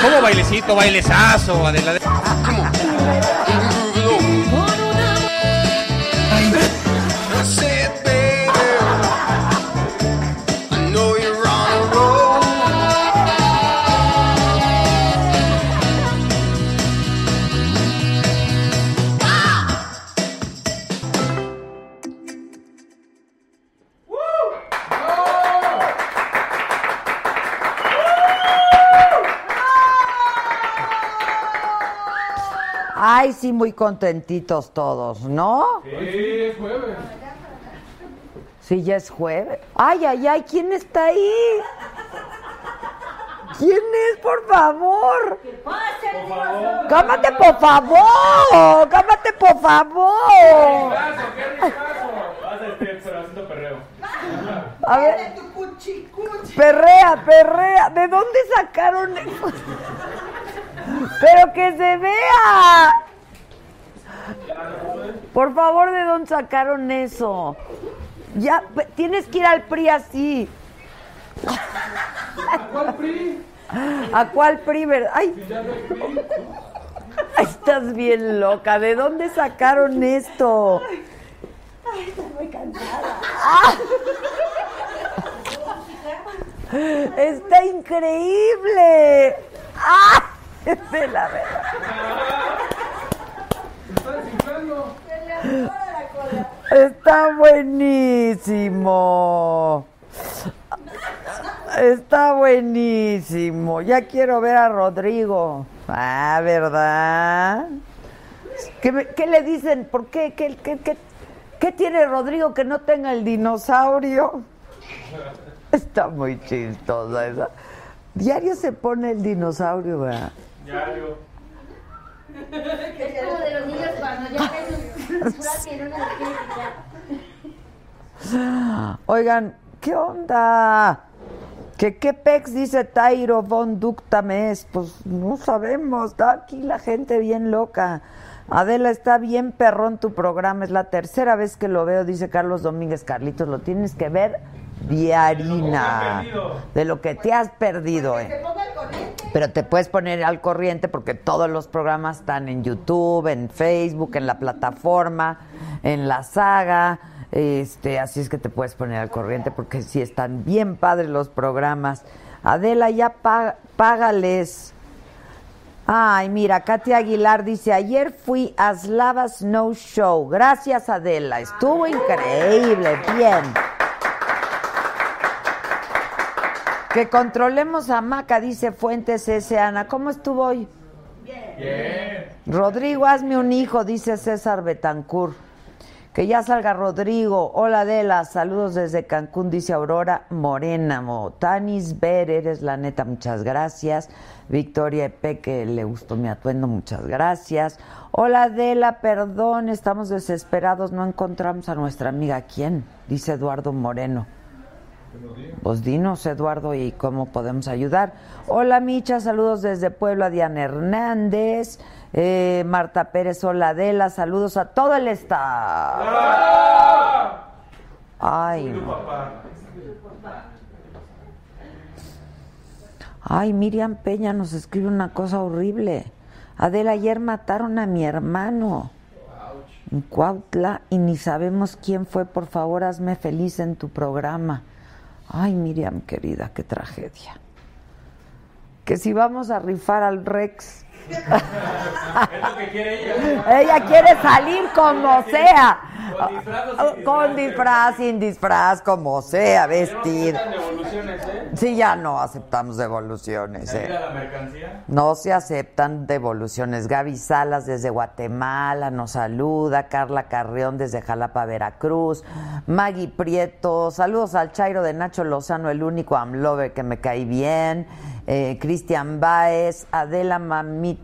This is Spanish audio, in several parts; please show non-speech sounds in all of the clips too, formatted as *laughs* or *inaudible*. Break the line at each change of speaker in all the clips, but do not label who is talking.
Como bailecito, bailezazo, adelante.
Ay, sí, muy contentitos todos, ¿no? Sí, ya es jueves. Ay, ay, ay, ¿quién está ahí? ¿Quién es, por favor? ¡Cámate, por favor! ¡Cámate, por favor! A ver, perrea, perrea. ¿De dónde sacaron? Pero que se vea. Por favor, ¿de dónde sacaron eso? Ya, pe- tienes que ir al PRI así. ¿A cuál PRI? verdad? Ay. Estás bien loca. ¿De dónde sacaron esto? Ay, estoy muy cansada. Está increíble. ¡Ah! *laughs* Es de la verdad. Está buenísimo. Está buenísimo. Ya quiero ver a Rodrigo. Ah, ¿verdad? ¿Qué, me- qué le dicen? ¿Por qué? ¿Qué, qué, qué, qué tiene Rodrigo que no tenga el dinosaurio? Está muy chistosa esa. Diario se pone el dinosaurio, ¿verdad?
Es como de los niños cuando ya ven su basura que no la quieren quitar.
Oigan, ¿qué onda? ¿Qué, qué pex dice Tairo von Ductames? Pues no sabemos, está aquí la gente bien loca. Adela, está bien perrón tu programa, es la tercera vez que lo veo, dice Carlos Domínguez. Carlitos, lo tienes que ver diarina. De lo que te has perdido, eh. Pero te puedes poner al corriente porque todos los programas están en YouTube, en Facebook, en la plataforma, en la saga. Este, así es que te puedes poner al corriente porque sí están bien padres los programas. Adela, ya pa- págales. Ay, mira, Katia Aguilar dice, ayer fui a Slava Snow Show. Gracias, Adela. Estuvo increíble, bien. Que controlemos a Maca, dice Fuentes S. Ana. ¿Cómo estuvo hoy? Bien. Rodrigo, hazme un hijo, dice César Betancourt. Que ya salga Rodrigo. Hola, Adela. Saludos desde Cancún, dice Aurora Morena. Mo. Tanis Ver, eres la neta, muchas gracias. Victoria Epe, que le gustó mi atuendo, muchas gracias. Hola, Adela, perdón, estamos desesperados, no encontramos a nuestra amiga. ¿Quién? Dice Eduardo Moreno. Pues dinos, Eduardo, y cómo podemos ayudar. Hola, Micha, saludos desde Puebla, Diana Hernández, eh, Marta Pérez, hola, Adela, saludos a todo el staff. Ay, no. Ay, Miriam Peña nos escribe una cosa horrible. Adela, ayer mataron a mi hermano en Cuautla y ni sabemos quién fue. Por favor, hazme feliz en tu programa. Ay, Miriam, querida, qué tragedia. Que si vamos a rifar al Rex. Ella quiere salir como sea. Con disfraz, sin disfraz, como sea, vestida. Sí, ya no aceptamos devoluciones. ¿eh? No se aceptan devoluciones. Gaby Salas desde Guatemala nos saluda. Carla Carrión desde Jalapa, Veracruz. Maggie Prieto. Saludos al Chairo de Nacho Lozano, el único amlover que me cae bien. Eh, Cristian Baez. Adela Mamita.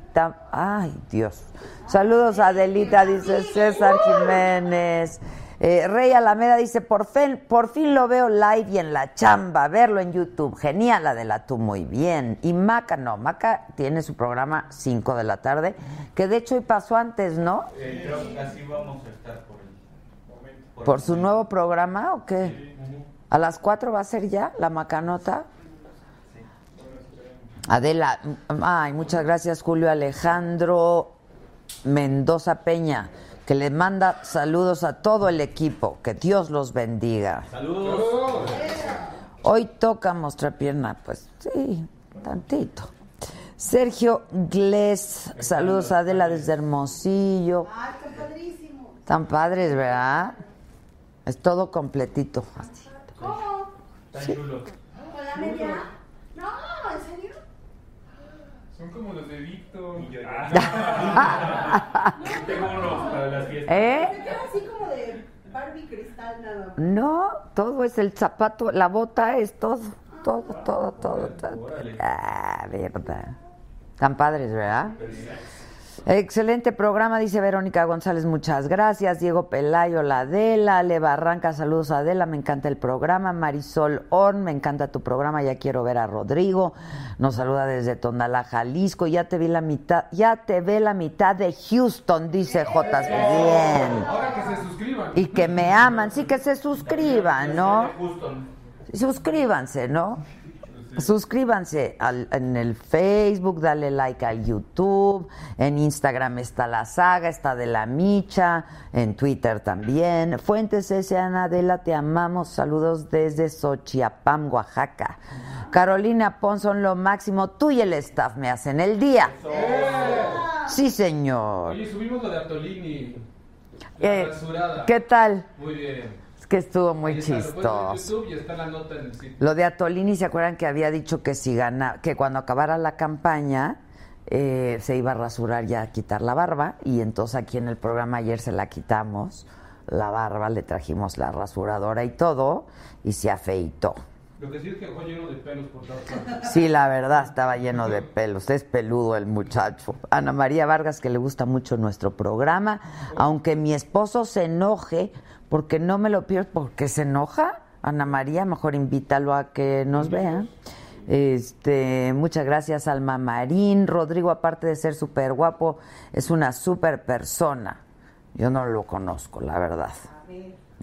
Ay, Dios. Saludos a Adelita, dice César Jiménez. Eh, Rey Alameda dice, por fin, por fin lo veo live y en la chamba, verlo en YouTube. Genial, Adela, tú muy bien. Y Maca, no, Maca tiene su programa 5 de la tarde, que de hecho hoy pasó antes, ¿no? por su nuevo programa o qué? ¿A las 4 va a ser ya la Macanota? Adela, ay, muchas gracias Julio Alejandro Mendoza Peña, que le manda saludos a todo el equipo, que Dios los bendiga. Saludos. Hoy toca mostrar pierna, pues sí, tantito. Sergio Gles, saludos a Adela desde Hermosillo. Tan padres, ¿verdad? Es todo completito. así.
¿Con la media? No, ¿en serio?
Son como los de Víctor.
¿Eh?
Era así como de Barbie cristal nada más.
No, todo es el zapato, la bota es todo, todo, todo, todo. todo. Ah, verdad. Tan padres, ¿verdad? Excelente programa, dice Verónica González, muchas gracias. Diego Pelayo, la Adela, Ale Barranca, saludos a Adela, me encanta el programa. Marisol Horn, me encanta tu programa, ya quiero ver a Rodrigo. Nos saluda desde Tonalá, Jalisco. Ya te vi la mitad, ya te ve la mitad de Houston, dice J. Bien.
Ahora que se suscriban.
Y que me aman, sí que se suscriban, ¿no? Suscríbanse, ¿no? Suscríbanse al- en el Facebook, dale like al YouTube, en Instagram está la saga, está de la micha, en Twitter también. Fuentes S. Ana Adela, te amamos. Saludos desde Xochiapam, Oaxaca. Carolina Ponson, lo máximo. Tú y el staff me hacen el día. Sí, señor.
Oye, subimos lo de Artolini. La
Eh,
rasurada.
¿Qué tal?
Muy bien.
Es que estuvo muy
Ahí está, lo puedes ver en
chistoso.
YouTube y está la nota en el sitio.
Lo de Atolini, ¿se acuerdan que había dicho que si gana, que cuando acabara la campaña eh, se iba a rasurar ya a quitar la barba? Y entonces aquí en el programa ayer se la quitamos, la barba, le trajimos la rasuradora y todo, y se afeitó.
Lo que sí es que dejó lleno de pelos por todas partes.
Sí, la verdad, estaba lleno de pelos. Es peludo el muchacho. Ana María Vargas, que le gusta mucho nuestro programa. Aunque mi esposo se enoje, porque no me lo pierdo, porque se enoja. Ana María, mejor invítalo a que nos vea. Este, muchas gracias, Alma Marín. Rodrigo, aparte de ser súper guapo, es una súper persona. Yo no lo conozco, la verdad.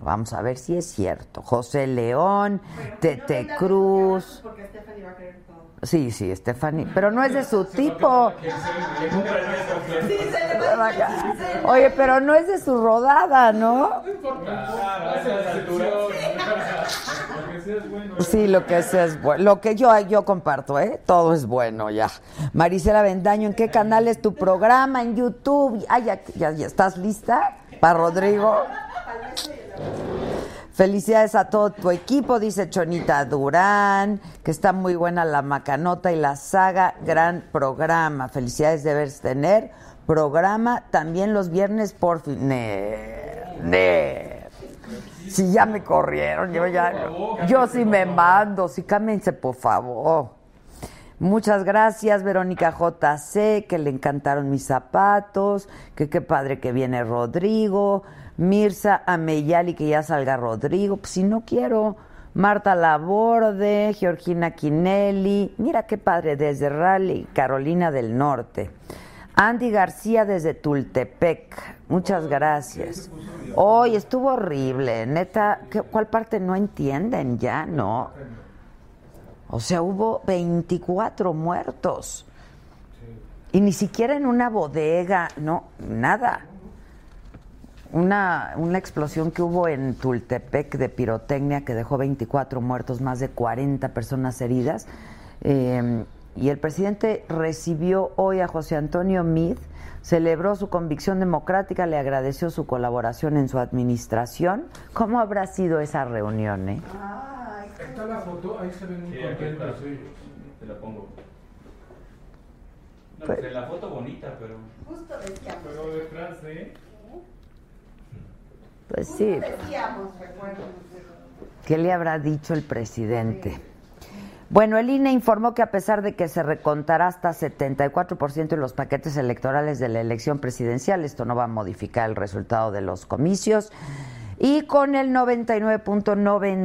Vamos a ver si es cierto. José León, Tete Cruz. Sí, sí, Stephanie. Pero no es de su tipo. Oye, pero no es de su rodada, ¿no? Sí, lo que sea es bueno. Lo que yo, yo comparto, ¿eh? Todo es bueno ya. Marisela Bendaño, ¿en qué canal es tu programa? En YouTube. Ay, ya, ya- ya estás lista para Rodrigo. Felicidades a todo tu equipo, dice Chonita Durán, que está muy buena la macanota y la saga, gran programa. Felicidades debes tener programa también los viernes por fin. Ne- ne. Si ya me corrieron, yo ya yo sí me mando, sí cámense por favor. Muchas gracias, Verónica JC, que le encantaron mis zapatos, que qué padre que viene Rodrigo, Mirza Ameyali, que ya salga Rodrigo, pues si no quiero, Marta Laborde, Georgina Quinelli, mira qué padre, desde Raleigh, Carolina del Norte. Andy García desde Tultepec, muchas gracias. Hoy estuvo horrible, neta, ¿qué- ¿cuál parte no entienden ya? No. O sea, hubo 24 muertos. Y ni siquiera en una bodega, no, nada. una, una explosión que hubo en Tultepec de pirotecnia que dejó 24 muertos, más de 40 personas heridas. Eh, y el presidente recibió hoy a José Antonio Meade, celebró su convicción democrática, le agradeció su colaboración en su administración. ¿Cómo habrá sido esa reunión? eh?
Está la foto, ahí se ven muy contentos ellos.
Te la pongo. No,
Pues-
pues en la foto bonita, pero.
Justo decíamos,
Pero detrás de...
Pues sí,
decíamos, recuerdo.
¿Qué le habrá dicho el presidente? Bueno, el INE informó que a pesar de que se recontará hasta 74% de los paquetes electorales de la elección presidencial, esto no va a modificar el resultado de los comicios. Y con el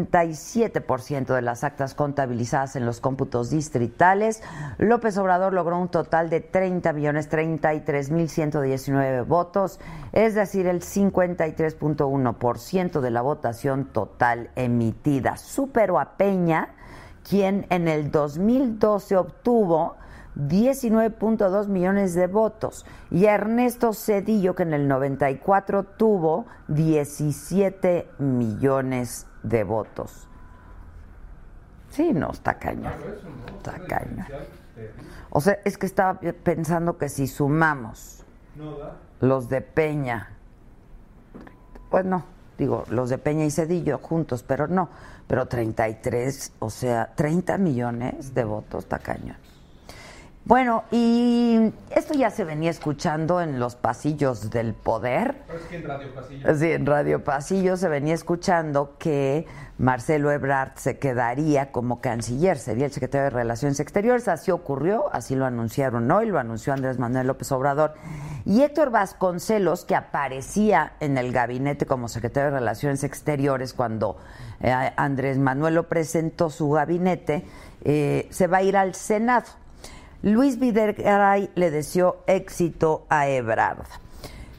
99.97% de las actas contabilizadas en los cómputos distritales, López Obrador logró un total de 30.033.119 votos, es decir, el 53.1% de la votación total emitida. Superó a Peña, quien en el 2012 obtuvo 19.2 millones de votos y a Ernesto Cedillo que en el 94 tuvo 17 millones de votos. Sí, no, está cañón. Está cañón. O sea, es que estaba pensando que si sumamos los de Peña, pues no, digo, los de Peña y Cedillo juntos, pero no, pero 33, o sea, 30 millones de votos tacaños. Bueno, y esto ya se venía escuchando en los pasillos del poder.
Pero es que en Radio Pasillo.
Sí, en Radio Pasillo se venía escuchando que Marcelo Ebrard se quedaría como canciller, sería el secretario de Relaciones Exteriores. Así ocurrió, así lo anunciaron hoy, lo anunció Andrés Manuel López Obrador. Y Héctor Vasconcelos, que aparecía en el gabinete como secretario de Relaciones Exteriores cuando eh, Andrés Manuel lo presentó su gabinete, eh, se va a ir al Senado. Luis Videgaray le deseó éxito a Ebrard.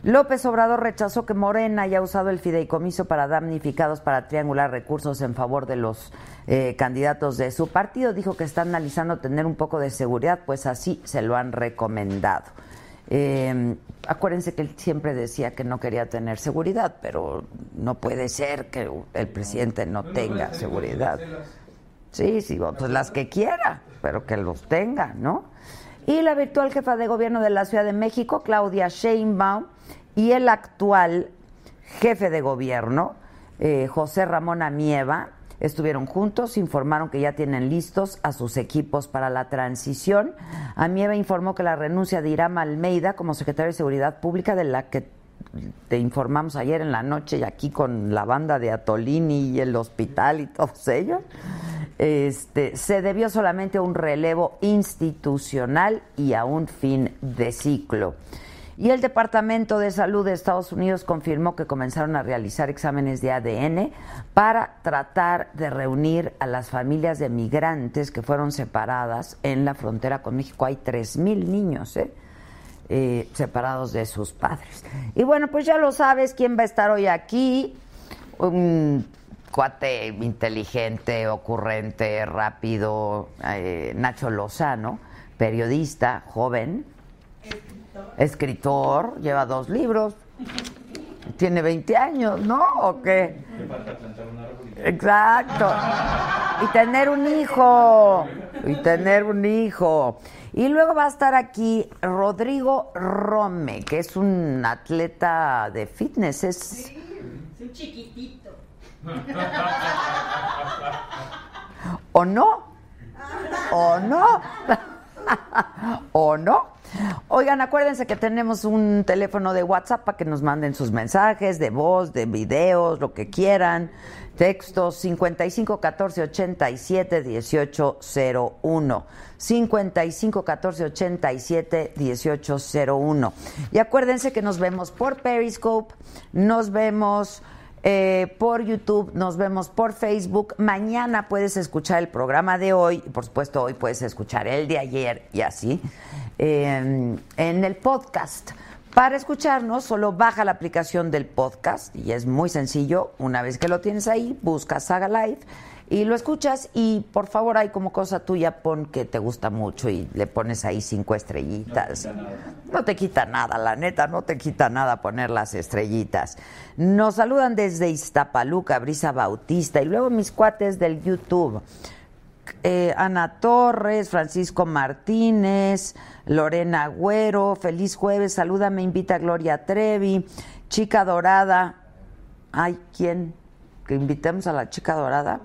López Obrador rechazó que Morena haya usado el fideicomiso para damnificados para triangular recursos en favor de los eh, candidatos de su partido. Dijo que está analizando tener un poco de seguridad, pues así se lo han recomendado. Eh, acuérdense que él siempre decía que no quería tener seguridad, pero no puede ser que el presidente no tenga seguridad. Sí, sí, bueno, pues las que quiera, pero que los tenga, ¿no? Y la virtual jefa de gobierno de la Ciudad de México, Claudia Sheinbaum, y el actual jefe de gobierno, eh, José Ramón Amieva, estuvieron juntos, informaron que ya tienen listos a sus equipos para la transición. Amieva informó que la renuncia de Irama Almeida como secretario de Seguridad Pública, de la que te informamos ayer en la noche y aquí con la banda de Atolini y el hospital y todos ellos, este, se debió solamente a un relevo institucional y a un fin de ciclo. Y el Departamento de Salud de Estados Unidos confirmó que comenzaron a realizar exámenes de ADN para tratar de reunir a las familias de migrantes que fueron separadas en la frontera con México. Hay 3.000 niños, ¿eh? eh, separados de sus padres. Y bueno, pues ya lo sabes quién va a estar hoy aquí. Un cuate inteligente, ocurrente, rápido, eh, Nacho Lozano, periodista, joven, escritor, lleva dos libros, tiene 20 años, ¿no? ¿O qué? Exacto. Y tener un hijo. Y tener un hijo. Y luego va a estar aquí Rodrigo Rome, que es un atleta de fitness. Es,
Es un chiquitito.
¿O no? ¿O no? ¿O no? Oigan, acuérdense que tenemos un teléfono de WhatsApp para que nos manden sus mensajes de voz, de videos, lo que quieran. Textos 55 14 87 18 01. 55 14 87 18 01. Y acuérdense que nos vemos por Periscope, nos vemos eh, por YouTube, nos vemos por Facebook. Mañana puedes escuchar el programa de hoy, y por supuesto hoy puedes escuchar el de ayer y así, en- en el podcast. Para escucharnos, solo baja la aplicación del podcast y es muy sencillo. Una vez que lo tienes ahí, busca Saga Live Y lo escuchas y por favor hay como cosa tuya, pon que te gusta mucho y le pones ahí cinco estrellitas. No te quita nada, la neta, no te quita nada poner las estrellitas. Nos saludan desde Iztapaluca, Brisa Bautista y luego mis cuates del YouTube eh, Ana Torres, Francisco Martínez, Lorena Agüero, feliz jueves, saluda, me invita Gloria Trevi, Chica Dorada, ay, ¿quién? Que invitemos a la Chica Dorada.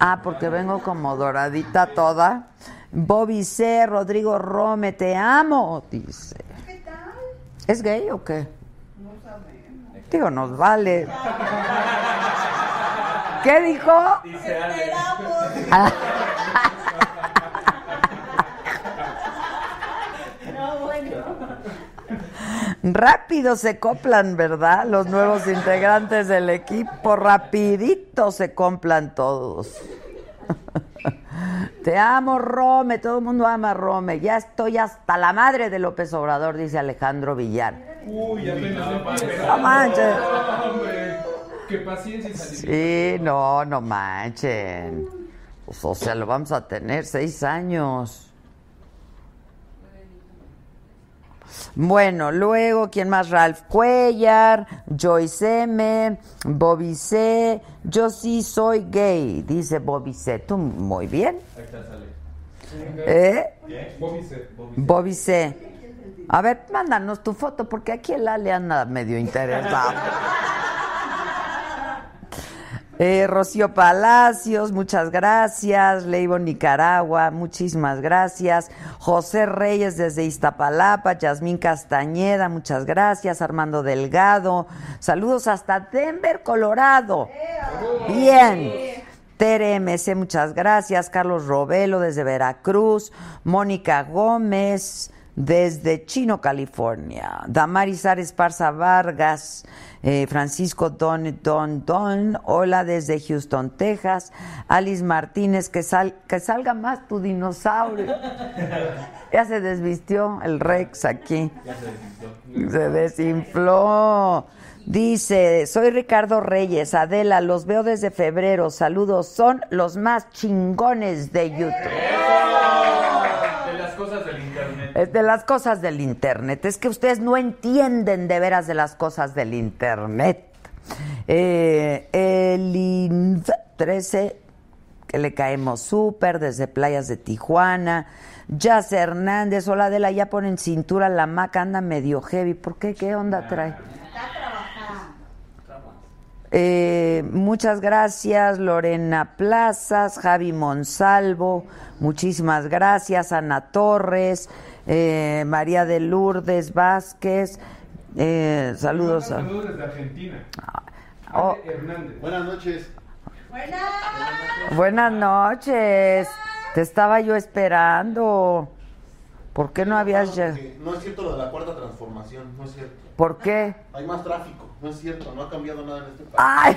Ah, porque vengo como doradita toda. Bobby C, Rodrigo Rome, te amo, dice.
¿Qué tal?
¿Es gay o qué?
No sabemos.
Digo, nos vale. ¿Qué dijo?
Esperamos. No, bueno.
Rápido se coplan, ¿verdad? Los nuevos integrantes del equipo, rapidito se complan todos. Te amo, Rome, todo el mundo ama a Rome. Ya estoy hasta la madre de López Obrador, dice Alejandro Villar. No manches.
Qué paciencia y salir.
Sí, no, no manchen. Pues, o sea, lo vamos a tener seis años. Bueno, luego, ¿quién más? Ralph Cuellar, Joyce M, Bobby C. Yo sí soy gay, dice Bobby C. Tú muy bien.
Ahí está, sale.
¿Eh?
Bobby se.
Bobby C. A ver, mándanos tu foto, porque aquí el Ale anda medio interesado. Eh, Rocío Palacios, muchas gracias. Leibo Nicaragua, muchísimas gracias. José Reyes desde Iztapalapa, Yasmín Castañeda, muchas gracias. Armando Delgado, saludos hasta Denver, Colorado. Bien. Tere MC, muchas gracias. Carlos Robelo desde Veracruz. Mónica Gómez desde Chino, California. Damaris Ares Parza Vargas. Eh, Francisco Don Don Don. Hola desde Houston, Texas. Alice Martínez, que, sal- que salga más tu dinosaurio. *laughs* ya se desvistió el Rex aquí. Se desinfló. Dice, soy Ricardo Reyes, Adela, los veo desde febrero, saludos, son los más chingones de YouTube.
De las cosas del internet.
Es de las cosas del Internet, es que ustedes no entienden de veras de las cosas del Internet. Eh, el INV 13, que le caemos súper desde playas de Tijuana. Jazz Hernández, hola Adela, ya ponen cintura la maca, anda medio heavy, ¿por qué? ¿Qué onda trae? Eh, muchas gracias, Lorena Plazas, Javi Monsalvo, muchísimas gracias, Ana Torres, eh, María de Lourdes Vázquez, eh, saludos a...
Saludos desde Argentina.
Oh,
Ale Hernández.
Buenas noches.
Buenas.
buenas noches, te estaba yo esperando. ¿Por qué no habías
Porque
llegado?
No es cierto lo de la cuarta transformación, no es cierto.
¿Por qué?
Hay más tráfico, no es cierto, no ha cambiado nada en este país.
¡Ay!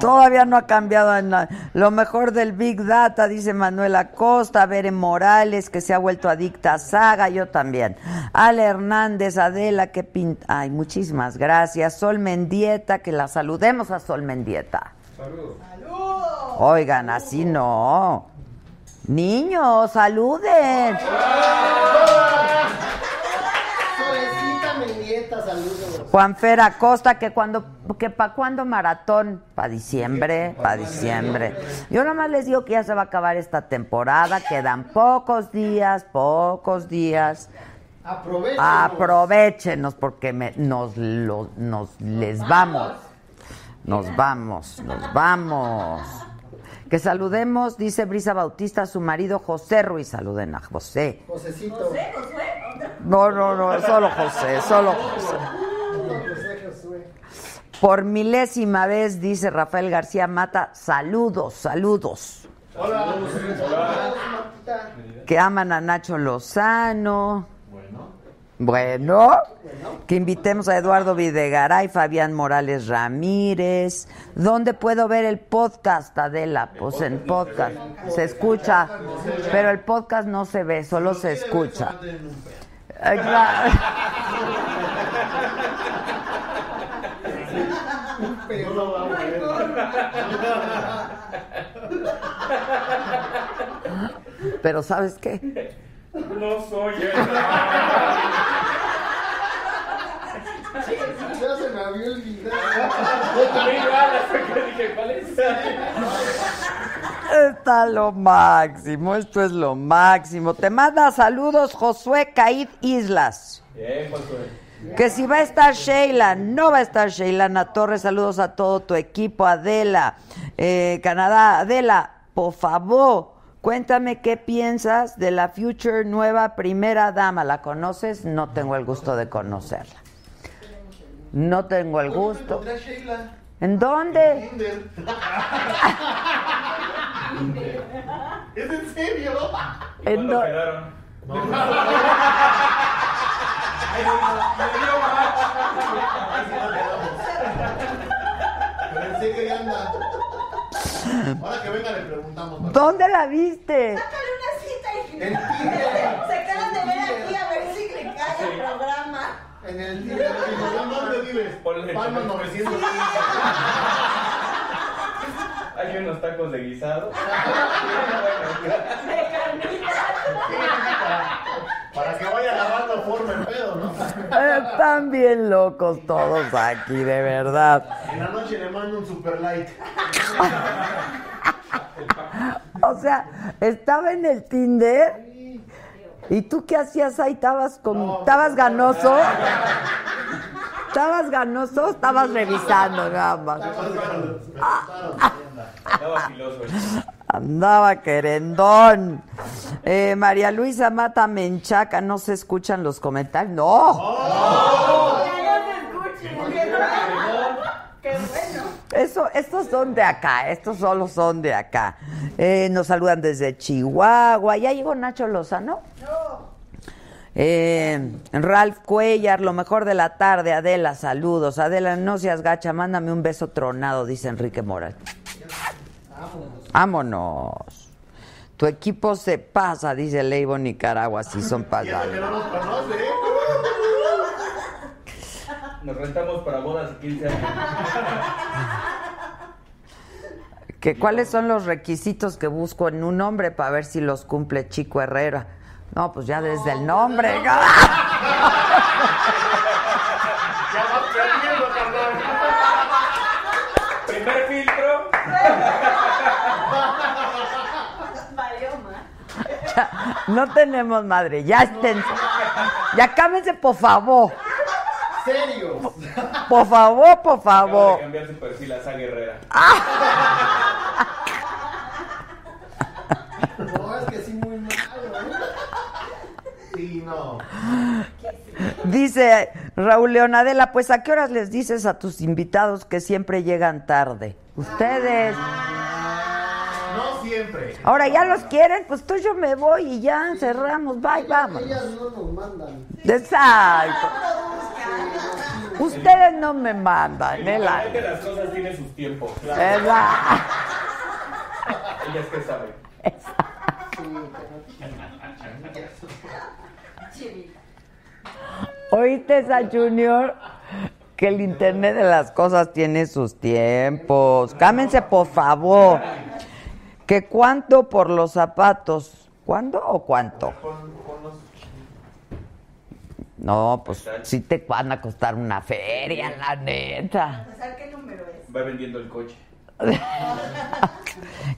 Todavía no ha cambiado en nada. Lo mejor del Big Data, dice Manuela Costa, Bere Morales, que se ha vuelto adicta a Saga, yo también. Ale Hernández, Adela, que pinta. Ay, muchísimas gracias. Sol Mendieta, que la saludemos a Sol Mendieta.
Saludos.
Oigan, así no. Niños, saluden.
Suavecita Mendieta, saludos.
Juan Fer Acosta, que cuando, que para cuándo maratón, para diciembre, para diciembre. Yo nada más les digo que ya se va a acabar esta temporada, quedan pocos días, pocos días.
Aprovechen.
Aprovechenos porque me- nos, lo- nos les vamos. Nos vamos, nos vamos. Que saludemos, dice Brisa Bautista, a su marido José Ruiz. Saluden a José.
Josecito.
No, no, no, solo José, solo José. Por milésima vez, dice Rafael García Mata, saludos, saludos. Que aman a Nacho Lozano. Bueno. Que invitemos a Eduardo Videgaray, Fabián Morales Ramírez. ¿Dónde puedo ver el podcast, Adela? Pues en podcast. Se escucha, pero el podcast no se ve, solo se escucha. Exacto.
vamos a
hay
ver.
forma.
Pero ¿sabes qué?
No soy el.
Ya se me había olvidado.
Igual, hasta que dije, ¿cuál es?
Está lo máximo, esto es lo máximo. Te manda saludos Josué Caid Islas.
Bien, Josué.
Que si va a estar Sheila, no va a estar Sheila Ana Torres. Saludos a todo tu equipo, Adela, eh, Canadá. Adela, por favor, cuéntame qué piensas de la future nueva primera dama. ¿La conoces? No tengo el gusto de conocerla. No tengo el gusto.
Pondré a Sheila.
¿En dónde?
Tinder. ¿Es en serio?
¿En
¿Cuándo
dó-
quedaron?
Pensé que ya anda. Ahora que venga le preguntamos. ¿vale?
¿Dónde la viste?
Sácale una cita
En
y
Tinder.
se quedan de ver aquí a ver si le cae el programa.
En el Tinder. ¿En dónde vives?
Ponle-
Palma 900.
Hay unos tacos de guisado.
Para que vaya lavando forma el pedo, ¿no?
Están bien locos todos aquí, de verdad.
En la noche le mando un super like.
*laughs* O sea, estaba en el Tinder. ¿Y tú qué hacías ahí? ¿Estabas con, estabas ganoso? ¿Estabas ganoso? Estabas revisando nada más. Ah.
Me gustaron, ahí anda.
Estaba filoso.
eh.
Andaba querendón. Eh, María Luisa Mata Menchaca, ¿no se escuchan los comentarios? No,
Ya no se escuche. Qué bueno. Qué bueno.
eso, estos son de acá, estos solo son de acá. Eh, nos saludan desde Chihuahua. Ya llegó Nacho Lozano.
No.
Eh, Ralph Cuellar, lo mejor de la tarde, Adela, saludos. Adela, no seas gacha, mándame un beso tronado, dice Enrique Moral. Vámonos. Tu equipo se pasa, dice Leibo Nicaragua, si son
Que
pasados.
no nos conoce, ¿eh?
Nos rentamos para bodas y 15 años.
¿Que ¿Cuáles son los requisitos que busco en un hombre para ver si los cumple Chico Herrera? No, pues ya desde el nombre.
Ya va perdiendo, carnal.
Primer filtro.
Valió más.
no tenemos madre, ya estén. Ya cámense, por favor.
Serio.
Por favor, por
Acaba de
favor.
cambiar su perfil a Saga Herrera.
No, es que sí, muy malo, ¿eh? Sí, no.
Dice Raúl Leonadela, pues a qué horas les dices a tus invitados que siempre llegan tarde. Ustedes.
No siempre.
Ahora ya los quieren, pues tú yo me voy y ya cerramos. Bye, vamos.
no nos mandan.
Exacto. Ustedes no me mandan, ¿eh? La-
Realmente las cosas tienen sus tiempos.
es la-
Ellas que saben.
¿Oíste esa Junior? Que el internet de las cosas tiene sus tiempos. Cámense, por favor. ¿Que cuánto por los zapatos? ¿Cuándo o cuánto? No, pues sí te van a costar una feria, la neta.
O sea, ¿qué número es?
Va vendiendo el coche.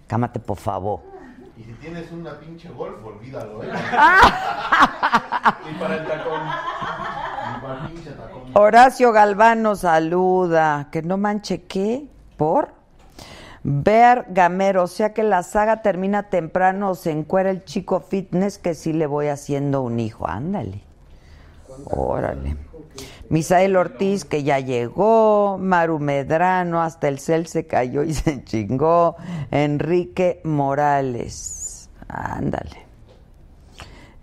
Cámate, por favor.
Y si tienes una pinche golf, olvídalo, ¿eh?
Y para el tacón.
Y para pinche tacón.
Horacio Galvano saluda. Que no manche qué, por ver Gamero, o sea que la saga termina temprano, o se encuera el chico fitness que sí le voy haciendo un hijo. Ándale. Órale. Misael Ortiz, que ya llegó. Maru Medrano, hasta el cel se cayó y se chingó. Enrique Morales. Ándale.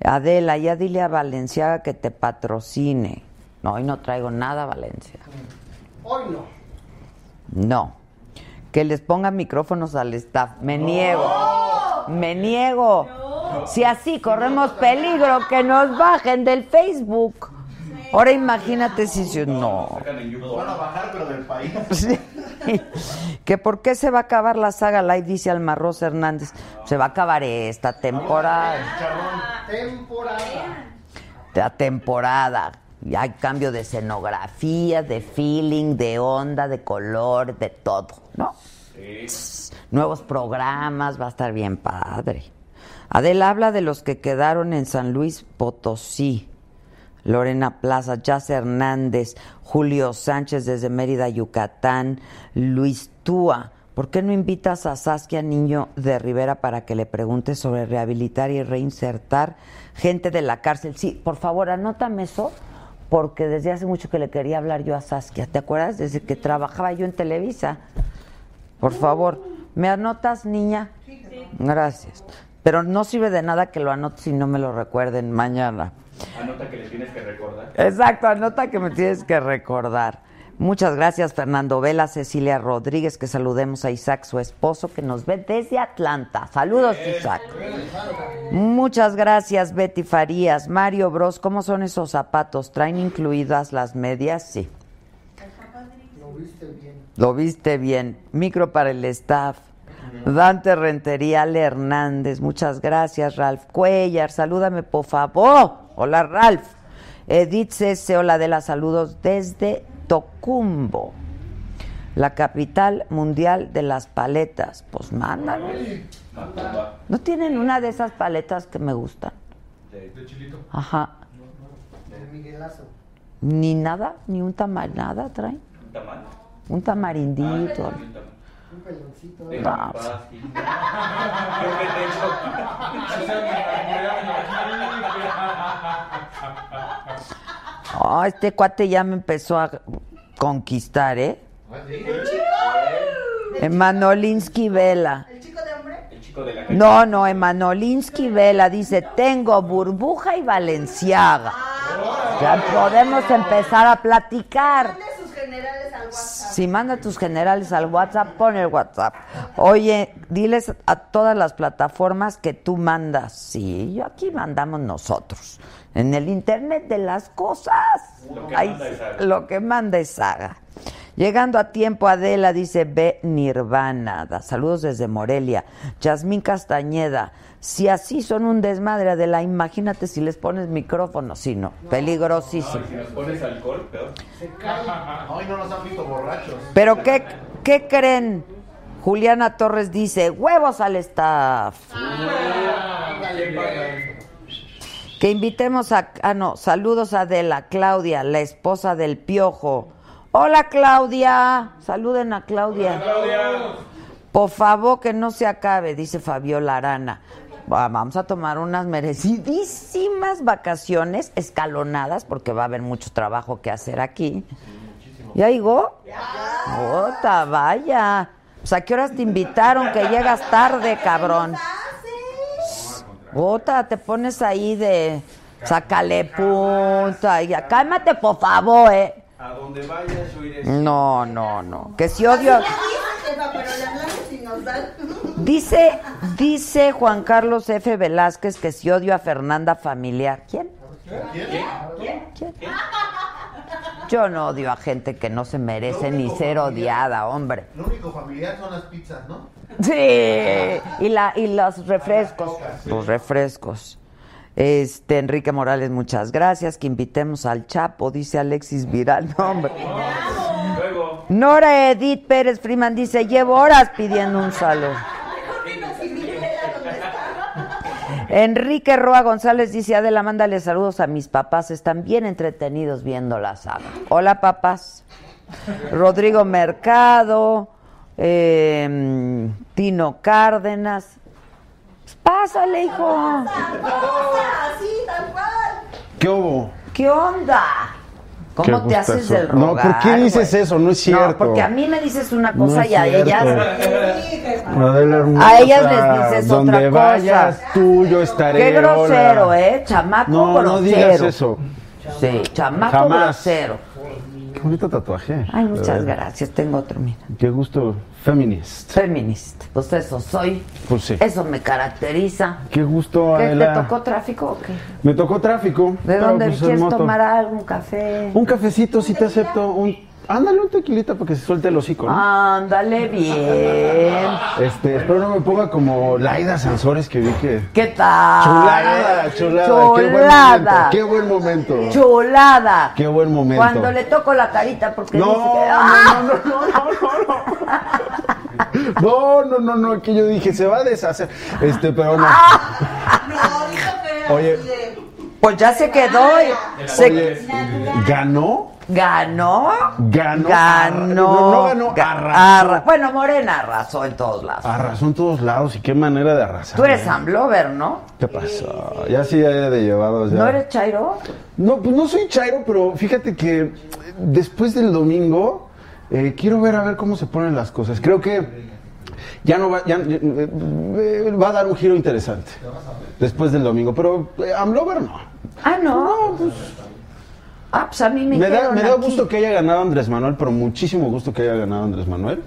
Adela, ya dile a Valenciaga que te patrocine. No, hoy no traigo nada, Valencia.
Hoy no.
No. Que les pongan micrófonos al staff. Me niego. Me niego. Si así corremos peligro que nos bajen del Facebook. Ahora imagínate si yo no.
Sacan en
Nos van a
YouTube.
bajar, pero del país.
*laughs* Sí. que por qué se va a acabar la saga Live, dice Almarroz Hernández. Se va a acabar esta temporada.
Chicharrón. Temporada.
La temporada. Y hay cambio de escenografía, de feeling, de onda, de color, de todo, ¿no? Tss, Nuevos programas, va a estar bien padre. Adela habla de los que quedaron en San Luis Potosí. Lorena Plaza, Jazz Hernández, Julio Sánchez desde Mérida, Yucatán, Luis Túa. ¿Por qué no invitas a Saskia Niño de Rivera para que le pregunte sobre rehabilitar y reinsertar gente de la cárcel? Sí, por favor, anótame eso, porque desde hace mucho que le quería hablar yo a Saskia. ¿Te acuerdas? Desde que trabajaba yo en Televisa. Por favor, ¿me anotas, niña? Gracias. Pero no sirve de nada que lo anotes si no me lo recuerden mañana.
Anota que le tienes que recordar.
Exacto, anota que me tienes que recordar. Muchas gracias, Fernando Vela, Cecilia Rodríguez, que saludemos a Isaac, su esposo, que nos ve desde Atlanta. Saludos, Isaac. Muchas gracias, Betty Farías. Mario Bros, ¿cómo son esos zapatos? ¿Traen incluidas las medias? Sí. Lo viste bien. Micro para el staff. Dante Rentería, Ale Hernández, muchas gracias. Ralph Cuellar, salúdame por favor. Hola Ralph. Edith C.C., hola de las saludos desde Tocumbo, la capital mundial de las paletas. Pues mándalo. ¿No tienen una de esas paletas que me gustan?
De chilito.
Ajá.
De Miguelazo.
Ni nada, ni un tamal, nada traen.
Un tamal.
Un tamarindito.
Un tamal.
Un peloncito.
¿eh?
De
Ah,
mi pasti. Creo que te echo.
Ah, este cuate ya me empezó a conquistar, ¿eh? Emanolinsky Vela.
¿El chico de hombre?
El chico de la calle.
No, no, Emanolinsky Vela dice, tengo burbuja y valenciaga. Ya podemos empezar a platicar.
Mande sus generales al WhatsApp.
Si manda tus generales al WhatsApp, pon el WhatsApp. Oye, diles a todas las plataformas que tú mandas. Sí, yo aquí mandamos nosotros. En el Internet de las cosas.
Lo que manda es Saga.
lo que manda es saga. Llegando a tiempo, Adela dice, ve Nirvana. Da Saludos desde Morelia. Yasmín Castañeda, si así son un desmadre, Adela, imagínate si les pones micrófono. Sí, no, peligrosísimo.
Y si nos pones alcohol, peor.
Hoy no nos han visto borrachos.
Pero ¿qué, qué creen? Juliana Torres dice, huevos al staff. Que invitemos a... Ah, no, saludos a Adela, Claudia, la esposa del Piojo. Hola Claudia, saluden a Claudia. Por favor que no se acabe, dice Fabiola Arana. Va- Vamos a tomar unas merecidísimas vacaciones escalonadas porque va a haber mucho trabajo que hacer aquí. ¿Ya llegó? ¡Ota, vaya! Pues, ¿A qué horas te invitaron que llegas tarde, cabrón? Ota, te pones ahí de... Sácale punta. y- Cálmate, por favor, ¿eh?
A donde vayas, yo iré.
No, no, no. Que si odio...
Jefa, pero le hablamos y nos dan.
Dice, dice Juan Carlos F. Velázquez que si odio a Fernanda familiar. ¿Quién? ¿Quién? Yo no odio a gente que no se merece ni ser odiada, hombre.
Lo único familiar son las pizzas, ¿no?
*laughs* Sí. Y la y los refrescos, Ah. los refrescos. Este Enrique Morales, muchas gracias. Que invitemos al Chapo, dice Alexis Viral, no, hombre.
Luego,
Nora Edith Pérez Freeman dice, llevo horas pidiendo un salón. Enrique Roa González dice, Adela, mándale saludos a mis papás, están bien entretenidos viendo la saga. Hola papás. Rodrigo Mercado, eh, Tino Cárdenas. Pues, Pásale, hijo.
Así, tal cual.
¿Qué hubo?
¿Qué onda? ¿Cómo
Qué
te haces
gustazo.
del
No,
rogar?
¿por qué dices
güey?
eso? No es cierto.
No, porque a mí me dices una
No
cosa
es
y a ellas...
cierto. Adela hermosa,
A ellas les dices
donde
otra cosa.
vayas tú, yo estaré.
Qué grosero,
hola.
¿eh? Chamaco
No,
grosero.
no digas eso.
Sí, chamaco
Jamás.
grosero.
Qué bonito tatuaje.
Ay, muchas
Eh,
gracias. Tengo otro, mira.
Qué gusto. Feminist.
Feminista. Pues eso soy.
Pues sí.
Eso me caracteriza.
Qué gusto,
¿Qué, ¿Te
Adela.
tocó tráfico o qué?
Me tocó tráfico.
¿De
pero,
dónde
pues, en
quieres
moto.
tomar algo? ¿Un café?
Un cafecito, si te acepto. Un Ándale un tequilita para que se suelte el hocico, ¿no?
Ándale bien.
Este, espero no me ponga como Laida Sansores que vi que.
¿Qué tal?
Chulada, chulada,
Chulada.
Qué buen momento. Qué buen momento.
Chulada.
Qué buen momento.
Cuando le toco la carita porque
No,
dice que- ¡Ah!
no, no, no, no, no, no. No, no, no, que yo dije, se va a deshacer. Este, pero no.
Ah.
No, ahorita fue
Oye.
así de-
Pues ya se quedó. y se
Oye, ganó,
ganó.
ganó.
Ganó.
No, no ganó,
Ga-
arrasó.
arra- bueno, Morena arrasó en todos lados.
Arrasó en todos lados y qué manera de arrasar. ¿eh?
Tú eres Amblover, ¿no?
¿Qué pasó? Ya sí, ya de llevados. Ya.
¿No eres Chairo?
No, pues no soy chairo, pero fíjate que después del domingo eh, quiero ver a ver cómo se ponen las cosas. Creo que ya no va, ya, eh, va a dar un giro interesante después del domingo, pero eh, Amlover no.
Ah, no. Ah, pues a mí me
pues, Me da,
dijeron
me da
aquí.
gusto que haya ganado Andrés Manuel, pero muchísimo gusto que haya ganado Andrés Manuel.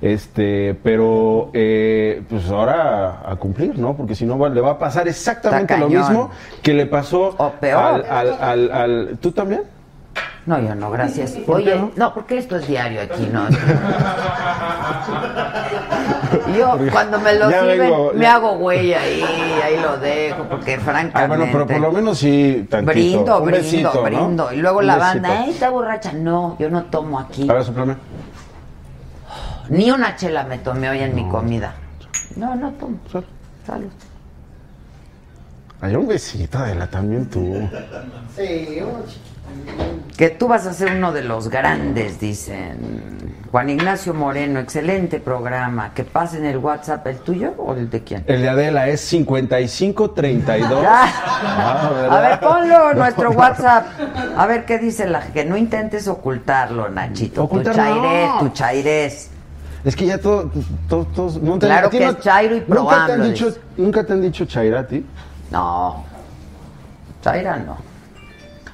Este, pero eh, pues ahora a cumplir, ¿no? Porque si no va- le va a pasar exactamente
Está
lo
cañón.
mismo que le pasó
O peor.
Al, al- al- al- ¿Tú también?
No, yo no, gracias.
¿Por qué
Oye,
no?
no, porque esto es diario aquí,
*laughs*
¿no? Yo cuando me lo
Ya
sirven
vengo,
me
ya.
hago güey ahí, ahí lo dejo, porque
Ah,
francamente...
bueno, pero por lo menos sí tantito.
Brindo,
Un
brindo,
besito, ¿no?
brindo. Y luego
Un
la
besito.
banda, ¿eh? ¡ay, está borracha! No, yo no tomo aquí.
A ver, soplame.
Ni una chela me tomé hoy en mi comida. No, no tomo.
Sal.
Salud.
Hay un besito, Adela, también tú.
Sí, uno chiquito.
Que tú vas a ser uno de los grandes, dicen. Juan Ignacio Moreno, excelente programa. Que pasen el WhatsApp, ¿el tuyo o el de quién?
El de Adela es 5532.
Ya.
Ah,
a
¿verdad?
ver, ponlo en
No.
nuestro WhatsApp. A ver qué dice la que no intentes ocultarlo, Nachito.
Ocultar,
tu chairés,
no.
tu chairés.
Es que ya todo, todo, todos- no
Claro
a ti
que es chairo y
Nunca te han
probable,
dicho,
dice.
nunca te han dicho chaira a ti.
No. Chaira no.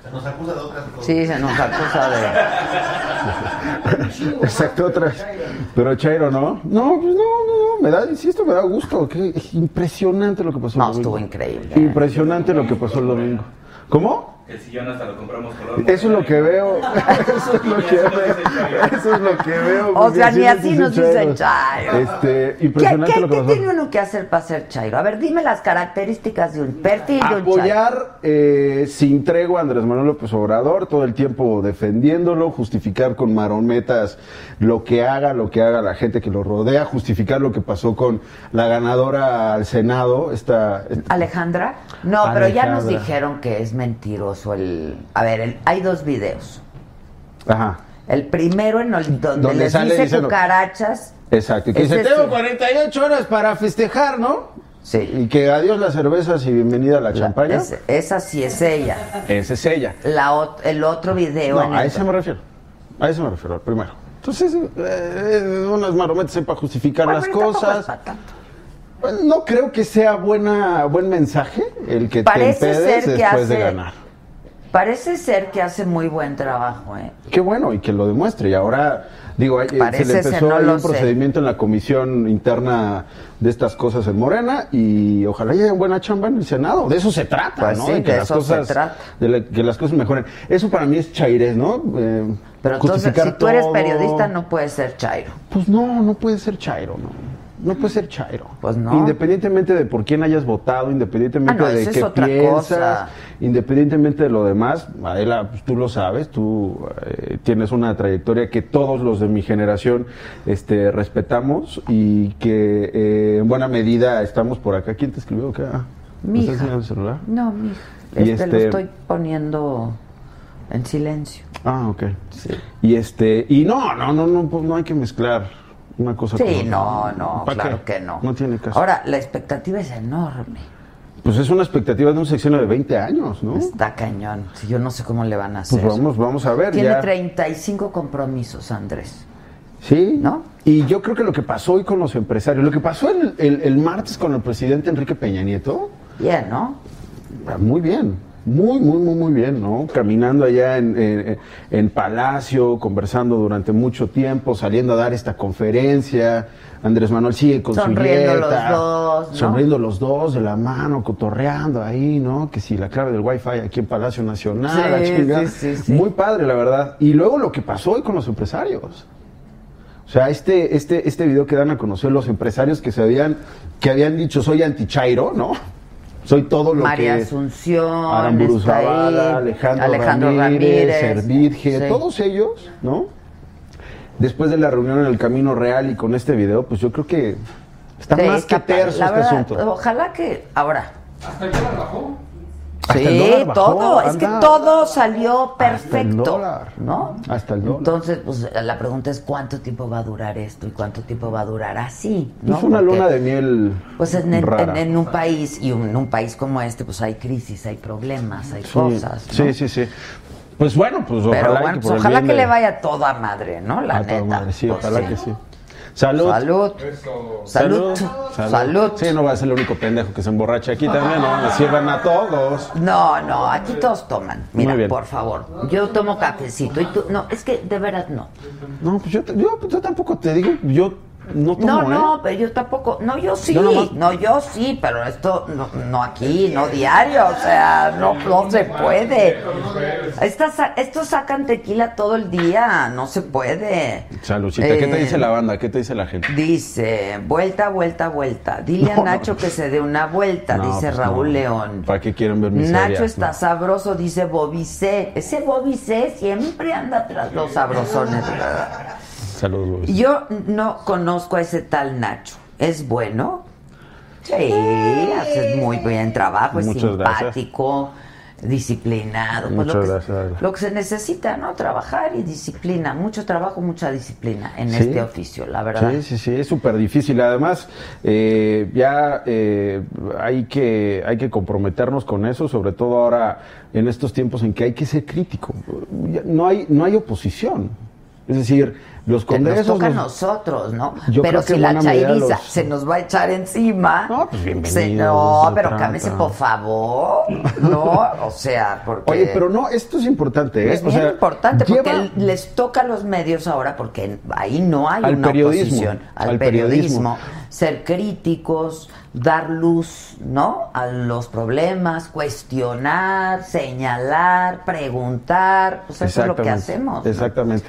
Se nos acusa de otras cosas.
Sí, se nos acusa de.
Exacto, otras. Pero chairo, ¿no? No, pues no, no, no. Me da, insisto, me da gusto. Qué impresionante lo que pasó. el
No, estuvo
domingo.
increíble.
Impresionante lo que pasó el domingo. ¿Cómo?
El sillón hasta lo compramos color.
Eso es lo que
*laughs*
veo. Eso es lo que veo. Eso es lo que veo.
O sea,
porque
ni así nos dicen
chairos.
chairo.
Este,
¿Qué,
impresionante
qué-
lo que
qué
pasó.
tiene uno que hacer para ser chairo? A ver, dime las características de un perfil de un chairo.
Apoyar eh, sin tregua a Andrés Manuel López Obrador, todo el tiempo defendiéndolo, justificar con marometas lo que haga, lo que haga la gente que lo rodea, justificar lo que pasó con la ganadora al Senado, esta... esta-
Alejandra, no, pero ya nos
Alejandra.
dijeron que es mentiroso el. A ver, el- hay dos videos.
Ajá,
El primero en el, donde,
Donde
les
sale
dice
diciendo-
cucarachas.
exacto. Y que
Ese
dice,
sí.
tengo 48 horas para festejar, ¿no?
Sí.
Y que adiós las cervezas y bienvenida a la, champaña.
Es- esa sí es ella.
Esa es ella.
La ot- el otro video. en
No, a
el-
eso me refiero. A eso me refiero, al primero. Entonces, eh, unas marometas ahí para justificar
Bueno,
las
pero tampoco
cosas.
es pa' tanto.
Pues, No creo que sea buena, buen mensaje el que
Parece
te
ser
empedes
que
después
hace-
de ganar.
Parece ser que hace muy buen trabajo, ¿eh?
Qué bueno, y que lo demuestre. Y ahora, digo, eh,
Parece
se le
ser,
empezó
no
ahí
lo
un
sé.
procedimiento en la comisión interna de estas cosas en Morena, y ojalá haya buena chamba en el Senado. De eso se trata,
Pues
¿no?
sí,
De que
de
las
eso se
cosas,
trata.
de la- que las cosas mejoren. Eso para mí es chairés, ¿no? Eh,
Pero entonces,
justificar
si tú eres
todo.
periodista, no puedes ser chairo.
Pues no, no puede ser Chairo, no. No puede ser Chairo.
Pues no.
Independientemente de por quién hayas votado, independientemente
Ah, no,
de
eso es
qué
otra
piensas,
cosa.
independientemente de lo demás, Adela, pues, tú lo sabes, tú eh, tienes una trayectoria que todos los de mi generación este, respetamos y que eh, en buena medida estamos por acá. ¿Quién te escribió acá? ¿Me
Mija.
estás enseñando el celular?
No, mija.
Y
Este, lo
este-
estoy poniendo en silencio.
Ah, ok. Y este, y no, no, no, no, pues, no hay que mezclar una cosa con
Sí,
otra.
no, no,
¿Para
claro
qué?
que no.
No tiene caso.
Ahora, la expectativa es enorme.
Pues es una expectativa de un sexenio de 20 años, ¿no?
Está cañón. Sí, Yo no sé cómo le van a hacer.
Pues vamos, vamos a ver.
Tiene
ya.
35 compromisos, Andrés.
Sí.
¿no?
Y yo creo que lo que pasó hoy con los empresarios, lo que pasó el, el- el martes con el presidente Enrique Peña Nieto,
Bien, ¿no?
ah, muy bien. muy, muy, muy, muy bien, ¿no? Caminando allá en, en- en Palacio, conversando durante mucho tiempo, saliendo a dar esta conferencia. Andrés Manuel sigue con
Sonriendo
su
los
dieta,
dos, ¿no?
Sonriendo los dos de la mano, cotorreando ahí, ¿no? Que si la clave del wifi aquí en Palacio Nacional,
Sí,
la chingada.
sí, sí,
Muy padre, la verdad. Y luego lo que pasó hoy con los empresarios. O sea, este, este, este video que dan a conocer los empresarios que se habían, que habían dicho soy antichairo, ¿no? Soy todo lo
María
que.
Asunción,
Aramburu
está ahí,
Zavala, Alejandro,
Alejandro Ramírez,
Ramírez, Servitje,
sí.
todos ellos, ¿no? Después de la reunión en el Camino Real y con este video, pues yo creo que está
Sí,
más que
está pa-
terso este
la verdad,
asunto.
Ojalá que ahora.
¿Hasta el dólar bajó?
Hasta el
Sí,
dólar bajó,
todo, es que
anda.
todo salió perfecto,
dólar.
¿no?
Hasta el dólar.
Entonces, pues la pregunta es cuánto tiempo va a durar esto y cuánto tiempo va a durar así, ¿no?
Es una
Porque,
luna de miel.
pues en, en-
rara.
en un país y un- en un país como este, pues hay crisis, hay problemas, hay
Sí,
cosas. ¿no?
Sí, sí, sí. Pues bueno, pues
Pero
ojalá
bueno,
que
pues,
por el
ojalá
bien
que
de-
le vaya toda madre, ¿no? La
a toda
neta.
madre, sí,
Pues,
ojalá que sí. Salud.
Salud. Salud.
Salud.
Salud.
Sí, no va a ser el único pendejo que se emborracha aquí también, ¿no? Me sirvan a todos.
No, no, aquí todos toman.
Muy
Mira,
bien.
por favor. Yo tomo cafecito y tú. No, es que de veras no.
No, pues yo, yo, pues yo tampoco te digo, yo no tomo,
No,
¿eh?
no, pero yo tampoco. No, yo sí.
Yo nomás-
no, yo sí, pero esto no, no aquí, no diario. O sea, no, no se puede. Estas, sa- estos sacan tequila todo el día. No se puede.
Saludcita, ¿qué te
Eh,
dice la banda? ¿Qué te dice la gente?
Dice, vuelta, vuelta, vuelta. Dile a
No.
Nacho que se dé una vuelta,
No,
dice
pues
Raúl
no.
León.
¿Para qué quieren ver miseria?
Nacho está
No.
sabroso, dice Bobby C. Ese Bobby C siempre anda tras los sabrosones. ¿verdad?
Saludos, Luis.
Yo no conozco a ese tal Nacho. ¿Es bueno? Sí, hace muy bien trabajo, es
Muchas gracias.
simpático, disciplinado. pues
Muchas
lo, que,
gracias.
lo que se necesita, ¿no? Trabajar y disciplina. Mucho trabajo, mucha disciplina en
Sí.
este oficio, la verdad.
Sí, sí, sí, es súper difícil. Además, eh, ya eh, hay, que, hay que comprometernos con eso, sobre todo ahora en estos tiempos en que hay que ser crítico. Ya No hay, no hay oposición. Es decir, los
que nos
congresos...
toca a
los-
nosotros, ¿no?
Yo creo
pero
que
si
en
la
buena medida
chairiza
los-
se nos va a echar encima.
No, pues, bienvenido,
se-
de
no,
eso
pero
se
cámese
trata.
por favor. No, o sea, porque.
Oye, pero no, esto es importante. ¿eh?
Es
O
bien
sea,
importante porque
lleva-
les toca a los medios ahora, porque ahí no hay
Al
una
periodismo,
oposición al,
al
periodismo.
periodismo.
Ser críticos, dar luz, ¿no? A los problemas, cuestionar, señalar, preguntar. Pues eso es lo que hacemos. ¿no?
Exactamente.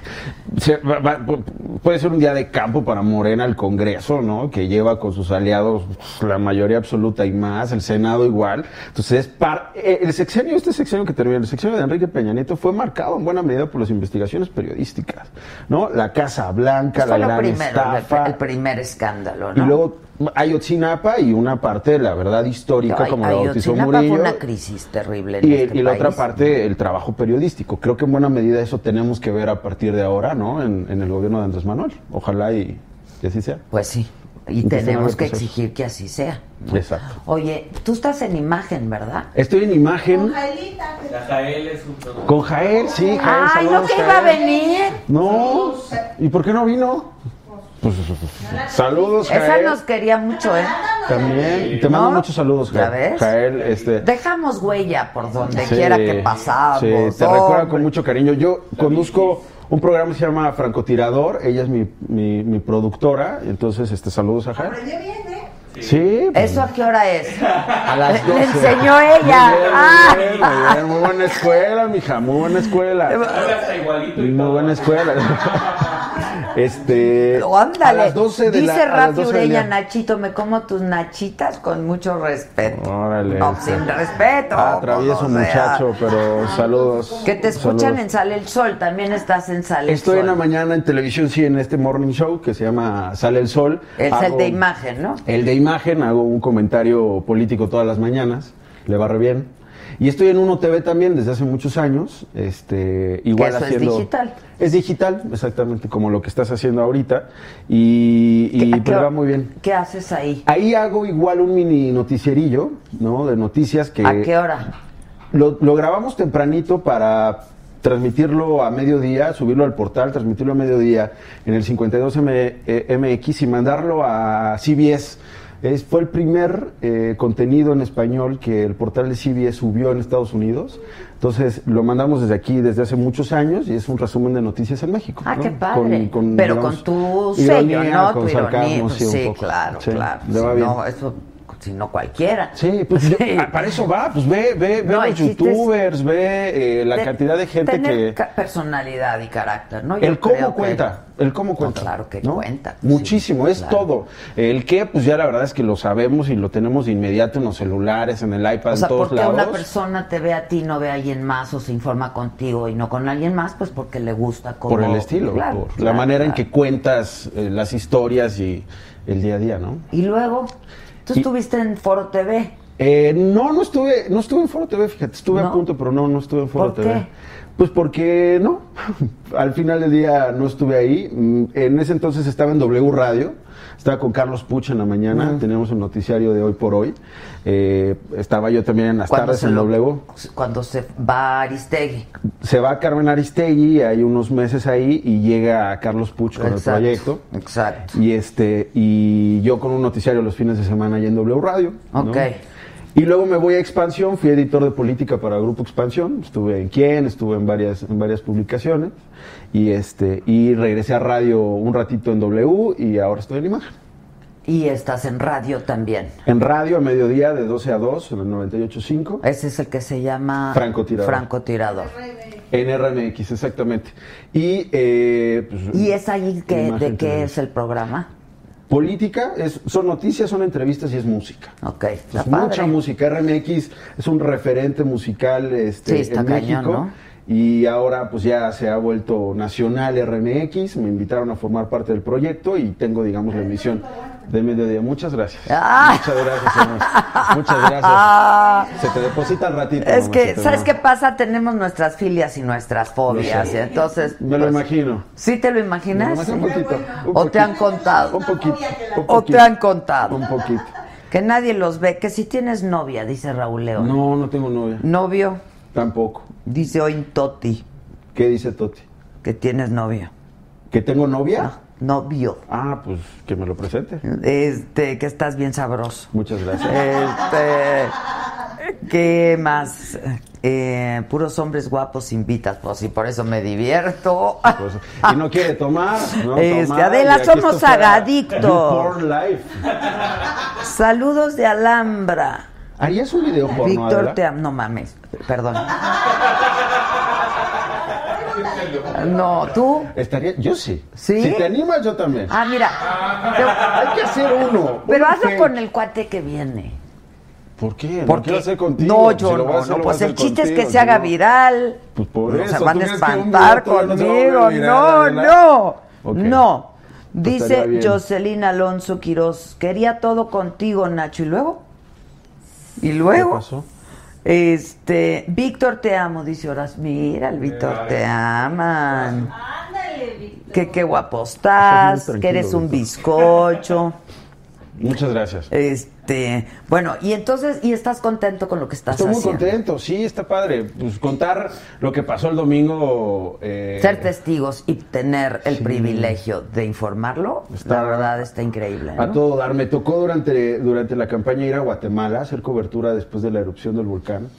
Se- va- va- pu- puede ser un día de campo para Morena el Congreso, ¿no? Que lleva con sus aliados pues, la mayoría absoluta y más, el Senado igual. Entonces, par- eh, el sexenio, este sexenio que termina, el sexenio de Enrique Peña Nieto fue marcado en buena medida por las investigaciones periodísticas, ¿no? La Casa Blanca, la
Fue lo
gran
primero, el,
estafa.
el primer escándalo,
Y
¿no?
luego Ayotzinapa y una parte de la verdad histórica,
Ay-
como la bautizó
Ayotzinapa
Murillo.
fue una crisis terrible en
Y,
este
y la
país.
otra parte, el trabajo periodístico. Creo que en buena medida eso tenemos que ver a partir de ahora, ¿no? En, en el gobierno de Andrés Manuel. Ojalá y, y así sea.
Pues sí, y
Empiezan a
tenemos
ver
que
cosas.
exigir que así sea.
Exacto.
Oye, tú estás en imagen, ¿verdad?
Estoy en imagen
Jaelita.
La Jael es un producto.
con Jael, sí, Jael.
Ay, no
saludos,
que
Jael.
iba a venir.
No. ¿Y por qué no vino? Pues, saludos,
Esa
Jael.
nos quería mucho, ¿eh?
También. Te mando
¿No?
muchos saludos,
¿Ya
Jael.
ves?
Jael, este.
Dejamos huella por donde
Sí,
quiera que pasamos.
sí, te
hombre.
recuerda con mucho cariño. Yo conduzco un programa que se llama Francotirador. Ella es mi, mi, mi productora. Entonces, este, saludos a Jaime.
Aprendió bien, ¿eh?
Sí. pues,
¿Eso a qué hora
*laughs*
es?
a las
le
12.
enseñó ella.
Muy bien,
Ah.
muy, bien, muy bien. Muy buena escuela, mija. Muy buena escuela.
Ahora está igualito y
Muy
todo.
buena escuela. *laughs* Este.
Pero ándale.
A las 12 de la-
Dice
a las
Rafi
12 del
Ureña,
día.
Nachito, me como tus nachitas con mucho respeto.
Órale.
No,
este.
sin respeto.
Ah, travieso
pues, o sea,
muchacho, pero saludos.
Que te escuchan
Saludos.
en Sale el Sol, también estás en Sale
Estoy
el
en la
Sol.
mañana en televisión, sí, en este morning show que se llama Sale el Sol.
Es el
Hago-
de imagen, ¿no?
El de imagen, hago un comentario político todas las mañanas, le va re bien. Y estoy en Uno TV también desde hace muchos años, este, igual
eso es
haciendo.
digital.
Es digital, exactamente como lo que estás haciendo ahorita y, y
¿Qué- a qué
pero
hora-
va muy bien.
¿Qué haces ahí?
Ahí hago igual un mini noticierillo, ¿no? De noticias Ah, que
¿A qué hora?
lo, lo grabamos tempranito para transmitirlo a mediodía, subirlo al portal, transmitirlo a mediodía en el 52 M- eh, MX y mandarlo a CBS Es, fue el primer eh, contenido en español que el portal de CBS subió en Estados Unidos. Entonces lo mandamos desde aquí desde hace muchos años y es un resumen de noticias en México.
Ah,
¿no?
qué padre. Pero con tu
ironía,
sello, ¿no?
Con
Tu
sarcasmo,
ironía, pues
sí, un
sí,
poco.
claro,
Sí,
claro.
le va
Si
bien.
no, eso, si no cualquiera.
Sí, pues yo- ah, para eso va, pues ve, ve, ve
No, el
los
chiste es-
youtubers, ve eh, la
Te-
cantidad de gente
tener
que...
ca- personalidad y carácter, ¿no? Yo
el cómo
creo que-
cuenta, el cómo cuenta.
claro que cuenta.
Muchísimo, es
claro.
todo. El qué, pues ya la verdad es que lo sabemos y lo tenemos de inmediato en los celulares, en el iPad,
O sea,
en todos
porque
lados.
una persona te ve a ti, no ve a alguien más, o se informa contigo y no con alguien más, pues porque le gusta como...
por el estilo,
Claro,
por la
claro,
manera en
claro.
que cuentas eh, las historias y el día a día, ¿no?
Y luego, tú
Y-
estuviste en Foro TV.
Eh, no, no estuve, no estuve en Foro TV, fíjate, estuve a punto, pero no, no estuve en Foro
¿Por
TV.
qué?
Pues porque no, *laughs* al final del día no estuve ahí. Mm, En ese entonces estaba en W Radio, estaba con Carlos Puch en la mañana,
Ujú.
teníamos un noticiario de hoy por hoy. Eh, estaba yo también en las
Cuando
tardes
se
en
lo-
W.
Cuando se va Aristegui.
Se va Carmen Aristegui, hay unos meses ahí, y llega Carlos Puch con
Exacto,
el proyecto.
Exacto.
Y este, y yo con un noticiario los fines de semana ahí en W Radio. ¿no?
Ok.
Y luego me voy a Expansión, fui editor de política para Grupo Expansión, estuve en Quién, estuve en varias, en varias publicaciones, y este, y regresé a radio un ratito en W y ahora estoy en imagen.
Y estás en radio también.
En radio a mediodía de 12 a 2, en el 98.5.
Ese es el que se llama
Francotirador. Mm.
Francotirador.
En RMX, exactamente. Y, eh, pues,
¿Y es ahí que,
Imagen
de qué
Televisión.
es el programa?
Política, es, son noticias, son entrevistas y es música.
Ok, está
Es
padre.
Pues mucha música. RMX es un referente musical este,
Sí, está
en
cañón,
México.
¿no?
Y ahora pues ya se ha vuelto nacional RMX. Me invitaron a formar parte del proyecto y tengo, digamos, la emisión de mediodía. Muchas gracias.
Ah.
Muchas gracias, hermano. Muchas
*laughs*
gracias. Se te deposita al ratito.
Es que,
mamacita,
¿sabes
¿no?
qué pasa? Tenemos nuestras filias y nuestras
Lo
fobias.
sé.
Entonces. pues,
Me lo imagino.
¿Sí te lo imaginas?
Nomás un poquito, un
¿O
poquito,
te han contado?
un poquito, un
¿O te
poquito.
han contado?
Un poquito.
Que nadie los ve. Que si tienes novia, dice Raúl León.
No, no tengo novia.
¿Novio?
Tampoco.
Dice hoy Toti.
¿Qué dice Toti?
Que tienes novia.
¿Que tengo novia?
Novio.
Ah, pues que me lo presente.
Este, que estás bien sabroso.
Muchas gracias.
Este, ¿Qué más? Eh, puros hombres guapos invitas, pues y por eso me divierto.
*laughs* Pues, y no quiere tomar. No,
Ah. Este,
tomar,
Adela,
y aquí
somos
esto fuera
agadictos.
un Porn life.
Saludos de Alhambra.
¿Harías un video porno,
Víctor,
Adela?
te am- No mames,
*laughs*
perdón. No, tú.
Estaría, yo sí.
¿Sí?
Si te animas, yo también.
Ah, mira. Pero,
Hay que hacer uno.
pero
uno
hazlo
que-
con el cuate que viene.
¿Por qué?
¿Por
¿Por qué?
qué?
hacer contigo?
No,
Si
yo
lo
no,
voy a hacer,
no,
lo voy a
pues el
hacer
chiste es que
contigo,
se haga
¿no?
viral.
Pues por
No,
eso.
se
¿tú
van a
crees que un
espantar
video todavía no se va a
conmigo.
volver viral,
No,
Adela?
no,
Ok.
no.
Pues estaría
Dice
bien.
Jocelyn Alonso Quirós, quería todo contigo, Nacho. ¿Y luego? ¿Y luego?
¿Qué pasó?
Este, Víctor te amo, dice Horas. Mira, el Víctor te aman. Que qué guapo
Estás
estás,
muy
que eres
tranquilo,
un bizcocho.
Muchas gracias.
Este, bueno, y entonces, ¿y estás contento con lo que estás
Estoy muy
haciendo?
contento, sí, está padre. Pues contar lo que pasó el domingo. eh,
Ser testigos y tener el privilegio de informarlo,
Está-
la verdad está increíble. ¿no?
A todo dar. Me tocó durante, durante la campaña ir a Guatemala, hacer cobertura después de la erupción del volcán.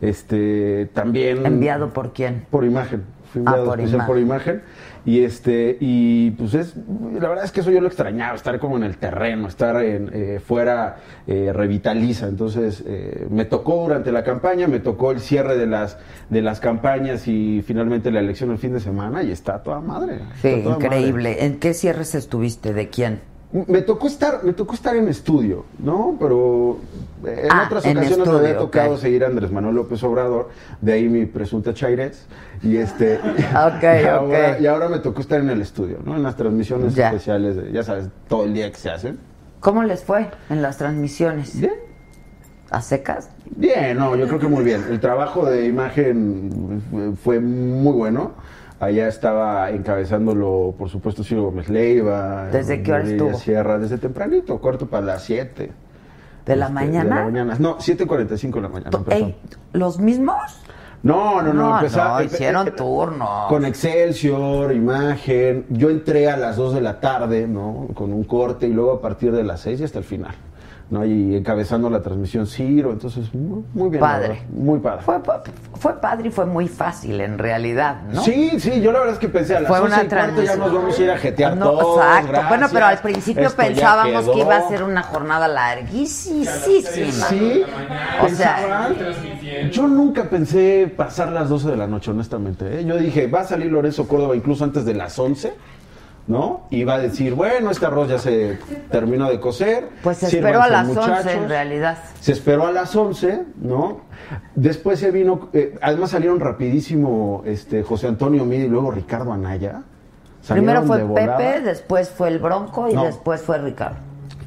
Este, también.
¿Enviado por quién?
Por imagen. Fui
Ah,
enviado
por
especial por imagen. Y este, y pues es, la verdad es que eso yo lo extrañaba, estar como en el terreno, estar en, eh, fuera eh, revitaliza. Entonces, eh, me tocó durante la campaña, me tocó el cierre de las, de las campañas y finalmente la elección el fin de semana y está a toda madre.
Sí,
está a toda madre.
increíble. ¿En qué cierres estuviste? ¿De quién?
Me tocó estar, me tocó estar en estudio, ¿no? Pero eh, en
Ah,
otras
en
ocasiones me
estudio,
había tocado
ok.
seguir a Andrés Manuel López Obrador, de ahí mi presunta chairez, y este
*laughs* Ok,
y, ahora,
ok.
y ahora me tocó estar en el estudio, ¿no? En las transmisiones
Ya.
especiales, de- ya sabes, todo el día que se hacen.
¿Cómo les fue en las transmisiones?
Bien.
¿A secas?
Bien, no, yo creo que muy bien. El trabajo de imagen eh, fue muy bueno. Allá estaba encabezándolo, por supuesto, Ciro Gómez Leiva.
¿Desde qué hora
María
estuvo?
Sierra, desde tempranito, cuarto para las siete.
¿De la
Este,
mañana?
De la mañana. No, 7.45 de la mañana. empezó.
Ey, ¿Los mismos?
no, no, no,
No,
empezaba-
no,
empe- *laughs*
hicieron
eh,
turno.
Con Excelsior, imagen. Yo entré a las 2 de la tarde, ¿no? Con un corte y luego a partir de las 6 y hasta el final. ¿no? Y encabezando la transmisión Ciro, entonces mu- muy bien. la
Padre.
verdad, Muy padre.
Fue, pa- fue padre y fue muy fácil en realidad, ¿no?
Sí, sí, yo la verdad es que pensé a las
Fue
11
una
y cuarto ya
transmisión.
nos vamos a ir a jetear
No,
todos,
exacto. bueno, pero al
gracias,
principio
esto ya
pensábamos que
quedó.
iba a ser una jornada larguísima.
Sí,
O sea,
Yo nunca pensé pasar las 12 de la noche, honestamente. ¿eh? Yo dije, va a salir Lorenzo Córdoba incluso antes de las 11, ¿no? Y va a decir, bueno, este arroz ya se terminó de cocer.
pues se
sírvanse,
esperó a las 11
muchachos.
en realidad.
Se esperó a las 11, ¿no? Después se vino, eh, además salieron rapidísimo este, José Antonio Mí y luego Ricardo Anaya.
Primero
Salieron
fue
de volada.
Pepe, después fue el Bronco y
No.
después fue Ricardo.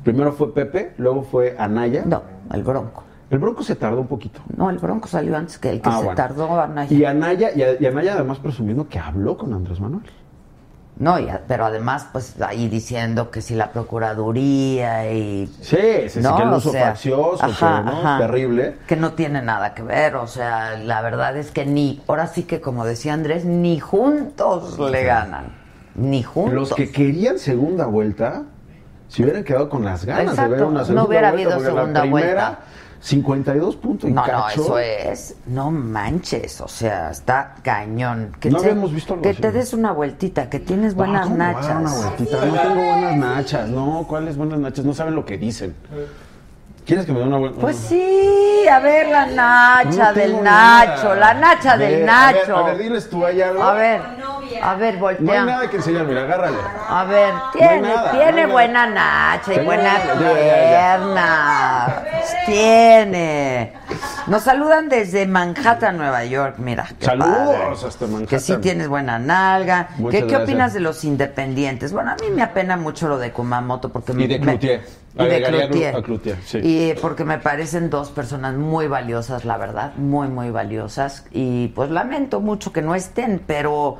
Primero fue Pepe, luego fue Anaya. No,
el Bronco.
El Bronco se tardó un poquito.
No, el Bronco salió antes que el que
Ah,
se
bueno.
tardó Anaya.
Y Anaya, y, a- y Anaya además presumiendo que habló con Andrés Manuel.
No, y a- pero además, pues ahí diciendo que si la Procuraduría y.
Sí, sí, sí, que el uso faccioso, que, ¿no? Terrible.
Que no tiene nada que ver, o sea, la verdad es que ni. Ahora sí que, como decía Andrés, ni juntos le ganan. Ni juntos.
Los que querían segunda vuelta se hubieran quedado con las ganas
Exacto,
de ver una
no
segunda
hubiera
vuelta,
habido
porque la
segunda
primera,
vuelta.
52 puntos y
No, no,
cacho.
eso es. No manches, o sea, está cañón. Que
No
te-
habíamos visto algo
Que
así.
te des una vueltita, que tienes
No,
buenas
¿cómo me voy a
nachas.
dar una vueltita? No tengo buenas nachas, no, ¿cuáles buenas nachas? No saben lo que dicen. ¿Quieres que me dé una vuelta?
Pues sí, a ver la nacha
No tengo
del Nacho,
nada.
la nacha
Ve,
del
a ver,
Nacho.
a ver, diles tú ahí algo.
A ver, a ver,
No hay
voltea.
nada que enseñar, mira, agárrale.
a ver, tiene,
nada, no
tiene
hay
buena nacha y
Tengo
buena
nada, ya, ya,
pierna. Tiene. Nos saludan desde Manhattan, Nueva York, mira. qué padre.
Saludos hasta Manhattan.
Que sí tienes buena nalga.
Muchas
¿Qué, ¿Qué
gracias.
opinas de los independientes? Bueno, a mí me apena mucho lo de Kumamoto porque
Y de
me-
Cloutier.
y de
Agregaría
Cloutier.
a Cloutier, sí.
Y eh, porque me parecen dos personas muy valiosas, la verdad, muy, muy valiosas. Y pues lamento mucho que no estén, pero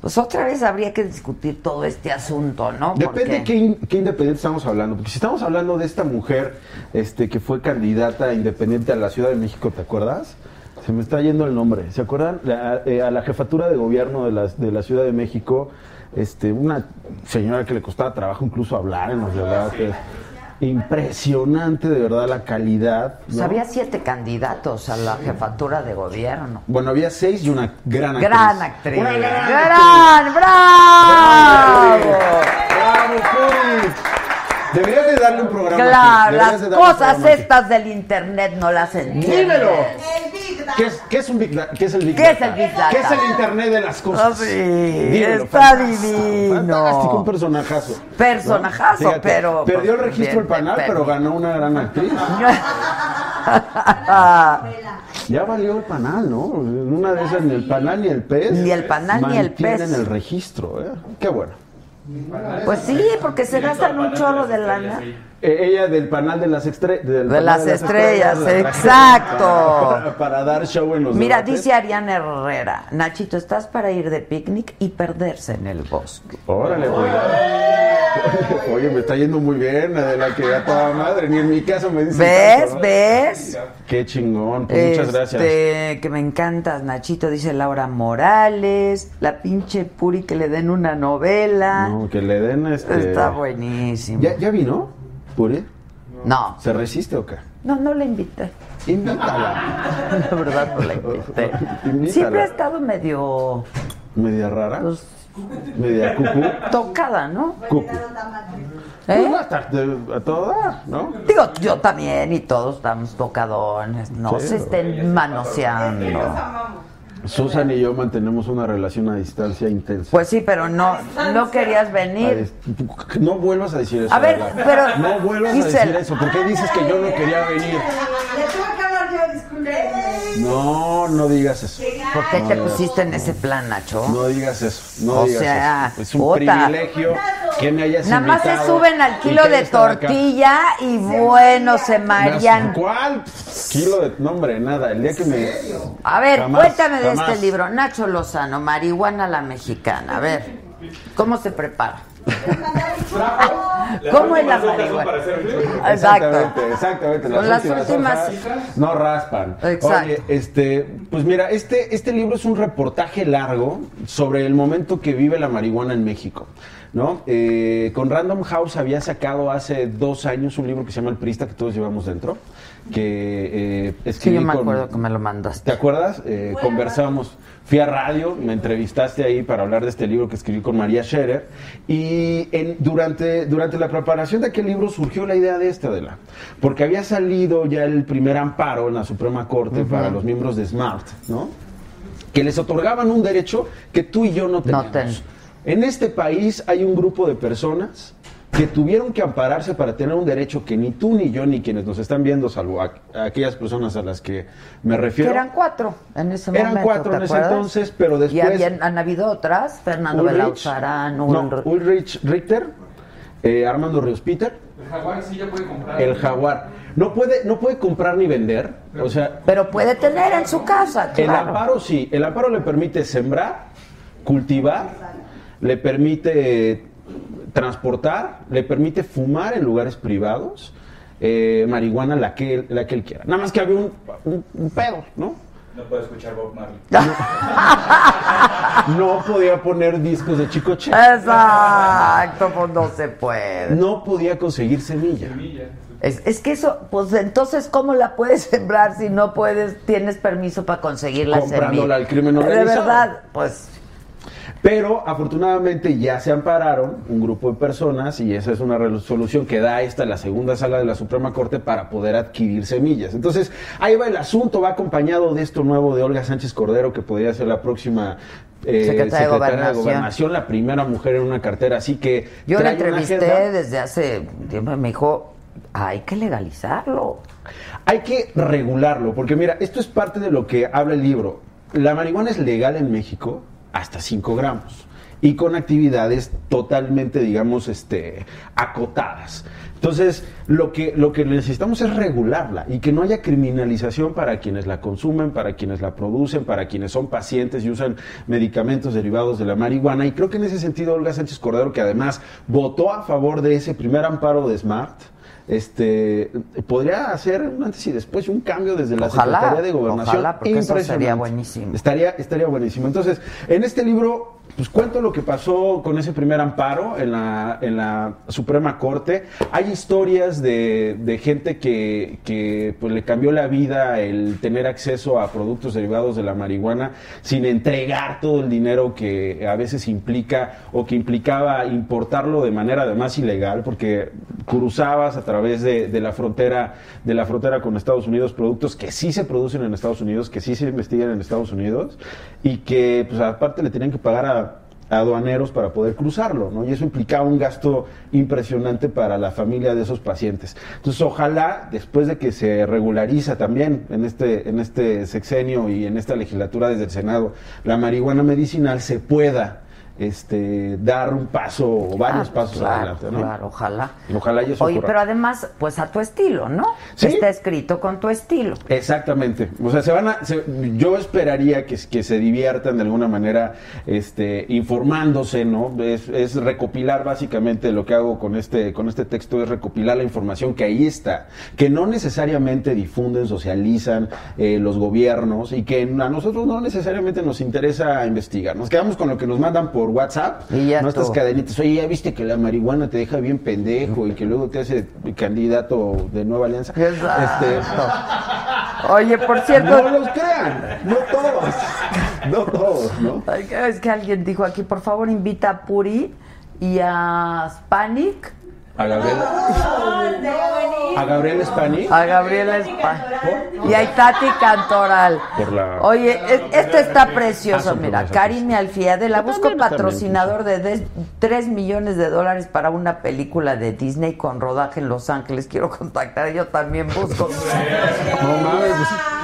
pues otra vez habría que discutir todo este asunto, ¿no?
Depende
Porque-
de qué, in- qué independiente estamos hablando. Porque si estamos hablando de esta mujer este, que fue candidata independiente a la Ciudad de México, ¿te acuerdas? Se me está yendo el nombre. ¿Se acuerdan? La- eh, a la jefatura de gobierno de la, de la Ciudad de México, este, una señora que le costaba trabajo incluso hablar en los debates. Impresionante, de verdad, la calidad.
pues,
¿no?
había siete candidatos a la jefatura de gobierno.
Bueno, había seis y una gran actriz.
Gran actriz.
Una gran
Gran, bravo.
¡Bravo, Curi! Deberías de darle un programa. así.
Claro,
Deberías
las
de darle un
cosas
programa así.
estas del internet no las entiendes.
¡Dímelo! ¿Qué es, qué es un Big Data? ¿Qué es el Big
¿Qué
Data?
es el Big Data?
¿Qué es el Internet de las cosas?
Ah, sí,
Dímelo,
está
fantástico,
divino.
Fantástico, un personajazo. ¿no?
Personajazo,
Fíjate,
pero- pues,
Perdió el registro el
bien,
panal,
pero-
pero ganó una gran
*laughs*
actriz. Ya valió el panal, ¿no? En una de esas, ni el panal ni el pez.
Ni el panal ni el pez.
Mantienen el registro, ¿eh? Qué bueno.
Pues sí, porque se gastan un chorro de lana.
Eh, ella del panal de las, extre- del
De
panal
las estrellas,
la trajeron
exacto.
Para, para- para dar show en los
Mira,
debates.
dice Ariana Herrera, Nachito, estás para ir de picnic y perderse en el bosque.
Órale, güey. *laughs* Oye, Oye, me está yendo muy bien, de la que a toda madre. Ni en mi caso me dicen.
¿Ves?
tanto, ¿no?
¿Ves?
Qué chingón. Pues muchas gracias.
Este, Que me encantas, Nachito, dice Laura Morales, la pinche Puri que le den una novela.
No, que le den este.
Está buenísimo.
¿Ya, ¿Ya vino? ¿Pure?
No.
¿Se resiste o qué?
No, no la invité.
Invítala.
*laughs* La
*laughs*
verdad no la invité.
Invítala.
Siempre ha estado medio pues,
Media rara. Media cucu.
tocada, ¿no?
Cucu.
¿Eh?
Pues va a estar de- a toda, ¿no?
Digo, yo también y todos estamos tocadones. No
Sí.
se estén manoseando.
Susan y yo mantenemos una relación a distancia intensa.
Pues sí, pero no, no querías venir.
Ay, No vuelvas a decir eso.
A ver,
Adela.
pero-
No vuelvas
Gisela.
a decir eso. ¿Por qué dices que yo no quería venir?
Le tuve que hablar yo, disculpe.
No, no digas eso.
¿Por qué
No
te
digas-
pusiste en ese plan, Nacho?
No digas eso. No
O
digas
sea,
eso. Es un
puta.
privilegio que me hayas
Nada más se
invitado
suben al
y
kilo
que haya
de
estado acá.
tortilla y bueno, se marían.
¿Cuál? Kilo de. No, hombre, nada. El día que me.
A ver,
Jamás,
cuéntame de
jamás.
este libro. Nacho Lozano, Marihuana la Mexicana. A ver, ¿cómo se prepara? ¿Cómo es la marihuana? Exacto.
Exactamente, exactamente.
Con las últimas-
hojas no raspan.
Exacto.
Oye, este, pues mira, este, este libro es un reportaje largo sobre el momento que vive la marihuana en México. ¿no? Eh, con Random House había sacado hace dos años un libro que se llama El Prista, que todos llevamos dentro, que eh,
Sí,
escribí
yo me
con-
acuerdo que me lo mandaste.
¿Te acuerdas? Eh, conversamos. Fui a radio, me entrevistaste ahí para hablar de este libro que escribí con María Scherer. Y en- durante, durante la preparación de aquel libro surgió la idea de esta, Adela. Porque había salido ya el primer amparo en la Suprema Corte para los miembros de SMART, ¿no? Que les otorgaban un derecho que tú y yo no teníamos. En este país hay un grupo de personas que tuvieron que ampararse para tener un derecho que ni tú ni yo ni quienes nos están viendo, salvo a- a aquellas personas a las que me
Que
refiero.
eran cuatro en ese
Eran
momento.
cuatro
¿te
en ese
acuerdas?
entonces, pero
Y
después-
habían- han habido otras: Fernando
Ulrich.
Belauzarán,
No, Ulrich Richter, eh, Armando Ríos Peter,
El jaguar sí ya puede comprar.
el jaguar. No puede, no puede comprar ni vender. O sea,
Pero puede tener en su casa.
el
claro.
amparo sí, el amparo le permite sembrar, cultivar, le permite eh, transportar, le permite fumar en lugares privados, eh, marihuana la que, él- la que él quiera. Nada más que había un, un- un pedo, ¿no?
No puede escuchar Bob
*laughs*
Marley.
No podía poner discos de Chico Che.
*laughs* Ah. Exacto, pues no se puede.
No podía conseguir semilla.
Es, es que eso, pues entonces, ¿cómo la puedes *laughs* sembrar si no puedes, tienes permiso para conseguir la semilla?
Comprándola al crimen
De
organizado.
verdad, pues
Pero afortunadamente ya se ampararon un grupo de personas y esa es una resolución que da esta la segunda sala de la Suprema Corte para poder adquirir semillas. Entonces ahí va el asunto, va acompañado de esto nuevo de Olga Sánchez Cordero que podría ser la próxima eh,
Secretaria de Gobernación.
Gobernación, la primera mujer en una cartera. Así que
yo la
trae una
entrevisté
agenda.
desde hace tiempo y me dijo, hay que legalizarlo.
Hay que regularlo, porque mira, esto es parte de lo que habla el libro. La marihuana es legal en México hasta 5 gramos y con actividades totalmente, digamos, este, acotadas. Entonces, lo que, lo que necesitamos es regularla y que no haya criminalización para quienes la consumen, para quienes la producen, para quienes son pacientes y usan medicamentos derivados de la marihuana. Y creo que en ese sentido, Olga Sánchez Cordero, que además votó a favor de ese primer amparo de SMART, este podría hacer un antes y después un cambio desde la
Ojalá,
Secretaría de Gobernación.
ojalá, porque eso sería
Impresionante.
buenísimo.
Estaría, estaría buenísimo. Entonces, en este libro, pues cuento lo que pasó con ese primer amparo en la, en la Suprema Corte. Hay historias de, de gente que, que pues, le cambió la vida el tener acceso a productos derivados de la marihuana sin entregar todo el dinero que a veces implica o que implicaba importarlo de manera además ilegal, porque cruzabas a través de, de la frontera de la frontera con Estados Unidos productos que sí se producen en Estados Unidos, que sí se investigan en Estados Unidos y que pues aparte le tenían que pagar a a aduaneros para poder cruzarlo, ¿no? Y eso implicaba un gasto impresionante para la familia de esos pacientes. Entonces, ojalá después de que se regulariza también en este en este sexenio y en esta legislatura desde el Senado la marihuana medicinal se pueda este dar un paso o varios
Ah,
pasos
claro,
adelante, ¿no?
claro, ojalá.
Ojalá y eso
Oye,
ocurra.
pero además, pues a tu estilo, ¿no?
Sí.
Está escrito con tu estilo.
Exactamente. O sea, se van a, se- yo esperaría que, que se diviertan de alguna manera este, informándose, ¿no? Es, es recopilar básicamente lo que hago con este, con este texto, es recopilar la información que ahí está, que no necesariamente difunden, socializan eh, los gobiernos y que a nosotros no necesariamente nos interesa investigar. Nos quedamos con lo que nos mandan por WhatsApp,
Y ya
no estas
estuvo.
cadenitas. Oye, ya viste que la marihuana te deja bien pendejo y que luego te hace candidato de nueva alianza. Este,
Oye, por cierto,
no los crean, no todos, no todos, ¿no?
Ay, Es que alguien dijo aquí, por favor, invita a Puri y a Spanik.
A Gabriel, a Gabriel Spani,
A Gabriela Spanik. Y a Itati Cantoral.
por la...
Oye, es- esto está precioso.
Ah, son
Mira,
promesas,
Karim Alfiade la busco
también,
patrocinador de des- 3 millones de dólares para una película de Disney con rodaje en Los Ángeles. Quiero contactar, yo
*laughs*
también busco.
No mames, pues,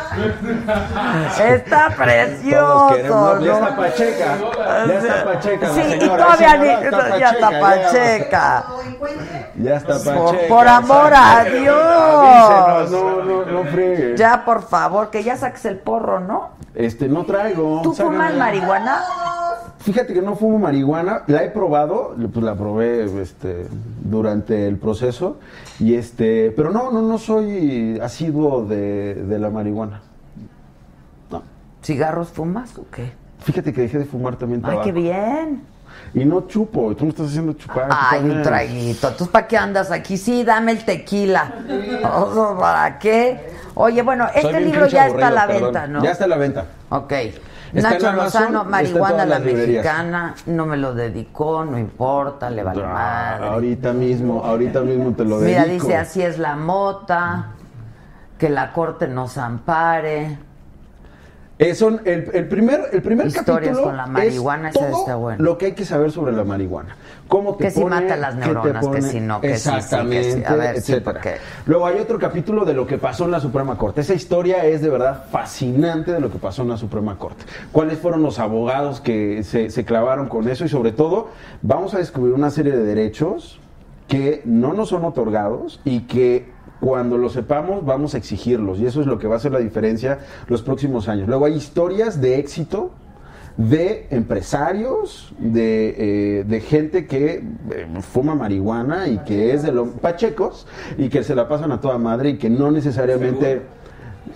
Está
todos
precioso.
queremos, ya
¿no?
está Pacheca, ya está Pacheca la
Sí, y
señora,
todavía
esa
ni-
señora
ya está Pacheca.
Ya está Pacheca.
Por- por amor a
exacto.
Dios.
Avísenos, No, no, no friegues.
Ya, por favor, que ya saques el porro, ¿no?
Este, no traigo.
¿Tú
sáquenme.
fumas marihuana?
Fíjate que no fumo marihuana, la he probado, pues la probé este, durante el proceso, y este, pero no, no, no soy asiduo de, de la marihuana. No.
¿Cigarros fumas o qué?
Fíjate que dejé de fumar también
Ay,
tabaco.
qué bien.
Y no chupo, tú me estás haciendo chupar.
Ay, un traguito. Entonces, ¿para qué andas aquí? Sí, dame el tequila. O sea, ¿Para qué? Oye, bueno,
Soy
este
bien
libro
pinche
ya está a la
aburrido,
venta,
perdón.
¿no?
Ya está a la venta.
Ok.
en Amazon,
Nacho
está
Lozano,
en
marihuana
todas
la
las librerías.
mexicana, no me lo dedicó, no importa, le vale
Ah,
madre.
ahorita mismo, ahorita mismo te lo
Mira,
dedico.
dice, así es la mota, que la corte nos ampare.
Eh, son el, el primer, el primer
Historias
capítulo
con la marihuana,
es
esa
todo
está buena.
lo que hay que saber sobre la marihuana. Cómo te
Que si
pone,
mata las
qué te
neuronas, que
pone,
si no, que sí, sí, que sí,
exactamente,
a ver, sí,
etcétera.
porque-
Luego hay otro capítulo de lo que pasó en la Suprema Corte. Esa historia es de verdad fascinante de lo que pasó en la Suprema Corte. ¿Cuáles fueron los abogados que se, se clavaron con eso? Y sobre todo, vamos a descubrir una serie de derechos que no nos son otorgados y que cuando lo sepamos vamos a exigirlos y eso es lo que va a hacer la diferencia los próximos años. Luego hay historias de éxito de empresarios, de, eh, de gente que eh, fuma marihuana y que es de los pachecos y que se la pasan a toda madre y que no necesariamente...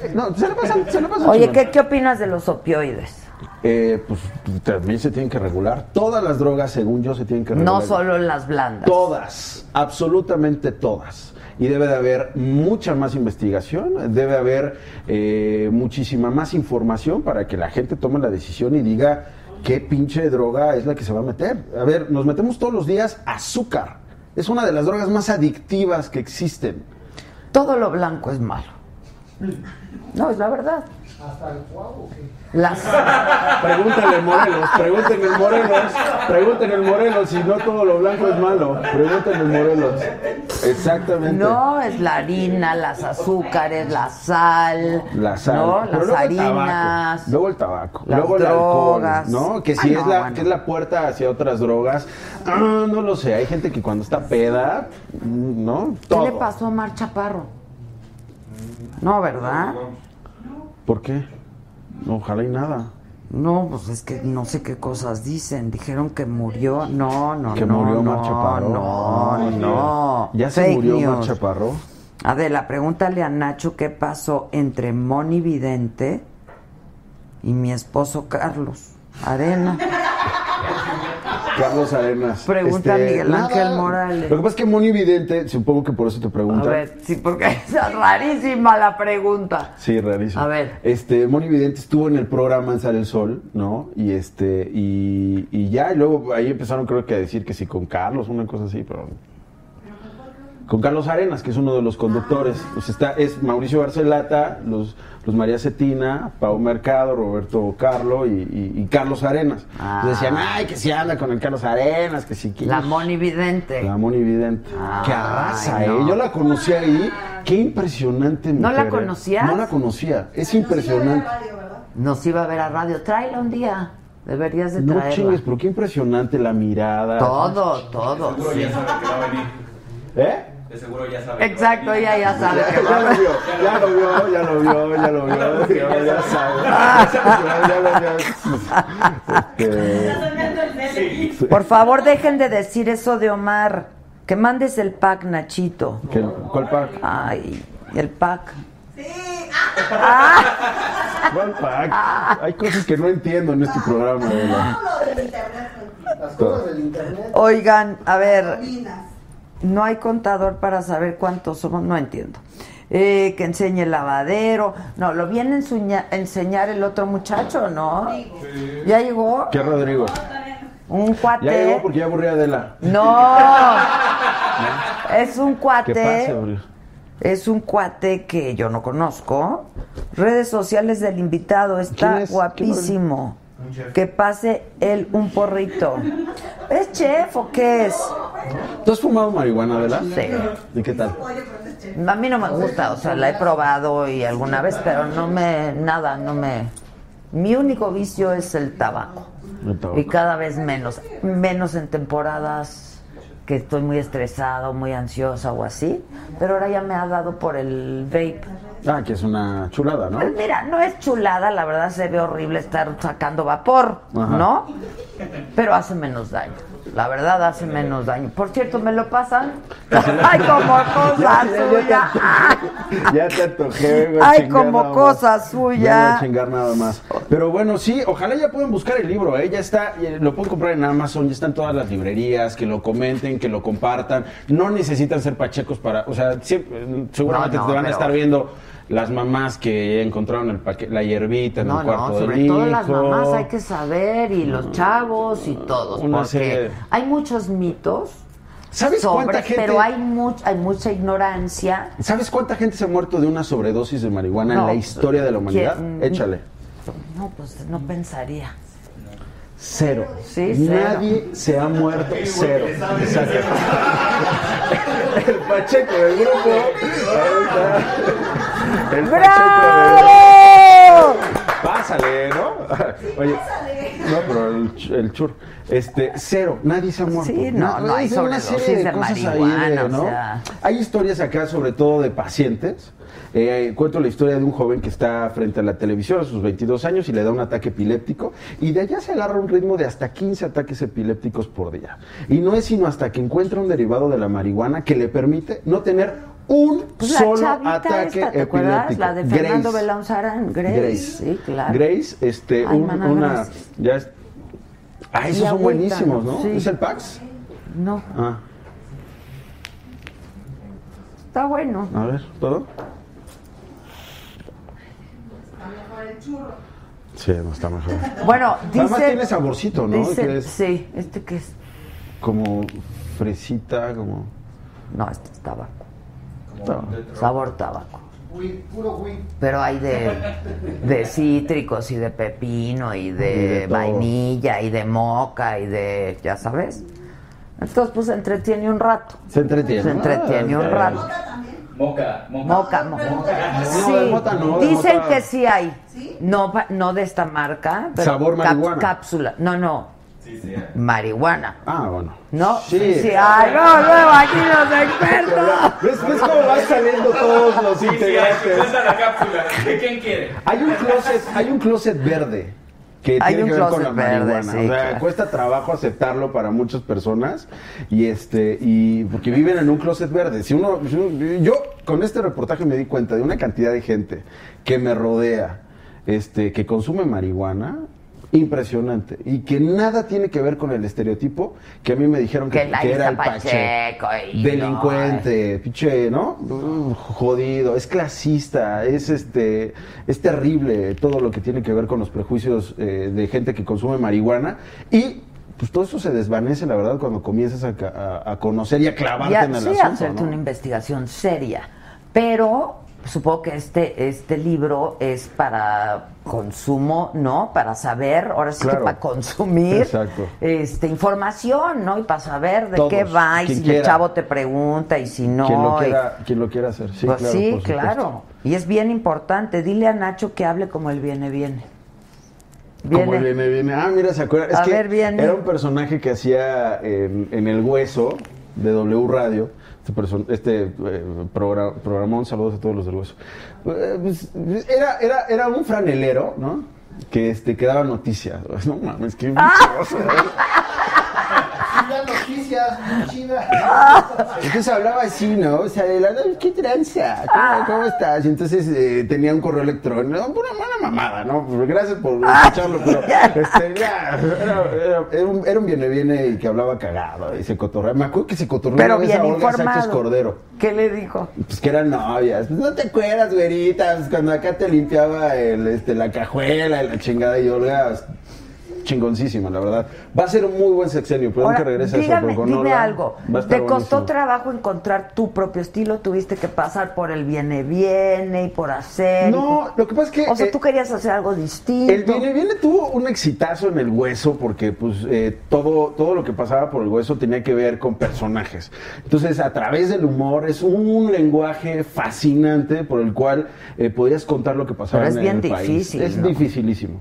Eh, No, se la pasan, se la pasan
Oye,
chingón.
¿qué, ¿qué opinas de los opioides?
Eh, pues también se tienen que regular. Todas las drogas, según yo, se tienen que regular.
No solo las blandas.
Todas, absolutamente todas. Y debe de haber mucha más investigación, debe haber eh, muchísima más información para que la gente tome la decisión y diga qué pinche droga es la que se va a meter. A ver, nos metemos todos los días azúcar. Es una de las drogas más adictivas que existen.
Todo lo blanco es malo. No, es la verdad.
Hasta el cuavo. que-
Las...
Pregúntale Morelos, pregúntenle en Morelos, pregúntenle en Morelos, si no todo lo blanco es malo. Pregúntenle en Morelos. Exactamente.
No, es la harina, las azúcares, la sal,
La sal,
¿no?
pero
las
luego el tabaco,
harinas.
luego el tabaco,
las
luego
drogas.
el alcohol, ¿no? Que si
Ay,
es,
no,
la,
bueno.
que es la puerta hacia otras drogas, ah, no lo sé, hay gente que cuando está peda, mm, ¿no?
¿Qué
Todo.
le pasó a Mar Chaparro? No, ¿verdad?
¿Por qué? No, Ojalá y nada.
No, pues es que no sé qué cosas dicen. Dijeron que murió. No, no,
Que
no.
murió
no,
Mar Chaparro.
No,
Ay,
no.
¿Ya se
Fake
murió Mar
news.
Chaparro?
Adela, pregúntale a Nacho qué pasó entre Moni Vidente y mi esposo Carlos Arena.
Carlos Arenas. este,
Pregunta a Miguel Ángel Morales.
Lo que pasa es que Moni Vidente, supongo que por eso te
A
preguntan.
ver, sí, porque es rarísima la pregunta.
Sí, rarísimo.
A ver.
Este, Moni Vidente estuvo en el programa Sale el Sol, ¿no? Y este, y, y ya, y luego ahí empezaron creo que a decir que sí con Carlos, una cosa así, pero. Con Carlos Arenas, que es uno de los conductores.
Ah.
Pues está, es Mauricio Barcelata, los, los María Cetina, Pau Mercado, Roberto Carlo y, y- y Carlos Arenas.
Ah.
Entonces decían, ay, que si anda con el Carlos Arenas, que si que
La Moni Vidente.
la Moni Vidente. que arrasa,
Ah, Ay,
¿eh?
no.
Yo la conocí ahí. Qué impresionante
¿No la
mujer, ¿eh?
conocías?
No la conocía. Es impresionante.
Nos iba a ver a radio. Tráela un día. Deberías de
No
traerla.
chingues, pero qué impresionante la mirada.
todo, todo.
Seguro
sí.
ya sabe que va a venir.
¿Eh? *laughs*
De seguro ya sabe. que va a
Exacto,
venir.
ella ya sabe que va
Ya
a
lo vio, ya lo vio, ya lo vio, ya lo vio, ya, ya sabe. Ya lo
*laughs*
vio. Este,
Por favor, dejen de decir eso de Omar. Que mandes el pack, Nachito.
¿qué- ¿Cuál pack?
Ay, el pack.
¿Cuál pack? Hay cosas que no entiendo en este programa. de verdad.
Las cosas del internet.
Oigan, a ver,
Minas.
no hay contador para saber cuántos somos, no entiendo. Eh, que enseñe el lavadero. No, lo viene a ensuña- enseñar el otro muchacho, ¿no? Ya llegó
¿Qué Rodrigo?
un cuate.
Ya llegó porque ya aburrí a Adela. *laughs*
No. Es un
¿Qué
cuate.
pasa, Rodrigo?
Es un cuate que yo no conozco. Redes sociales del invitado,
¿Quién
está
es?
guapísimo. Que pase él un porrito. ¿Es chef o qué es?
¿Tú has fumado marihuana, verdad?
Sí.
¿Y qué tal?
A mí no me gusta, o sea, la he probado y alguna vez, pero no me, nada, no me... Mi único vicio es el tabaco.
El tabaco.
Y cada vez menos, menos en temporadas que estoy muy estresado, muy ansiosa o así, pero ahora ya me ha dado por el vape.
Ah, que es una chulada, ¿no?
Pues mira, no es chulada, la verdad se ve horrible estar sacando vapor,
Ajá.
¿no? Pero hace menos daño. La verdad hace menos daño. Por cierto, me lo pasan. Ay, como cosa suya.
*laughs* Ya te antojé, vengo a
Ay,
chingar
como
nada más.
cosa
Vengo a
suya.
chingar nada más. Pero bueno, sí, ojalá ya puedan buscar el libro, ¿eh? ya está, eh, lo pueden comprar en Amazon, ya están todas las librerías, que lo comenten, que lo compartan. No necesitan ser pachecos para, o sea, siempre- seguramente
No, no,
te van a
pero-
estar viendo las mamás que encontraron el paque- la hierbita en
No,
el cuarto
no,
del
sobre todo las
hijo. Mm.
mamás hay que saber y los chavos y todos,
Una
porque
serie de-
hay muchos mitos.
¿Sabes
sobre,
cuánta gente-
Pero hay, much- hay mucha ignorancia.
¿Sabes cuánta gente se ha muerto de una sobredosis de marihuana
No. mm,
en la historia de la humanidad?
¿Quién?
Échale.
No, pues no pensaría.
Cero.
Sí, cero.
Nadie se ha muerto. Cero. Exacto. El Pacheco del grupo. Ahí está. El Pacheco del grupo. Pásale, ¿no? Oye. No, pero el, ch- el chur. Este, cero. Nadie se ha muerto.
Sí, no, no, hay
es una
sobredosis
serie
de
cosas ahí
marihuana, o
¿no?
sea.
Hay historias acá, sobre todo de pacientes. Eh, cuento la historia de un joven que está frente a la televisión a sus 22 años y le da un ataque epiléptico y de allá se agarra un ritmo de hasta 15 ataques epilépticos por día. Y no es sino hasta que encuentra un derivado de la marihuana que le permite no tener un
Pues la
solo
chavita
ataque
esta, ¿te acuerdas?
epiléptico.
La de Fernando
Grace.
Belón Sarán, Grace.
Grace.
Sí, claro.
Grace, este,
Ay,
un-
mana,
una...
Grace.
Ya es- Ah, esos
Y
son
agüita,
buenísimos, ¿no?
sí.
¿Es el Pax?
No,
Ah,
está bueno.
a ver, ¿todo? Sí, no está mejor.
Bueno, dice.
Además tiene saborcito, ¿no?
dice-
Que es-
Sí, este que es.
Como fresita, como...
No, este es tabaco.
Tabaco.
Sabor tabaco.
Güey, puro güey.
Pero hay de, de cítricos y de pepino y
Y
de,
de todo.
vainilla y de moca y de, ya sabes. Entonces, pues se entretiene un rato.
Se entretiene.
Se entretiene
Ah,
un
ok.
rato.
Moca, moca.
Moca, moca.
No, de mota no, de
Dicen
mota-
que sí hay. No, pa- no de esta marca. Pero
Sabor
cap-
marihuana.
Cápsula. No, no. Marihuana.
Ah, bueno.
No,
Sí.
sí ah. hay. ¡Oh, No, luego aquí los expertos.
¿Ves, ves cómo van saliendo todos los
Sí, sí, ahí se
integrantes?
cuenta la cápsula. ¿De quién quiere?
Hay un closet, hay un closet verde que
Hay
tiene
un
que ver con la
closet verde,
marihuana.
sí,
o sea,
claro.
cuesta trabajo aceptarlo para muchas personas y este y porque viven en un closet verde. Si uno, si uno- yo con este reportaje me di cuenta de una cantidad de gente que me rodea, este, que consume marihuana. Impresionante. Y que nada tiene que ver con el estereotipo que a mí me dijeron que,
Que la
que era
hija
el pache.
Pacheco y
Delincuente, eh, pinche, ¿no? Uh, Jodido, es clasista, es este, es terrible todo lo que tiene que ver con los prejuicios eh, de gente que consume marihuana y pues todo eso se desvanece, la verdad, cuando comienzas a, ca- a- a conocer y a clavarte
Ya,
en el
sí,
asunto,
hacerte
¿no?
una investigación seria. Pero supongo que este, este libro es para consumo, ¿no? Para saber, ahora sí
Claro.
que para consumir
Exacto.
este información, ¿no? Y para saber de
Todos,
qué va, y
quien
si el
quiera.
chavo te pregunta, y si no.
Quien lo
y-
quiera, quien lo quiera hacer, sí,
Pues
claro.
sí,
por supuesto.
claro. Y es bien importante. Dile a Nacho que hable como él viene, viene.
Como el viene, viene. Ah, mira, se acuerda. Es
A
que
ver, viene.
Era un personaje que hacía en, en El Hueso de W Radio. Este, perso- este eh, progra- programón, saludos a todos los del Hueso. Eh, pues, Era, era, era un franelero, ¿no? Que, este, que daba noticias. *laughs* No mames, qué
Ah.
¿eh? pinche cosa.
Sigan noticias, muy chidas.
Entonces hablaba así, ¿no? O sea, de la, ¿qué tranza?
Ah.
¿Cómo, cómo estás? Y entonces eh, tenía un correo electrónico. Una mala mamada, ¿no? Pues, Gracias por
Ah,
escucharlo, pero este, ya, era, era- era un, era un viene viene y que hablaba cagado y se cotorreaba. Me acuerdo que se cotorreaba
Pero
una vez
bien
a Olga
informado.
Sánchez Cordero.
¿Qué le dijo?
Pues que eran novias. Pues, no te acuerdas, güerita. Pues, cuando acá te limpiaba el, este, la cajuela y la chingada y Olga. pues, Chingoncísima, la verdad. Va a ser un muy buen sexenio. Perdón
Ahora,
que regrese eso,
dígame,
pero con
dime
Olga
algo.
va a estar
¿Te costó
buenísimo.
trabajo encontrar tu propio estilo? ¿Tuviste que pasar por el viene, viene y por hacer? y
No,
por-
lo que pasa es que.
O sea,
eh,
tú querías hacer algo distinto.
El viene viene tuvo un exitazo en el hueso porque pues eh, todo todo lo que pasaba por el hueso tenía que ver con personajes. Entonces a través del humor es un lenguaje fascinante por el cual eh, podías contar lo que pasaba
Pero es
en
bien
el
difícil,
país. Es
¿no?
dificilísimo.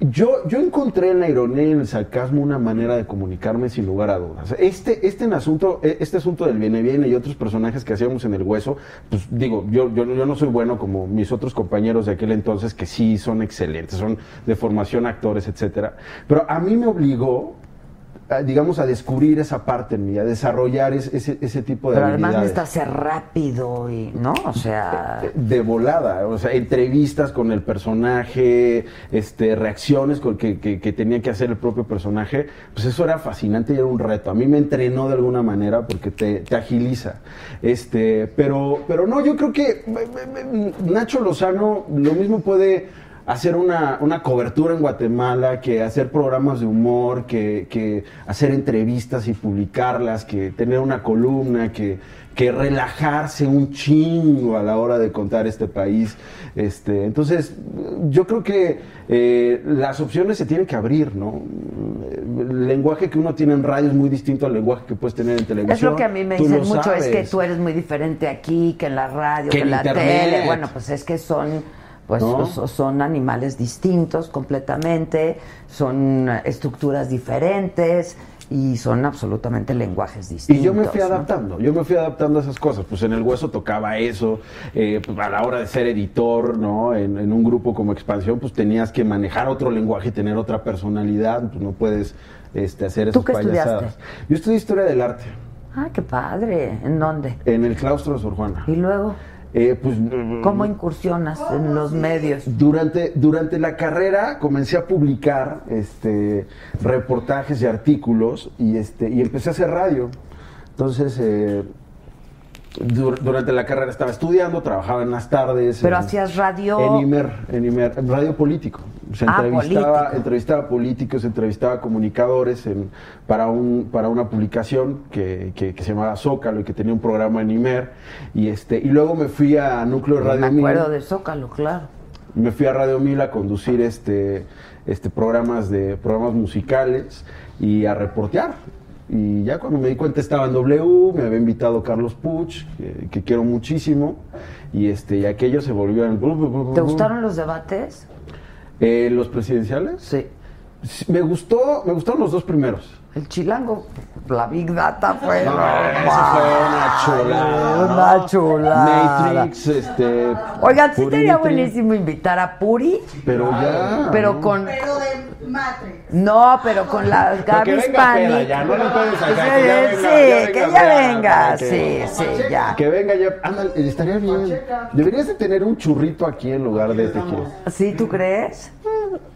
Yo yo encontré en la ironía y en el sarcasmo una manera de comunicarme sin lugar a dudas. Este este en asunto eh, este asunto del viene viene y otros personajes que hacíamos en el hueso, pues digo yo yo, yo no soy bueno como mis otros compañeros de aquel entonces que sí son excelentes, son de formación actores, etcétera. Pero a mí me obligó a, digamos, a descubrir esa parte en mí, a desarrollar es- ese, ese tipo de
Pero además
habilidades. Eh,
necesitas ser rápido y, ¿no? O sea,
de volada, o sea, entrevistas con el personaje, este, reacciones con que, que- que tenía que hacer el propio personaje, pues eso era fascinante y era un reto. A mí me entrenó de alguna manera porque te, te agiliza. Este, pero, pero no, yo creo que eh, Nacho Lozano lo mismo puede hacer una, una cobertura en Guatemala, que hacer programas de humor, que, que hacer entrevistas y publicarlas, que tener una columna, que, que relajarse un chingo a la hora de contar este país. Este, entonces, yo creo que eh, las opciones se tienen que abrir, ¿no? El lenguaje que uno tiene en radio es muy distinto al lenguaje que puedes tener en televisión.
es lo que a mí me
Tú
dicen
lo
mucho, es que
sabes.
tú eres muy diferente aquí, que en la radio,
Que
que en
en
la
internet.
tele. Bueno, pues es que son, pues
¿No?
so- son animales distintos completamente, son estructuras diferentes y son absolutamente lenguajes distintos.
Y yo me fui
¿no?
adaptando, yo me fui adaptando a esas cosas. Pues en el hueso tocaba eso, eh, pues a la hora de ser editor, ¿no? En, en un grupo como Expansión, pues tenías que manejar otro lenguaje y tener otra personalidad, pues no puedes este, hacer
¿Tú
esas
qué
payasadas.
estudiaste?
Yo estudié historia del arte
Ah, qué padre. ¿En dónde?
en el claustro de Sor Juana.
Y luego,
Eh, pues,
¿cómo incursionas en los medios?
Durante, durante la carrera comencé a publicar este, reportajes y artículos y, este, y empecé a hacer radio. Entonces, eh, dur- durante la carrera estaba estudiando, trabajaba en las tardes.
Pero
en-
hacías radio.
En Imer, en Imer, en radio político. Se
Ah,
entrevistaba,
político.
entrevistaba a políticos, entrevistaba a comunicadores en- para, un, para una publicación que, que- que se llamaba Zócalo y que tenía un programa en Imer. Y, este, y luego me fui a Núcleo Radio
Me
Mil.
acuerdo de Zócalo, claro.
Me fui a Radio Mil a conducir este, este programas de programas musicales y a reportear. Y ya cuando me di cuenta estaba en W, me había invitado Carlos Puch, que, que quiero muchísimo, y este, y aquello se volvió en
¿Te gustaron los debates?
Eh, ¿Los presidenciales?
Sí.
Me gustó, me gustaron los dos primeros.
El chilango, la Big Data pues, fue.
No, eso fue una chulada. ¿no?
Una chulada.
Matrix, este.
Oigan, sí
Puri
sería
Matrix,
buenísimo invitar a Puri.
Pero ya.
Pero
¿no?
con.
Pero de matre.
No, pero con la Gaby
venga
Spanik.
peda ya, no le pueden sacar,
Sí,
que ya venga, ya venga peda, para
sí, que ya venga. Sí,
que-
sí, ya.
Que venga ya. Ándale, estaría bien. Deberías de tener un churrito aquí en lugar de este tequila.
¿Sí, tú crees?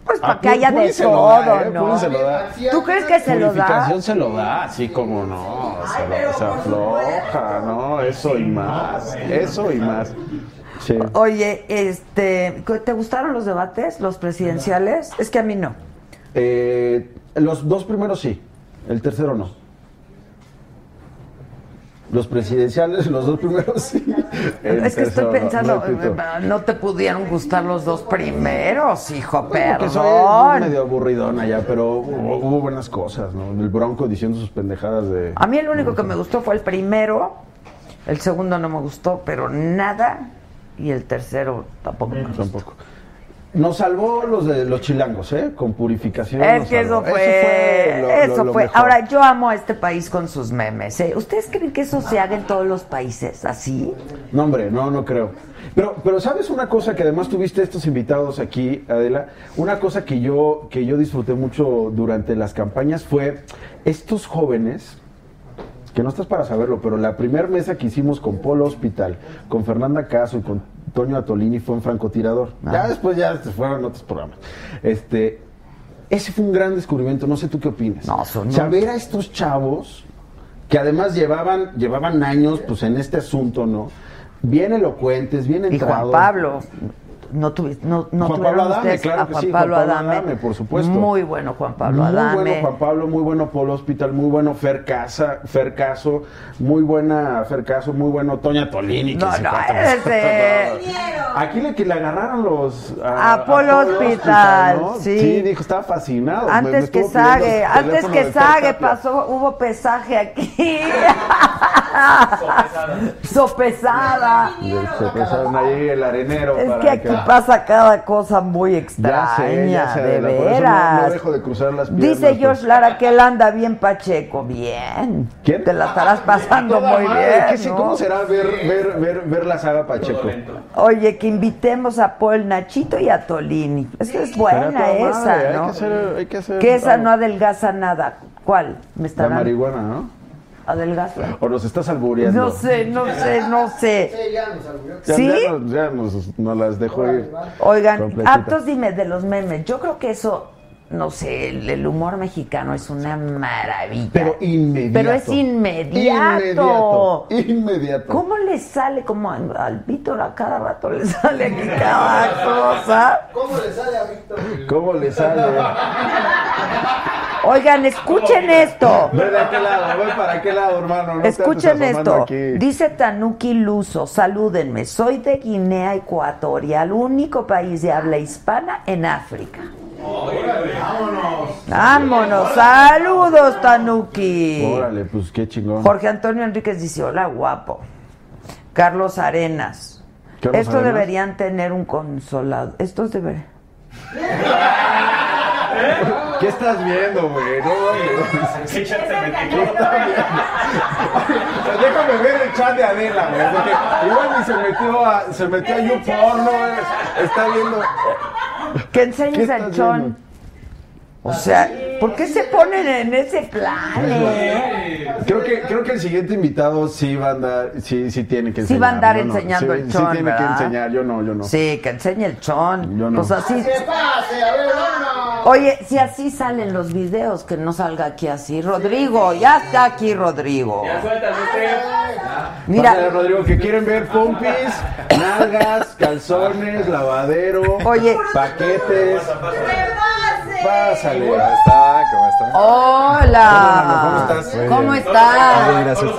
Pues para
Ah,
que haya de
Puri se lo da,
todo,
¿eh?
¿no?
Puri se lo da.
¿Tú crees que se lo da?
Purificación se lo da, así como no. Se, lo, se afloja, ¿no? Eso y más. Eso y más. Sí.
Oye, este, ¿te gustaron los debates, los presidenciales? Es que a mí no.
Eh, los dos primeros sí, el tercero no. Los presidenciales, los dos primeros sí. El
*laughs* Es que estoy
tercero no,
pensando, eh,
repito.
no te pudieron gustar los dos primeros, hijo,
Bueno, que soy
perdón.
medio aburridona ya, pero hubo, hubo buenas cosas, ¿no? El Bronco diciendo sus pendejadas de...
A mí el único que me gustó fue el primero, el segundo no me gustó, pero nada, y el tercero tampoco me gustó.
Tampoco. Nos salvó los de los chilangos, ¿eh? Con purificación.
Es
nos
que eso
salvó.
fue,
lo-
eso
lo- lo
fue.
mejor.
Ahora, yo amo a este país con sus memes. ¿eh? ¿Ustedes creen que eso se haga en todos los países así?
No, hombre, no, no creo. Pero, pero sabes una cosa que además tuviste estos invitados aquí, Adela, una cosa que yo, que yo disfruté mucho durante las campañas fue estos jóvenes, que no estás para saberlo, pero la primera mesa que hicimos con Polo Hospital, con Fernanda Caso y con Toño Atolini fue en francotirador.
Ah.
Ya después ya se fueron otros programas. Este, ese fue un gran descubrimiento, no sé tú qué opinas.
No, son-
Saber a estos chavos que además llevaban, llevaban años pues en este asunto, ¿no? Bien elocuentes, bien
Y
entrados.
Juan Pablo. No, tuvi- no, no
Juan
tuvieron
Pablo Adame,
ustedes
claro
a
que
Juan
sí,
Pablo
Juan Pablo
Adame.
Adame, por supuesto.
Muy bueno Juan Pablo
muy
Adame.
bueno Juan Pablo, muy bueno Polo Hospital, muy bueno Fer Casa, Fer Caso, muy buena Fer Caso, muy bueno Toña Tolini. que
No,
se
no,
cuatro-
ese-
Aquí le que le agarraron los
A Polo Hospital, sí.
dijo, estaba fascinado. me- me
Antes que
estuvo pidiendo el
Sague, antes
teléfono
que
de Fer
Sague
Tapia.
pasó, hubo pesaje aquí. Sopesada.
Se pasaron ahí el arenero
Es
para
que aquí pasa cada cosa muy extraña,
Ya sé, ya sé,
de
Adela, por eso
veras.
no- no dejo de cruzar las piernas,
Dice
pues.
George Lara que él anda bien pacheco, bien.
¿Quién? Ah,
Te la estarás pasando
Toda
muy
madre,
bien,
¿qué sé-
¿no?
¿Cómo será ver, ver, ver, ver la saga Pacheco?
Oye, que invitemos a Paul Nachito y a Tolini. Es que es buena
Será toda
esa,
madre, hay
¿no?
que hacer- hay que hacer
esa
algo.
no adelgaza nada. ¿Cuál? Me
La
estarán
marihuana, ¿no?
adelgaza.
O nos estás albureando.
No sé, no sé, no sé.
Ya,
¿Sí?
ya nos, ya nos- nos las dejó ir.
Oigan,
Completita.
aptos dime de los memes. Yo creo que eso, no sé, el, el humor mexicano es una maravilla.
Pero inmediato.
Pero es inmediato.
Inmediato. Inmediato.
¿Cómo le sale? Como al, al Víctor a cada rato le sale aquí cada cosa.
¿Cómo le sale a Víctor?
¿Cómo le sale?
Oigan, escuchen esto.
Ve de aquel lado, ve para aquel lado, hermano. no te
Escuchen
andes asomando
esto.
aquí.
Dice Tanuki Luso, salúdenme, soy de Guinea Ecuatorial, único país de habla hispana en África.
Vámonos.
Vámonos, saludos Tanuki.
Órale, pues qué chingón.
Jorge Antonio Enríquez dice, hola guapo. Carlos Arenas.
Carlos
Estos
Arenas.
deberían tener un consolado. Estos deberían...
¿Qué estás viendo, güey? No, güey. Déjame ver el chat de Adela, güey. Porque igual ni se metió a, se metió a YouPorn, güey. Está viendo.
Que
¿Qué
enseñes
estás
al chon.
viendo?
O sea, ¿por qué se ponen en ese plan? eh?
Creo que, creo que el siguiente invitado sí va a andar, sí, sí tiene que enseñar.
Sí va a andar
yo no. Sí,
enseñando el chon,
Sí tiene que
¿verdad?
enseñar, yo no, yo no.
Sí, que enseñe el chon.
Yo no.
Pues así.
¡Que pase! A ver, vámonos.
Oye, si así salen los videos, que no salga aquí así. Rodrigo, ya está aquí Rodrigo.
Ya sueltas, usted.
Pásale,
Mira,
Rodrigo, que quieren ver pompis, nalgas, calzones, lavadero,
Oye.
paquetes.
¡Rebase!
Pásale. ¿Cómo está? ¿Cómo está?
hola.
¿Cómo estás?
¿Cómo
Muy bien.
estás?
Él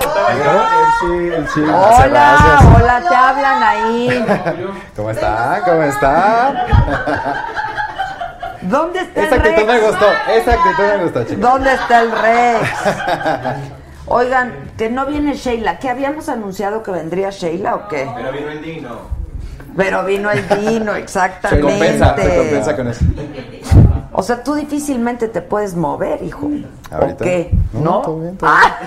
sí, él sí.
Hola, hola, te hablan ahí.
¿Cómo está? ¿Cómo está?
¿Dónde está
Esa
el
actitud me
Rex?
gustó, esa actitud me gustó, chicos.
¿Dónde está el Rex? Oigan, que no viene Sheila. ¿Qué habíamos anunciado que vendría Sheila o qué?
Pero vino el digno.
Pero vino el
*laughs*
vino,
Se
exactamente.
compensa, se compensa con eso.
O sea, tú difícilmente te puedes mover, hijo. ¿O
Ahorita.
qué?
No,
¿No?
todo bien, todo bien.
Ah,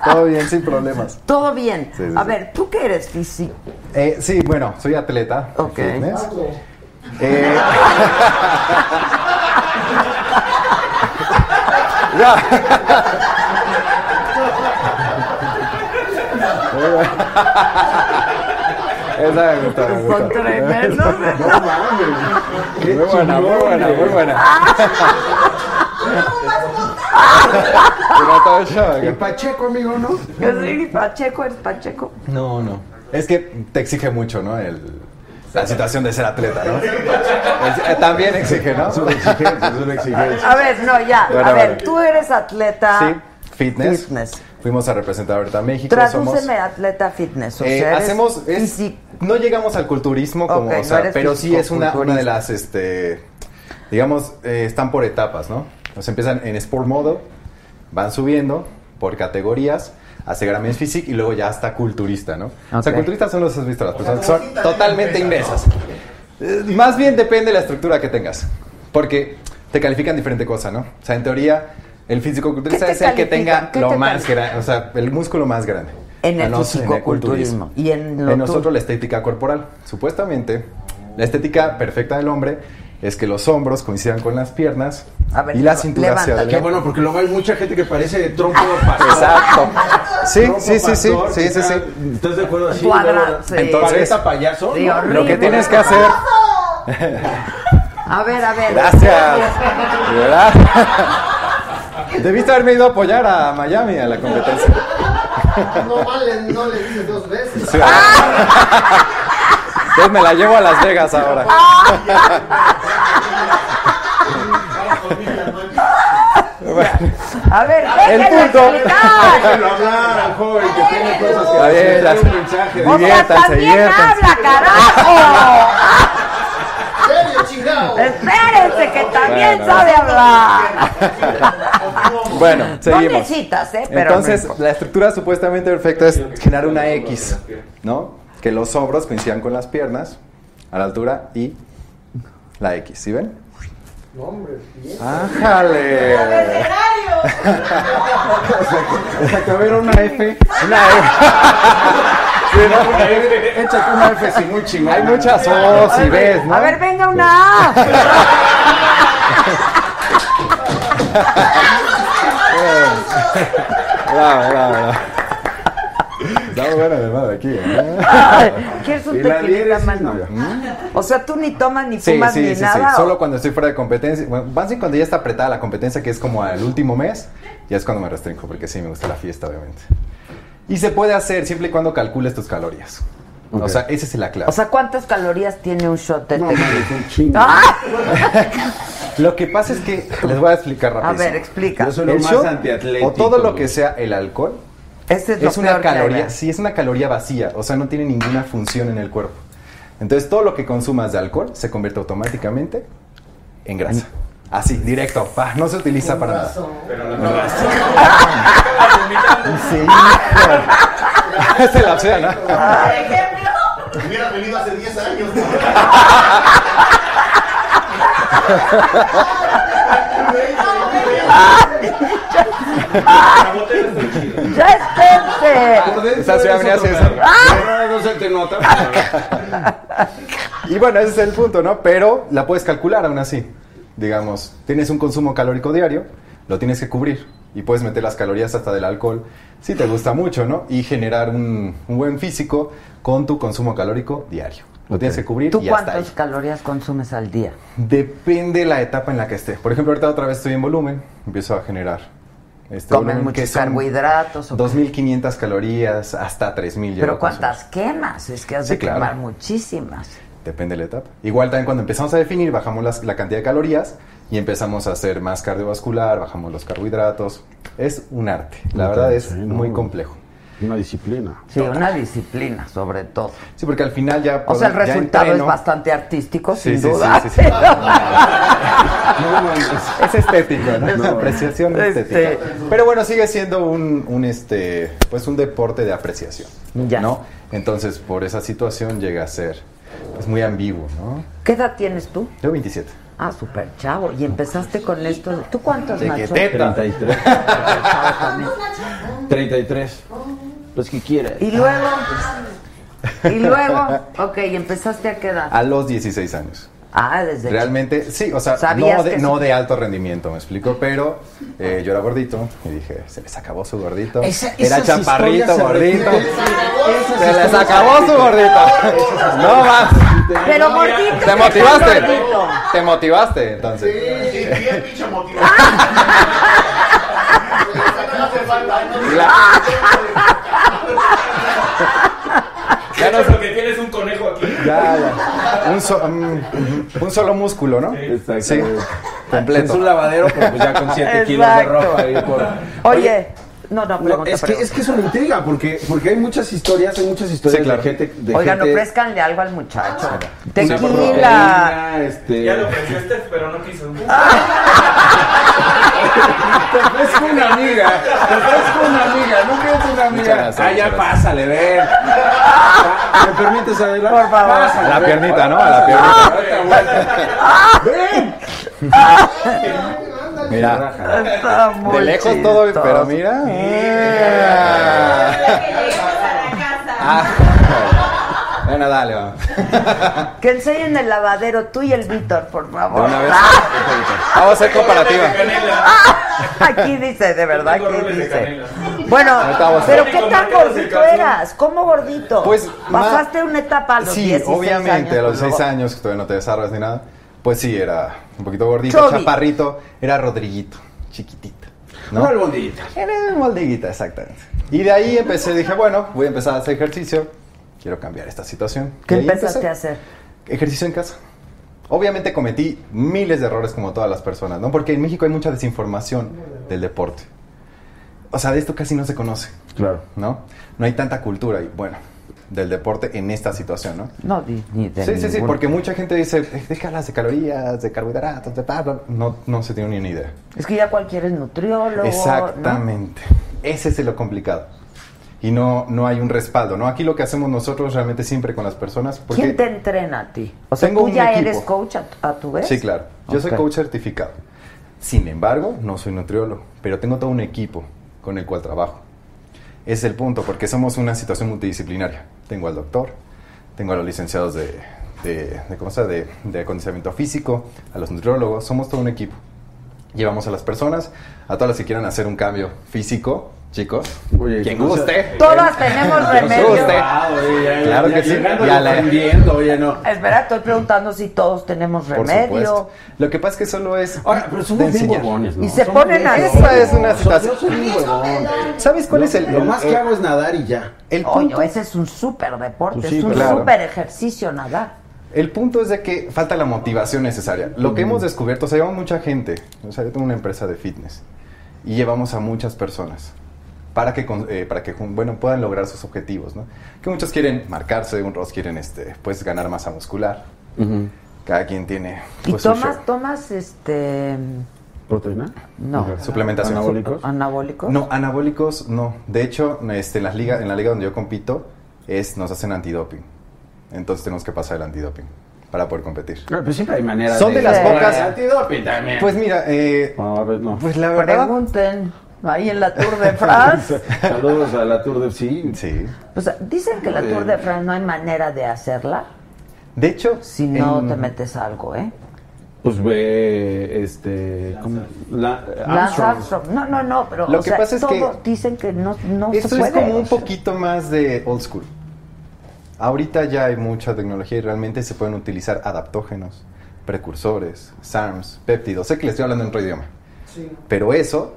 *laughs* Todo bien, sin problemas.
todo bien.
Sí, sí,
A
sí.
ver, ¿tú qué eres físico?
Eh, sí, bueno, soy atleta. de
Ok.
fitness. Eh, *laughs*
Esa me gustó, me
Son
gustó.
*laughs*
tremendos.
No mames. Qué
muy buena, muy
chingón,
buena,
güey.
muy buena. *laughs* Pero todo el show,
Y
¿no?
Pacheco, amigo, ¿no?
Yo soy Pacheco, eres Pacheco.
No, no. Es que te exige mucho, ¿no? El- la situación de ser atleta, ¿no? Es- eh, también exige, ¿no?
Es una exigencia, es una exigencia.
A ver, no, ya.
Bueno,
a ver,
bueno.
tú eres atleta.
Sí, fitness.
Ah, Fitness.
Fuimos a representar ahorita a México.
Tradúceme
somos-
atleta fitness. O sea,
Eh,
eres
hacemos es-
físico.
no llegamos al culturismo como
Ok,
o sea,
no eres
pero sí es una, una de
fisicoculturista.
las este digamos eh, están por etapas no nos empiezan en sport modo van subiendo por categorías hace Grammes Physique y luego ya hasta culturista no o sea
Ok.
culturistas son los has visto las personas que son totalmente inversas eh, Más bien depende de la estructura que tengas. Porque te califican diferente cosa, ¿no? O sea, en teoría, el físico culturista
¿Qué te
es el que
califican?
tenga
¿Qué
lo
te
más
califican?
grande, o sea, el músculo más grande. Ah,
En el
A nos-
fisicoculturismo.
culturismo.
Y en lo
En
tu-
nosotros la estética corporal. Supuestamente, la estética perfecta del hombre es que los hombros coincidan con las piernas
A ver,
y la cintura
levántate.
hacia
Qué
adelante.
bueno, porque luego hay mucha gente que parece de trompo pastor. *laughs*
Exacto. Sí,
Trompo
sí, sí, sí,
pastor,
sí, sí, sí.
quizá. ¿Estás de acuerdo así?
Cuadra-
Luego,
sí.
Entonces-
¿Paleta payaso?
Sí,
¿no?
horrible.
Lo que tienes que hacer.
A ver, a ver.
Gracias. Gracias. *laughs* Debiste haberme ido a apoyar a Miami a la competencia.
No vale, no le dices dos veces.
Sí, Entonces me la llevo a Las Vegas ahora.
*laughs*
Ah.
A ver,
El
déjenlo
punto. *laughs*
explicar.
Déjelo hablar al joven que tiene cosas
Está
que
bien,
decir. Trae
las-
un mensaje.
O sea,
Diviértanse,
también
diviértanse.
habla, carajo.
Serio, chingado.
Espérense, que también
Bueno.
sabe hablar.
Bueno,
No
seguimos.
necesitas, ¿eh? Pero
Entonces,
no importa.
la estructura supuestamente perfecta es generar una X, ¿no? Que los hombros coincidan con las piernas, a la altura y la X, ¿sí ven?
*laughs*
¡Ájale!
¡Escenario!
*laughs*
Exacto, a ver, una F. Una
E.
*laughs*
F. Sí, ¿no? Una F. Échate una F sin muy chingón.
Hay muchas O, si ves, ¿no?
A ver, venga una A.
Bravo, bravo, bravo. Estamos buena de madre aquí. ¿eh?
*laughs* ¿Quieres un
Y la
tequilita,
diéresis,
mano?
¿Mm?
O sea, tú ni tomas ni
Sí,
fumas
sí,
ni
sí, sí.
nada.
Solo cuando estoy fuera de competencia. Bueno, más bien cuando ya está apretada la competencia, que es como al último mes, ya es cuando me restringo, porque sí, me gusta la fiesta, obviamente. Y se puede hacer siempre y cuando calcules tus calorías. O sea, esa es la clave.
O sea, ¿cuántas calorías tiene un shot de tequila?
Lo que pasa es que *laughs* les voy a explicar
A
rápido.
ver, explica.
El shot, O todo lo que sea el alcohol
Ese Este es, lo
es una
peor que hay,
caloría,
¿verdad?
sí, es una caloría vacía, o sea, no tiene ninguna función en el cuerpo. Entonces, todo lo que consumas de alcohol se convierte automáticamente en grasa. Así, directo, pa, no se utiliza para nada.
Pero
No. *laughs* Sí, *laughs* se la ¿no?
Hubiera venido hace 10 años.
¡Ya esténse!
Esa ciudad venía así, esa-
No se te nota.
Y bueno, ese es el punto, ¿no? Pero la puedes calcular aún así. Digamos, tienes un consumo calórico diario, lo tienes que cubrir. Y puedes meter las calorías hasta del alcohol, si te gusta mucho, ¿no? Y generar un, un buen físico con tu consumo calórico diario. Lo tienes que cubrir
¿Tú
y hasta ahí.
cuántas calorías consumes al día?
Depende la etapa en la que esté. Por ejemplo, ahorita otra vez estoy en volumen, empiezo a generar. Este
¿Comes
volumen
muchos
que son
carbohidratos? o qué?
2.500 calorías hasta 3.000. ya
Pero
lo consumo.
¿cuántas quemas? Es que has
Sí,
de
claro.
quemar muchísimas.
Depende de la etapa. Igual también cuando empezamos a definir, bajamos las- la cantidad de calorías y empezamos a hacer más cardiovascular, bajamos los carbohidratos. Es un arte. La verdad es
Sí, no.
muy complejo.
Una disciplina.
Sí, una disciplina, sobre todo.
Sí, porque al final ya...
O
pues,
sea, el
ya
resultado
entreno.
es bastante artístico,
Sí,
sin
sí,
duda.
sí, sí,
*laughs*
sí. No, no, es, es estético, ¿no? Es una apreciación
Este-
estética. Pero bueno, sigue siendo un, un, este, pues un deporte de apreciación.
Ya.
¿no? Entonces, por esa situación llega a ser pues, muy ambiguo, ¿no?
¿Qué edad tienes tú?
Yo 27.
Ah, súper chavo. Y empezaste con esto. ¿Tú cuántos,
De que
Nacho?
teta.
33. 33. Pues que quieres.
Y luego, y luego, ok, ¿y empezaste a qué edad?
A los 16 años.
Ah, desde
Realmente, sí, o sea,
¿Sabías
no de,
que
no
sí?
de alto rendimiento, me explico, pero eh, yo era gordito y dije, se les acabó su gordito.
Esa-
era
esas
chaparrito,
historias se
gordito.
repiten. Esas
Se les
historias
acabó
se
su gordito. No más.
Pero gordito,
Te motivaste.
gordito.
Te motivaste, entonces. Ya no
lo que tienes un conejo aquí.
Ya, ya. Un, so- mm, un solo músculo, ¿no? Sí. Completo.
Es un lavadero, pero pues ya con 7 kilos de
Exacto.
ropa ahí por.
Oye, no, no,
No,
pregunta,
es, que,
pregunta.
es que eso me intriga, porque, porque hay muchas historias, hay muchas historias de gente. De
Oigan,
gente-
ofrezcanle algo al muchacho.
Una
Tequila.
proteína, este...
Ya
*laughs*
lo pensaste, pero no quiso.
Ah. Te ofrezco una amiga, te ofrezco una amiga, no quieres una
Muchas
amiga.
gracias,
Ah, ya
muchas
pásale,
*laughs*
ven. ¿Me permites, Adela? Por
favor.
La piernita, ¿no? A la piernita.
*laughs*
¡Ven!
Mira.
Está muy
De lejos
chistoso.
todo, pero mira. Ah. *laughs* Bueno,
*laughs*
dale, va.
Que enseñen el lavadero, tú y el Víctor, por
De
favor.
una vez.
*laughs*
Vamos a hacer comparativa.
Aquí dice, de verdad, aquí dice. Bueno,
Ahorita vamos a
pero
ver.
¿qué tan gordito eras? ¿Cómo gordito?
Pues,
Pasaste una etapa a los
Sí,
16
obviamente,
años,
a los
luego-
6 años, que todavía no te desarrollas ni nada. Pues sí, era un poquito gordito,
Chubby.
chaparrito. Era Rodriguito, chiquitito. ¿no?
Una albondiguita.
Era un moldiguita, exactamente. Y de ahí empecé, dije, bueno, voy a empezar a hacer ejercicio. Quiero cambiar esta situación.
¿Qué
Y ahí
empezaste
empecé.
a hacer?
Ejercicio en casa. Obviamente cometí miles de errores como todas las personas, ¿no? Porque en México hay mucha desinformación del deporte. O sea, de esto casi no se conoce,
Claro.
¿no? No hay tanta cultura y bueno, del deporte en esta situación, ¿no?
No, ni, ni de
Sí, sí, sí,
ningún-
porque mucha gente dice, "Eh, déjalas de calorías, de carbohidratos, de tal, bla". no, no se tiene ni idea.
Es que ya cualquiera es nutriólogo. ¿no?
Exactamente. Ese es lo complicado. Y no, no hay un respaldo, ¿no? Aquí lo que hacemos nosotros realmente siempre con las personas, porque
¿Quién te entrena a ti? O sea,
Tengo
tú
un
ya
equipo.
eres coach a, a tu vez.
Sí, claro. Yo soy
Ok.
coach certificado. Sin embargo, no soy nutriólogo, pero tengo todo un equipo con el cual trabajo. Ese es el punto, porque somos una situación multidisciplinaria. Tengo al doctor, tengo a los licenciados de, de, de, ¿cómo se llama? de, de acondicionamiento físico, a los nutriólogos, somos todo un equipo. Llevamos a las personas, a todas las que quieran hacer un cambio físico, chicos. quien
no sé.
guste.
Todas
*laughs*
tenemos
Quien
remedio.
guste.
Ah, oye, ya, ya,
Claro
ya
que sí.
llegando
Y a
lo
la-
están viendo, oye, no.
Espera, estoy preguntando si todos tenemos
Por
remedio.
supuesto. Lo que pasa es que solo es.
Ahora, pero somos
de
bien
enseñar.
huevones, ¿no?
Y se
Somos
ponen
bien
así.
huevones.
Esa es una
Yo
situación.
soy bien huevón.
¿Sabes cuál
Yo-
es el-
Lo más
el-
que hago es nadar y ya.
El
Coño,
punto-
ese es un súper deporte,
Pues sí,
es un
claro.
súper ejercicio nadar.
El punto es de que falta la motivación necesaria. Lo que hemos descubierto, o sea, llevamos mucha gente. O sea, yo tengo una empresa de fitness y llevamos a muchas personas para que, con- eh, para que jun- bueno, puedan lograr sus objetivos, ¿no? Que muchos quieren marcarse, otros quieren este, pues, ganar masa muscular. Cada quien tiene
Y
pues, su show.
tomas, tomas este
¿Proteína?
no
suplementación.
¿Anabólicos?
anabólicos.
No, anabólicos no. De hecho, este, en, las liga, en la liga donde yo compito, es, nos hacen antidoping. Entonces tenemos que pasar el antidoping para poder competir.
Claro, pero siempre hay maneras
Son de las pocas-
El antidoping también.
Pues mira, eh,
No, a ver, no.
pues la verdad...
Pregunten ahí en la Tour de
*laughs*
France.
Saludos a la Tour de Sí.
Sí.
O sea, dicen que la
Eh.
Tour de France no hay manera de hacerla
De hecho,
si no
en-
te metes algo, ¿eh?
Pues ve, este. ¿cómo? La-
Lance
Armstrong.
Armstrong. No, no, no, pero
Lo
o
que
sea,
pasa es que-
todos dicen que no, no se
Esto
puede.
es como un
*laughs*
poquito más de old school. Ahorita ya hay mucha tecnología y realmente se pueden utilizar adaptógenos, precursores, SARMs, péptidos. Sé que les estoy hablando en otro idioma,
Sí.
pero eso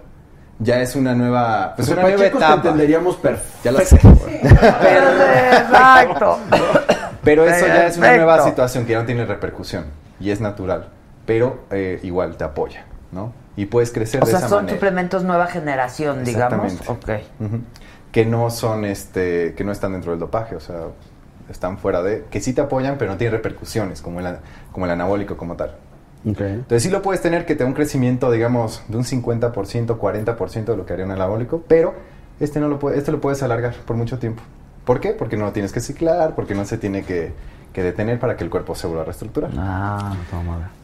ya es una nueva,
Pues
pues una
para
nueva
chicos te
etapa.
entenderíamos perfecto.
Ya lo sé. *laughs*
Exacto.
Pero eso ya es una nueva
Perfecto.
situación que ya no tiene repercusión y es natural, pero eh, igual te apoya, ¿no? Y puedes crecer
O
de
sea,
esa
son
manera.
suplementos nueva generación, digamos.
Exactamente.
Ok.
Ujú. que no son este que no están dentro del dopaje o sea están fuera de que sí te apoyan pero no tienen repercusiones como el an- como el anabólico como tal
Ok.
entonces sí lo puedes tener que te da un crecimiento digamos de un 50% 40% de lo que haría un anabólico pero este no lo puede, este lo puedes alargar por mucho tiempo ¿por qué? porque no lo tienes que ciclar porque no se tiene que, que detener para que el cuerpo se vuelva a reestructurar
Ah,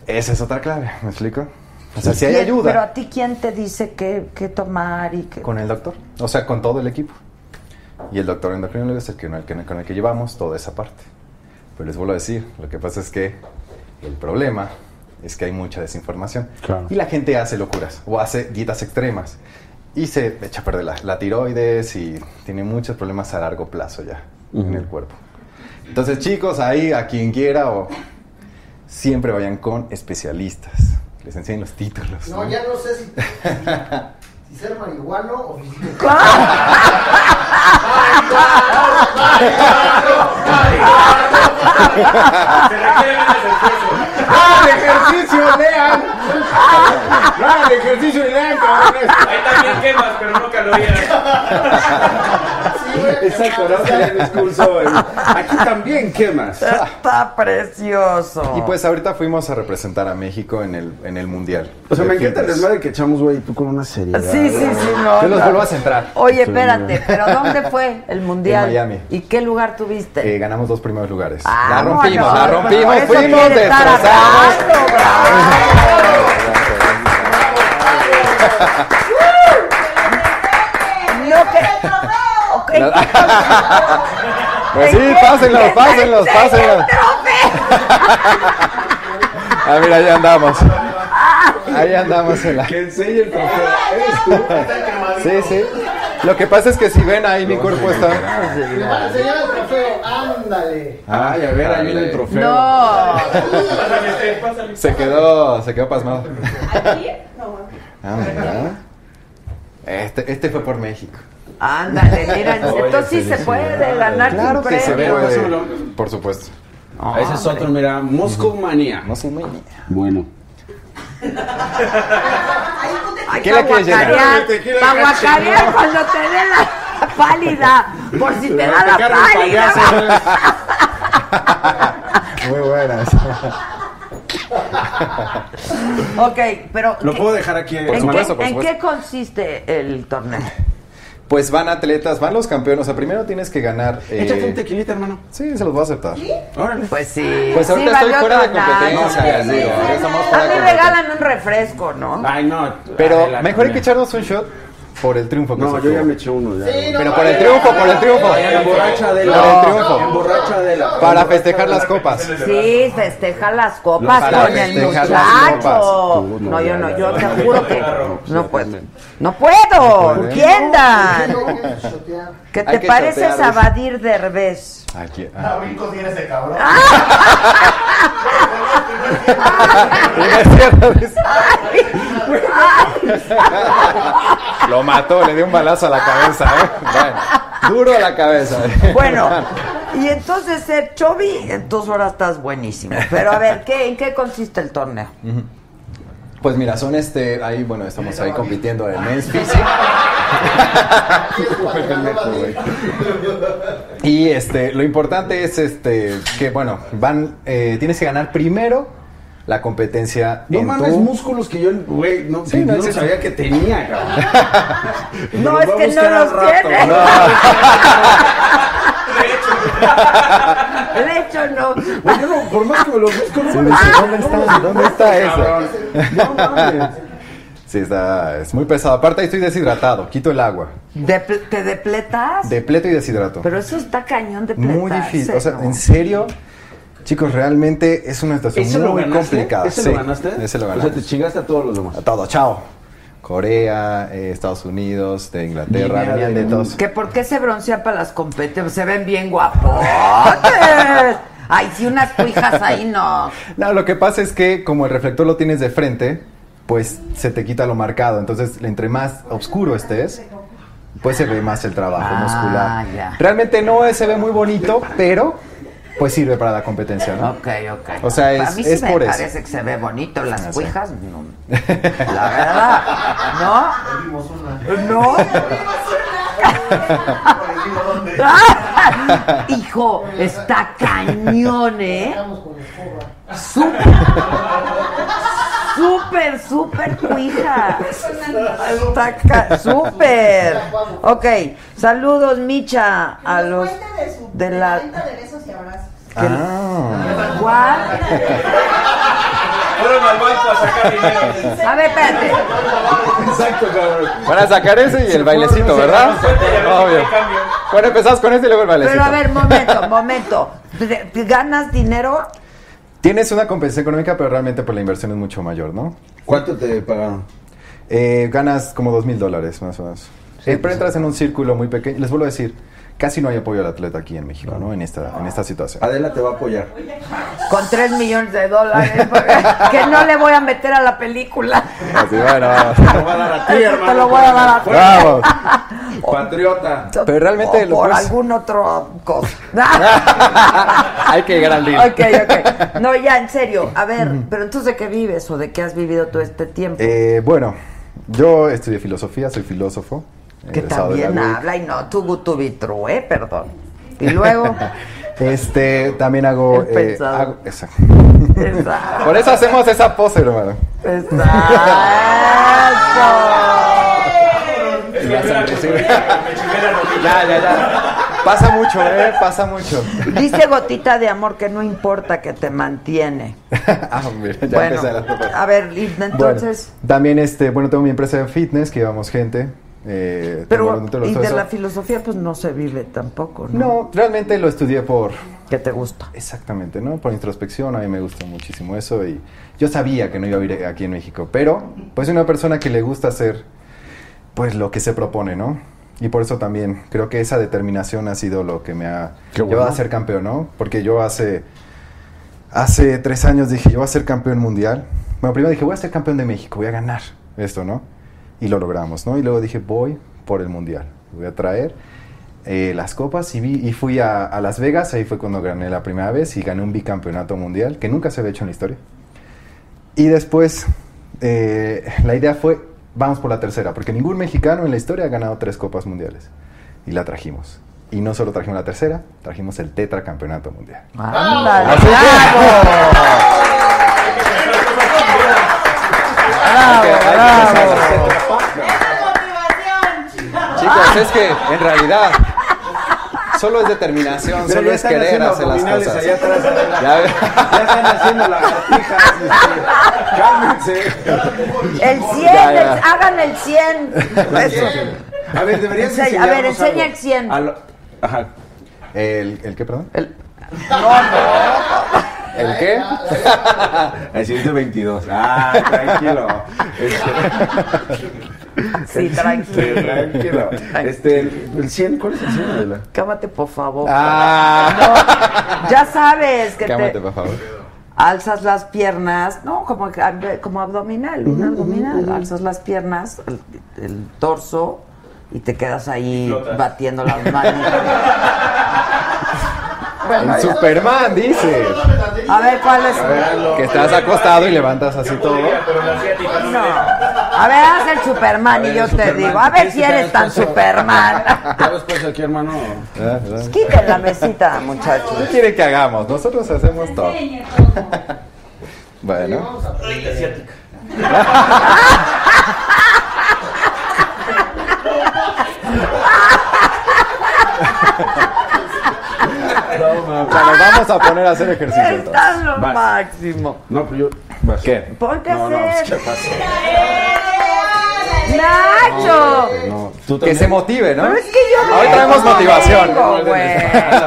esa es otra clave ¿me explico? o sea si hay
¿Quién- Pero
ayuda
a ti, ¿quién te dice qué, qué tomar y qué?
con el doctor o sea con todo el equipo Y el doctor endocrinólogo es el que, el que- con el que llevamos toda esa parte. Pero les vuelvo a decir, lo que pasa es que el problema es que hay mucha desinformación.
Claro.
Y la gente hace locuras o hace dietas extremas. Y se echa a perder la, la tiroides y tiene muchos problemas a largo plazo ya en el cuerpo. Entonces, chicos, ahí a quien quiera o siempre vayan con especialistas. Les enseñen los títulos.
No,
¿no?
ya no sé si, si ser marihuano o
¡Hagan ejercicio, lean! ¡Hagan ejercicio y lean, cabrones!
Ahí también quemas, pero no calorías.
Exacto, ¿no? Lean el discurso. eh. Aquí también quemas.
Está precioso.
Y pues ahorita fuimos a representar a México en el, en el Mundial.
O sea, me
De
encanta el
fitness.
desmadre que echamos, güey, tú con una seriedad.
Sí, sí, sí, no.
Yo los
no.
vuelvo a centrar.
Oye, espérate, pero ¿dónde fue el mundial?
En Miami.
¿Y qué lugar tuviste?
Eh, ganamos dos primeros lugares.
Ah,
la rompimos,
bueno,
la rompimos,
por eso
fuimos
quiere estar
destrozados.
hablando, bravo. ¡Uh! No, que- ok, ¿qué
Pues sí, pásenlos, pásenlos, pásenlos. Ah, mira, ahí andamos. Ahí andamos en la.
Que enseñe el trofeo.
Sí, sí. Lo que pasa es que si ven ahí mi cuerpo está.
Me van a enseñar el trofeo, ándale.
Ay, a ver, ahí viene el trofeo.
No.
Pásale, Steph, pásale.
Se quedó, se quedó pasmado.
¿Aquí? No,
*laughs* Ah, mira. Este, este fue por México.
Ándale, mira,
Oye,
entonces sí se
felicidades.
puede ganar
Claro
un
que se
premio.
puede.
Pásamelo.
Por supuesto.
Ah, Ese es otro, mira, Moscow Manía.
No sé, muy bien.
Bueno.
Ay,
¿Qué le
pa'
quieres llenar?
guacarear,
El tequila
pa'
que
guacarear cuando te dé
*laughs*
la pálida, por si te da la pálida.
¿eh? Muy buenas.
Ok, pero
Lo
¿qué-
puedo dejar aquí.
Por
¿en,
supuesto,
qué,
por
en
supuesto.
qué consiste el torneo?
Pues van atletas, van los campeones. O sea, primero tienes que ganar. eh,
Échate un tequilita, hermano.
Sí, se los voy a aceptar.
Órale.
Pues sí.
Pues ahorita
sí
estoy
valió
fuera de
tornar.
competencia,
No,
digo,
sí,
ahorita estamos
A
fuera de
mí
competencia.
regalan un refresco, ¿no?
Ay, no.
Pero
Adela,
mejor hay
también.
que echarnos un shot. Por el triunfo que
No,
se
yo ya
tuvo.
me eché uno. ya.
Sí, no Pero por el triunfo, por el triunfo.
Emborracha de la.
Por el triunfo.
Emborracha de la.
Para festejar las copas.
Sí, festeja las copas
Para
con el
festejar las
muchacho.
copas. Tú,
No, yo
ya,
no,
ya,
yo
ya.
te juro que
No puedo.
no puedo.
No puede.
Entiendan. ¿Qué
Hay
te
que
pareces a
chotear,
Badir Derbez?
Aquí. ah.
A brincos viene ese
*laughs*
cabrón.
Lo mató, le dio un balazo a la cabeza, ¿eh? Bueno, duro a la cabeza.
Bueno, y entonces eh, ser Chobi, entonces ahora estás buenísimo. Pero a ver, ¿qué, ¿en qué consiste el torneo?
Ujú. Pues mira, son este, ahí, bueno, estamos ahí compitiendo en Men's Physique. Pendejo, güey. y este, lo importante es este, que bueno, van, eh, tienes que ganar primero la competencia
No
en
mames,
tu-
músculos que yo, güey, no,
Sí,
yo no
no existe.
sabía que tenía, cabrón.
No,
Los
es
voy a
que no
buscar al
los
rato,
tiene.
¿no?
De hecho, no.
Güey, yo no, por más que me los busco, no
Sí,
mames,
dice,
no, no, *laughs*
¿dónde está?
no,
¿Dónde está eso?
cabrón. No mames.
Sí, está, es muy pesado. Aparte ahí estoy deshidratado, quito el agua.
¿De- ¿Te depletas?
Depleto y deshidrato.
Pero eso está cañón de
Muy difícil. O sea, en serio, chicos, realmente es una situación
¿Ese lo
muy
ganaste?
complicada.
¿Ese
Sí,
lo ganaste?
Ese lo
O sea,
ganamos.
te chingaste a todos los demás.
A todo, chao. Corea, eh, Estados Unidos, de Inglaterra,
Guinea
venían de todos.
¿Que por qué se broncea para las competencias? Se ven bien guapotes. Ay, si unas cuijas ahí no.
No, lo que pasa es que como el reflector lo tienes de frente, pues se te quita lo marcado. Entonces, entre más oscuro estés, pues se ve más el trabajo
Ah,
muscular. Realmente no eh, se ve muy bonito, pero pues sirve para la competencia, ¿no?
Ok, ok.
O sea, es,
a mí sí
es
me
por eso.
parece que se ve bonito las
Ah, sí.
cuijas. No. La verdad, ¿no? No. *laughs* Hijo, está cañón, ¿eh? Súper, súper, súper cuija. Está ca- súper. Ok, saludos, Micha, a los de la...
de besos y abrazos.
Ah.
¿Cuál?
Fueron al banco a sacar dinero.
A ver, espérate.
Exacto, cabrón.
Van a sacar ese y el bailecito, ¿verdad? Obvio. Bueno, empezamos con este y luego el bailecito.
Pero a ver, momento, momento. ¿Te- te ¿Ganas dinero?
Tienes una compensación económica, pero realmente por la inversión es mucho mayor, ¿no?
¿Cuánto te pagaron?
Eh, ganas como dos mil dólares, más o menos.
Sí,
Eh, pero
pues,
entras
sí.
en un círculo muy pequeño. Les vuelvo a decir, casi no hay apoyo al atleta aquí en México, ¿no? En esta, en esta situación.
Adela te va a apoyar.
Con 3 millones de dólares.
*laughs*
Que no le voy a meter a la película.
Así, bueno,
*laughs*
Eso Te lo voy a dar a ti.
vamos.
Patriota.
Pero realmente
O
lo
por
puedes-
algún otro
*laughs*
cosa.
hay que llegar al día.
ok, ok. No, ya, en serio. A ver, pero entonces de qué vives o de qué has vivido todo este tiempo?
Eh, bueno, yo estudié filosofía, soy filósofo.
que
egresado de la
también
UIC.
habla y no, tu gutu vitru, ¿eh? Perdón. Y
*laughs*
luego,
Este, también hago.
El
eh,
pensado.
hago- exacto. Por eso hacemos esa pose, hermano.
pues,
*laughs* Ya, ya, ya. Pasa mucho, ¿eh? Pasa mucho. *laughs*
dice gotita de amor que no importa que te mantiene.
Ah, mira, ya
bueno,
empecé la-
a ver, y entonces,
Bueno, también, este, bueno, tengo mi empresa de fitness que llevamos gente. eh, tengo
pero
voluntario,
y
todo
de
eso.
la filosofía pues no se vive tampoco, ¿no?
No, realmente lo estudié por...
¿Que te gusta?
Exactamente, ¿no? Por introspección, a mí me gusta muchísimo eso y yo sabía que no iba a vivir aquí en México, pero pues una persona que le gusta hacer pues lo que se propone, ¿no? Y por eso también creo que esa determinación ha sido lo que me ha llevado
bueno.
a ser campeón, ¿no? Porque yo hace, hace tres años dije, yo voy a ser campeón mundial. Bueno, primero dije, voy a ser campeón de México, voy a ganar esto, ¿no? Y lo logramos, ¿no? Y luego dije, voy por el mundial, voy a traer eh, las copas y, vi- y fui a, a Las Vegas, ahí fue cuando gané la primera vez y gané un bicampeonato mundial que nunca se había hecho en la historia. Y después eh, la idea fue, vamos por la tercera, porque ningún mexicano en la historia ha ganado tres copas mundiales. Y la trajimos. Y no solo trajimos la tercera, trajimos el tetracampeonato mundial.
Ah,
Ándale,
Así que- Hay que- hay que empezar.
Ah.
Chicos, es que en realidad Solo es determinación,
Pero
solo
ya
es
están
querer
haciendo
hacer las
abdominales
cosas.
allá atrás, Adela.
Ya ve-
Ya están haciendo lagartijas. este, Cálmense.
El 100,
Ya, ya.
el- hagan el 100.
A ver, deberías
Enseña- a
enseñarnos
ver, enseña
algo.
el 100.
A lo-
Ajá. ¿El, el qué, perdón? El, ¿El qué?
*laughs* El 122. Ah, tranquilo.
Sí, tranquilo.
tranquilo. Este, el 100, ¿cuál es el 100, Adela?
Cámate, por favor.
Ah.
No, ya sabes que te
por favor.
alzas las piernas, no, como, como abdominal, un abdominal. Alzas las piernas, el, el torso y te quedas ahí
Flotas.
batiendo las manos.
El Superman, dice.
A ver, ¿cuál es?
Que estás acostado y levantas así todo.
No. A ver, haz el Superman y yo te digo. A ver si eres tan Superman. *laughs*
Ya después aquí, hermano.
Quiten la mesita, muchachos.
Ah, ¿Qué quiere que hagamos? Nosotros hacemos todo.
*laughs*
Bueno. O sea, nos vamos a poner a hacer ejercicio entonces.
Estás lo máximo.
No, pero yo.
¿Qué?
Ponte a
No, no,
hacer.
¿qué pasó?
¡Nacho!
que se motive, ¿no?
Pero es que yo
Ahora
no
traemos
tengo,
motivación.
güey.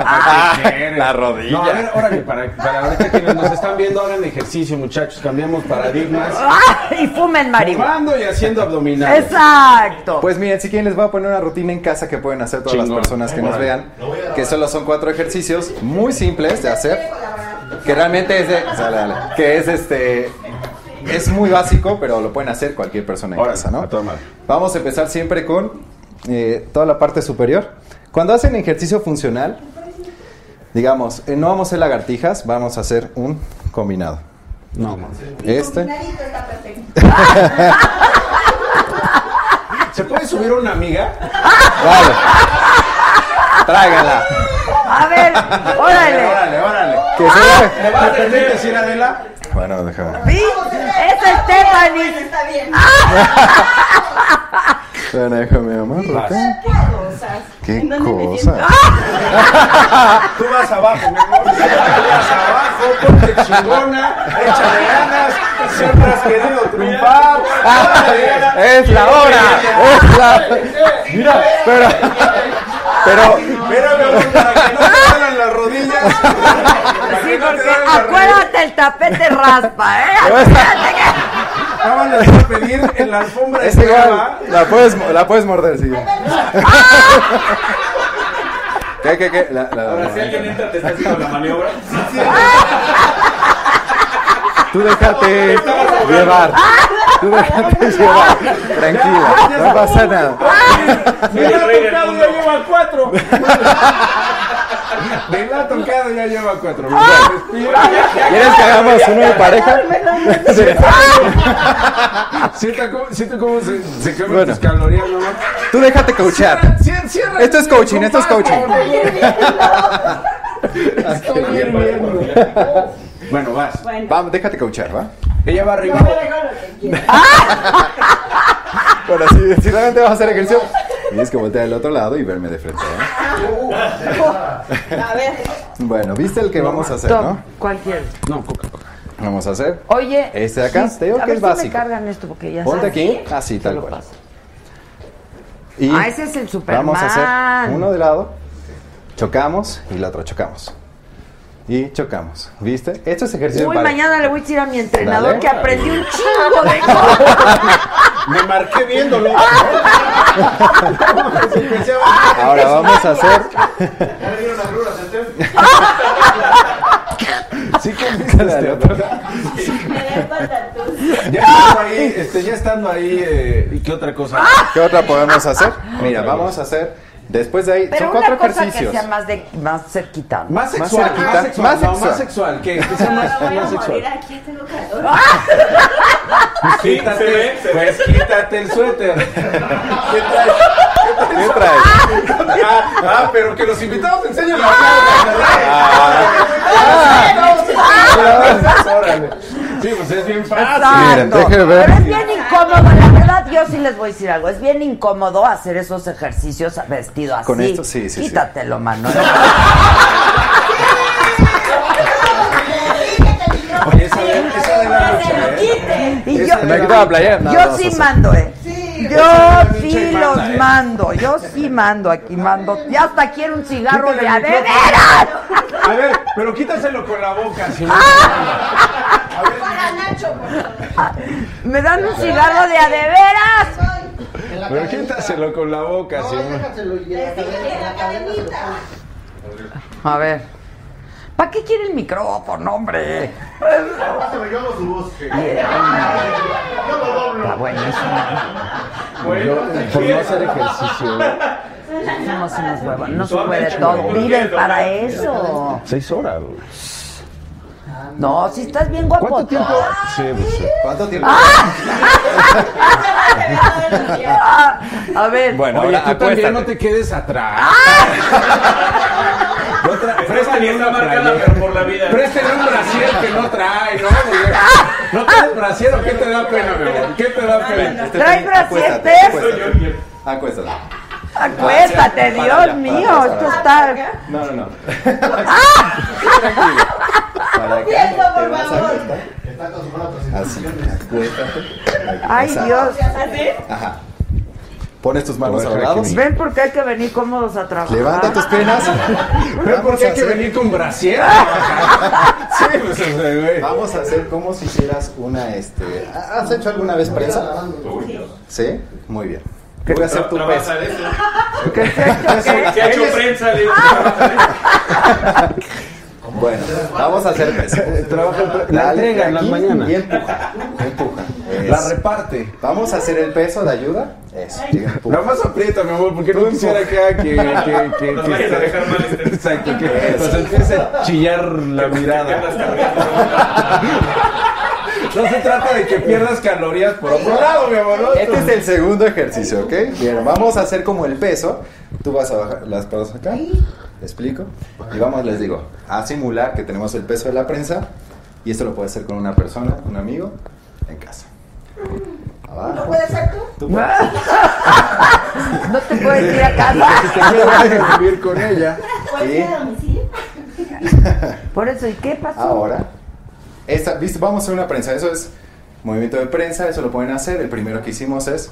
Ah, la rodilla.
No, a ver, órale, para, para ahorita quienes nos están viendo, hagan ejercicio, muchachos, cambiemos paradigmas.
¡Ah! Y fumen marihuana.
Fumando y haciendo abdominales.
Exacto.
Pues miren, si quieren les voy a poner una rutina en casa que pueden hacer todas las
Chingón.
personas que nos
Órale.
vean, que solo son cuatro ejercicios muy simples de hacer, que realmente es de, dale, dale. que es este es muy básico, pero lo pueden hacer cualquier persona en casa, ¿no? Vamos a empezar siempre con eh, toda la parte superior. Cuando hacen ejercicio funcional, digamos, eh, no vamos a hacer lagartijas, vamos a hacer un combinado. No, este.
¿Se puede subir una amiga?
*laughs* Vale. Tráigala.
A ver, órale.
Órale, órale.
Que se vea-
¿Me vas a permitir decir, Adela?
Bueno, déjame.
¿Sí? Es Stephanie.
Está bien.
Ah.
Bueno, déjame amarro acá. ¿Qué cosa? *laughs*
Tú vas abajo, mi amor. Tú vas abajo, ponte chingona, échale ganas. Siempre has querido triunfar.
Ah, ¡Es la hora! ¡Es la Mira, pero. Pero.
Mira, mi amor, para que no te duelan las rodillas.
Sí, porque acuérdate el tapete raspa, ¿eh? Acuérdate que-
Acaban de pedir en la alfombra
Es
de
igual.
nueva.
La puedes, la puedes morder, *laughs* sí. ¿Qué, qué, qué? La- la-
Ahora, si alguien entra, te está haciendo la maniobra.
Tú déjate llevar. Tú déjate llevar. Tranquila, no pasa nada.
Venga tocado ya lleva cuatro. Venga tocado ya lleva cuatro.
Ah.
¿Quieres que hagamos uno de pareja? Sí.
Sienta cómo, sienta cómo se, se queman
Bueno.
tus calorías, mamá.
Tú déjate coachar.
Cierra- cierra-
Esto es coaching, esto es coaching.
Estoy hirviendo. Bueno, vas.
Vamos, déjate coachar, ¿va?
Ella va arriba.
*laughs* Bueno, si, si realmente vas a hacer ejercicio, tienes que voltear al otro lado y verme de frente. ¿eh?
A ver.
Bueno, ¿viste el que vamos a hacer, no?
Cualquier.
No, coca, coca.
Vamos a hacer.
Oye.
Este de acá,
sí,
te digo
a
que
ver
es
si me
básico.
cargan esto porque ya
Ponte
sabes.
aquí, así,
Te
tal
lo
cual.
paso.
Y
Ah, ese es el Superman.
vamos a hacer uno de lado, chocamos y el otro chocamos. Y chocamos, ¿viste? Esto es ejercicio
Uy,
en pareja.
mañana le voy a decir a mi entrenador
Dale.
que aprendí un chingo
*laughs*
de cosas.
Me marqué viéndolo.
Ahora vamos a hacer...
Sí que viste este otro. Ya estando ahí, este, ya estando ahí, eh, ¿y qué otra cosa?
¿Qué otra podemos hacer? Mira, vamos a hacer... Después de ahí,
Pero
son
una
cuatro
cosa
ejercicios.
que sea más, de, más cerquita. ¿no?
Más
Más
sexual,
cerquita,
más sexual,
más
no,
sexual.
más sexual, que, que sea
*laughs*
más,
Voy a
más
morir
sexual.
aquí, tengo calor.
Pues quítate,
se ve, se ve.
pues quítate el suéter. ¿Qué traes?
¿Qué traes?
Ah, ah, pero que los invitados enseñen la cara. Órale. Sí, pues es bien fácil.
Exacto.
pues,
Miren, déjenme ver.
Pero es bien incómodo, la verdad. Yo yo sí les voy a decir algo. Es bien incómodo hacer esos ejercicios vestido así.
Con esto, sí, sí, sí.
Quítatelo, mano.
Oye, esa de, esa de la lucha, ¿eh?
Y
Esa
yo,
de la lucha.
yo sí mando, ¿eh? Yo
esa de la lucha
sí
y
los
manda, ¿eh?
mando, yo sí mando, aquí mando. Ya hasta quiero un cigarro de
Quítale
a
el
de
micrófono.
veras.
A ver, pero quítaselo con la boca. si no-
Para Nacho, por favor.
Me dan un cigarro de a de veras.
Pero quítaselo con la boca, si no.
A ver. ¿Para qué quiere el micrófono, hombre?
Pásame, yo hago su voz. Yo lo doblo.
Está buenísimo.
Yo, por no hacer ejercicio.
No se nos mueva, no se puede todo. Viven para eso.
Seis horas, güey.
No, si estás bien guapo.
¿Cuánto tiempo? Sí, pues, sí.
¿Cuánto tiempo?
Ah, a ver.
Bueno,
ahora
tú también
acuéstate.
no te quedes atrás. *laughs* No tra-
Préstale una marcada, pero por la vida.
Préstale un brasier que no trae, ¿no? Porque- ¿No traes brasier o qué te da pena, mi amor? ¿Qué te da pena?
Trae
Este Acuéstate,
bracietes.
acuéstate. Acuéstate.
Acuéstate,
Para
Dios
allá,
mío.
para allá.
Esto está.
No, no, no.
*laughs*
Para acá.
Pienso,
Te
por
vas a
favor.
acostar. Así, acuéstate.
Ay,
Exacto.
Dios.
Ajá. Pones tus manos a los lados.
Ven porque hay que venir cómodos a trabajar.
Levanta tus penas. *laughs*
¿Pero por qué hay que venir con brasier? Sí, pues, o sea, güey.
Vamos a hacer como si hicieras una, este... ¿Has hecho alguna vez prensa? ¿Sí? Muy bien. Voy a hacer tu prensa. *laughs*
¿Qué ha hecho prensa? digo?
Bueno, vamos a hacer prensa.
Trabaja en- La entrega en las
aquí
mañanas.
Y empuja. Empuja.
La
Eso.
reparte.
Vamos a hacer el peso de ayuda. Eso. llega, empuja.
Nada más aprieta, mi amor, porque no quisiera que... *laughs* que, que, que,
Nos
que-
vayas a dejar mal este-
Exacto, que nos empiece a chillar la *laughs* mirada. No se trata de que pierdas calorías por otro lado, mi amor. ¿no?
Este es el segundo ejercicio, ¿ok? Bien, vamos a hacer como el peso. Tú vas a bajar las cosas acá. Te explico. Y vamos, les digo, a simular que tenemos el peso de la prensa. Y esto lo puedes hacer con una persona, un amigo, en casa.
¿No
Abajo.
puede ser tú?
Tú puedes.
No te puedes ir a casa.
Te quiero *laughs* a vivir con ella.
¿Puede
Y
ser a domicilio?
Por eso, ¿y qué pasó?
ahora, esta, ¿viste? vamos a hacer una prensa. Eso es movimiento de prensa. Eso lo pueden hacer. El primero que hicimos es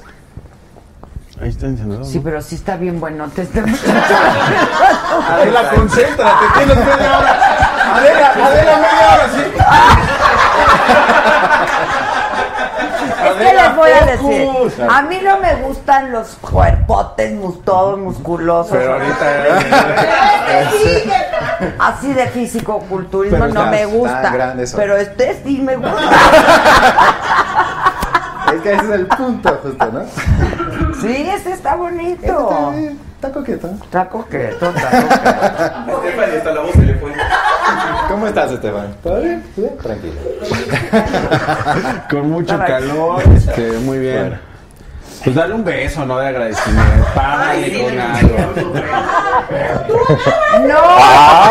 Ahí está encendido.
Sí, pero sí está bien bueno.
*laughs*
este Te está...
Adela, concéntrate, tienes media hora. Adela, Adela, media hora, sí.
Es que les voy a decir, a mí no me gustan los cuerpotes mus- todos musculosos.
Pero
*laughs*
eh,
ahorita.
Pero este sí, que-
Así de físico culturismo
Pero
no
estás
me
tan
gusta.
grande eso.
Pero este sí me gusta.
*laughs* Es que ese es el punto, justo, ¿no?
Sí, ese está
Este
bonito.
Está coqueto.
Está coqueto, está coqueto.
Estefan, y hasta la voz se le fue.
¿Cómo estás, Esteban? ¿Todo bien? Bien, *laughs* Tranquilo.
Con mucho
Para-
calor, este, muy bien.
Bueno.
Pues dale un beso, ¿no? De agradecimiento. Párale con algo.
*laughs* ¡No!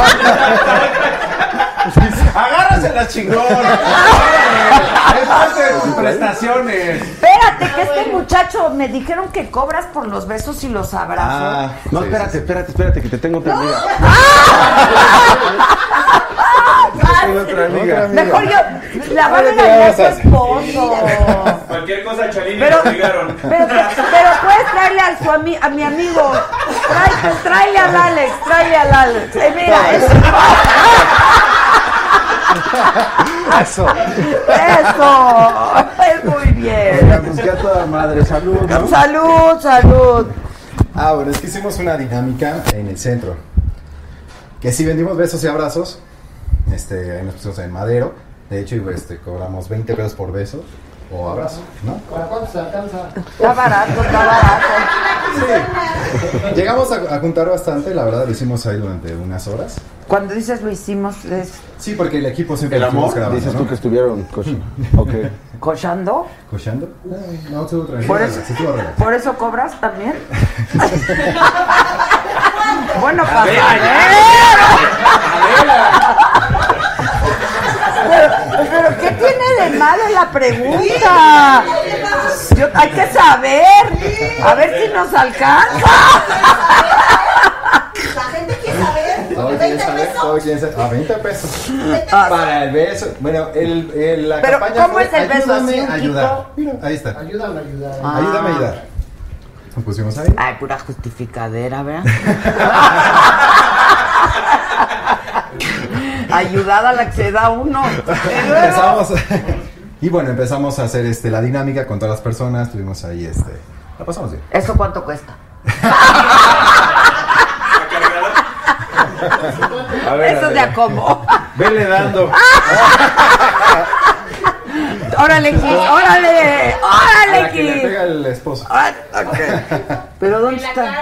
Agárrase la
*laughs*
chingona. Párale. Es parte de tus prestaciones.
Espérate, que este muchacho me dijeron que cobras por los besos y los abrazos.
No,
sí,
espérate, espérate, espérate, que te tengo otra amiga. Tengo otra amiga.
Mejor yo. La va a
Ahora te
regañar
vamos
tu
a-
esposo.
Cualquier cosa, Chalini,
Pero,
pero, me
pero,
obligaron.
pero puedes traerle a, su ami- a mi amigo. Trae- tráele al Alex, tráele al Alex. Eh, mira, eso.
Eso.
eso. Es muy bien.
Oiga, pues que a toda madre. Saludos, ¿no?
Salud, salud.
Ah, bueno, es que hicimos una dinámica en el centro. Que si vendimos besos y abrazos, este, ahí nos pusimos en madero. De hecho, y, este, cobramos 20 pesos por beso o abrazo, ¿no?
¿Para cuánto se alcanza?
Está barato, está barato.
Llegamos a, a juntar bastante, la verdad, lo hicimos ahí durante unas horas.
Cuando dices lo hicimos, es
Sí, porque el equipo siempre
El
lo estuvimos
amor,
grabando,
dices
¿no?
tú que estuvieron cochino. Ok.
cochando.
¿Cochando? Ay, No, estuvo tranquilo.
Por eso-
estuvo relajado.
¿Por eso cobras también? bueno, pasar. Pero, pero ¿qué tiene de malo la pregunta? Yo- hay que saber. A ver si nos alcanza.
La gente quiere saber.
Todo quieren saber, todo quieren saber. A 20 pesos. Para el beso. Bueno, el, el- la
Pero,
campaña
¿cómo
fue,
es el beso? ¿Así
Ayúdame
un
a ayudar. Mira, ahí está.
Ayúdame a ayudar.
Ah.
Ayúdame a ayudar. Lo pusimos ahí.
Ay, pura justificadera, ¿verdad? *laughs* Ayudada la que se da uno.
*laughs* empezamos. Y bueno, empezamos a hacer este, la dinámica con todas las personas. Tuvimos ahí este. La pasamos bien.
¿Eso cuánto cuesta?
A ver,
Eso
a ver.
de acomo.
Vele
*laughs*
dando.
Órale, Kiss, órale,
Para
órale,
que le
Kiss.
pega el esposo.
Ah, Pero ¿dónde está?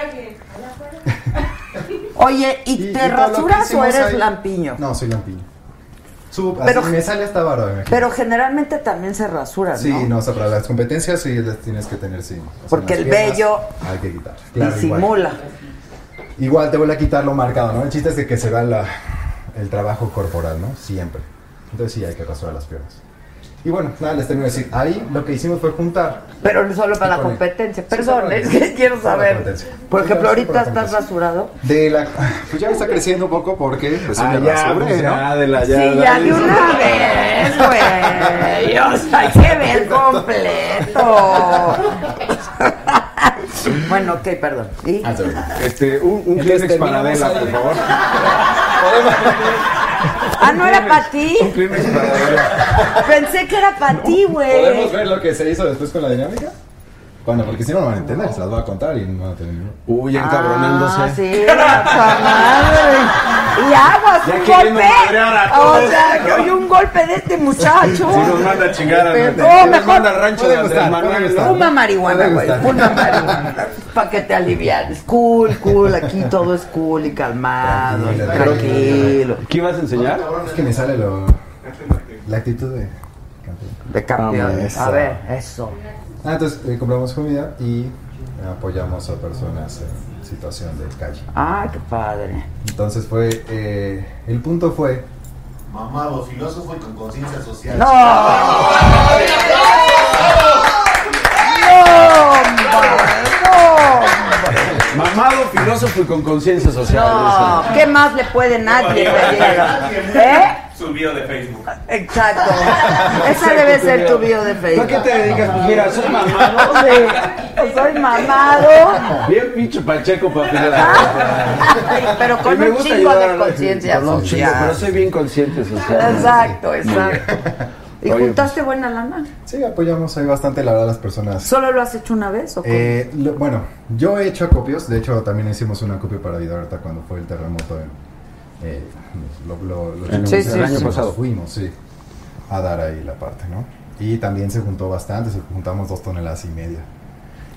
Oye, ¿y te
todo lo que
rasuras o
hicimos
eres
ahí-
lampiño?
No, soy lampiño. Subo,
Pero-
así me sale hasta barba, me
Pero generalmente también se rasuran,
Sí,
¿no?
no, o sea, para las competencias sí las tienes que tener, sí.
Porque
Son
el
las piernas,
vello
Hay que quitar.
disimula.
Igual. Igual te vuelve a quitar lo marcado, ¿no? El chiste es de que se va la- el trabajo corporal, ¿no? Siempre. Entonces sí, hay que rasurar las piernas. Y bueno, nada, les termino de decir. Ahí lo que hicimos fue juntar.
Pero solo para la
Híjole.
competencia.
Sí,
Perdón,
solo-
es que quiero
solo la
saber.
competencia.
Por ejemplo,
Sí,
ahorita
solo la
estás rasurado.
De la. Pues ya me está creciendo un poco porque. Pues,
Ah,
me
ya,
rasuré,
pues,
¿no?
ya, de la- ya,
Sí, ya de una vez, güey. O sea, hay que ver completo. Bueno, ok, perdón. ¿Y?
Ah,
Este, un, un
Entonces
Kleenex para
terminamos
Adela, por
ahí.
favor.
Ah, no era para ti.
Un Kleenex para Adela.
Pensé que era para ti,
¿Podemos
güey.
ver lo que se hizo después con la dinámica? Bueno, porque si no, no van a entender, se las voy a contar y no van a tener. Uy,
Ah,
*laughs*
sí, la madre. Y aguas,
Ya
un
queriendo
golpe.
madrear a
O
todos.
sea, que oí un golpe de este muchacho.
Si nos manda a chingar a
Perdón,
Si nos
mejor-
manda al rancho de
oh, Puede
Andrés
gustar,
Manuel.
puede
¿no?
Fuma marihuana,
Puede
güey.
gustar.
Fuma marihuana. Para que te alivianes. Cool, cool. Aquí todo es cool y calmado. y
Tranquilo,
Tranquilo.
¿Qué ibas a enseñar?
Es que me sale lo. La actitud de.
De campeón.
Vamos.
A ver, eso.
Ah, entonces eh, compramos comida y apoyamos a personas en situación de calle.
Ay, qué padre.
Entonces fue. eh, el punto fue.
Mamado, filósofo y con conciencia social.
¡No! ¡No, hombre!
Mamado, filósofo y con conciencia social.
¡No!
dice.
¡No! ¿Qué más le puede nadie pedir? ¿Eh?
Su bio de Facebook. *laughs*
Exacto. Esa debe ser tu bio de
¿Tú
Facebook.
a qué te dedicas? Pues mira, soy mamado.
Sí, soy mamado,
Bien pinche pacheco, papi.
pero
Y
con
me
Ah, un
gusta
chingo
ayudar a
de
la-
conciencia
Con un chingo, Pero
social.
soy bien consciente social.
Exacto, exacto. ¿Y
Oye,
juntaste buena lana?
Sí, apoyamos ahí bastante, la verdad, las personas.
¿Solo lo has hecho una vez o cómo?
Eh, lo- bueno, yo he hecho acopios, de hecho también hicimos un acopio para ayudar ahorita cuando fue el terremoto en, eh, lo- lo- lo
En-
tenemos
sí, sí,
el año
sí.
pasado. Fuimos, sí, a dar ahí la parte, ¿no? Y también se juntó bastante, se juntamos dos toneladas y media.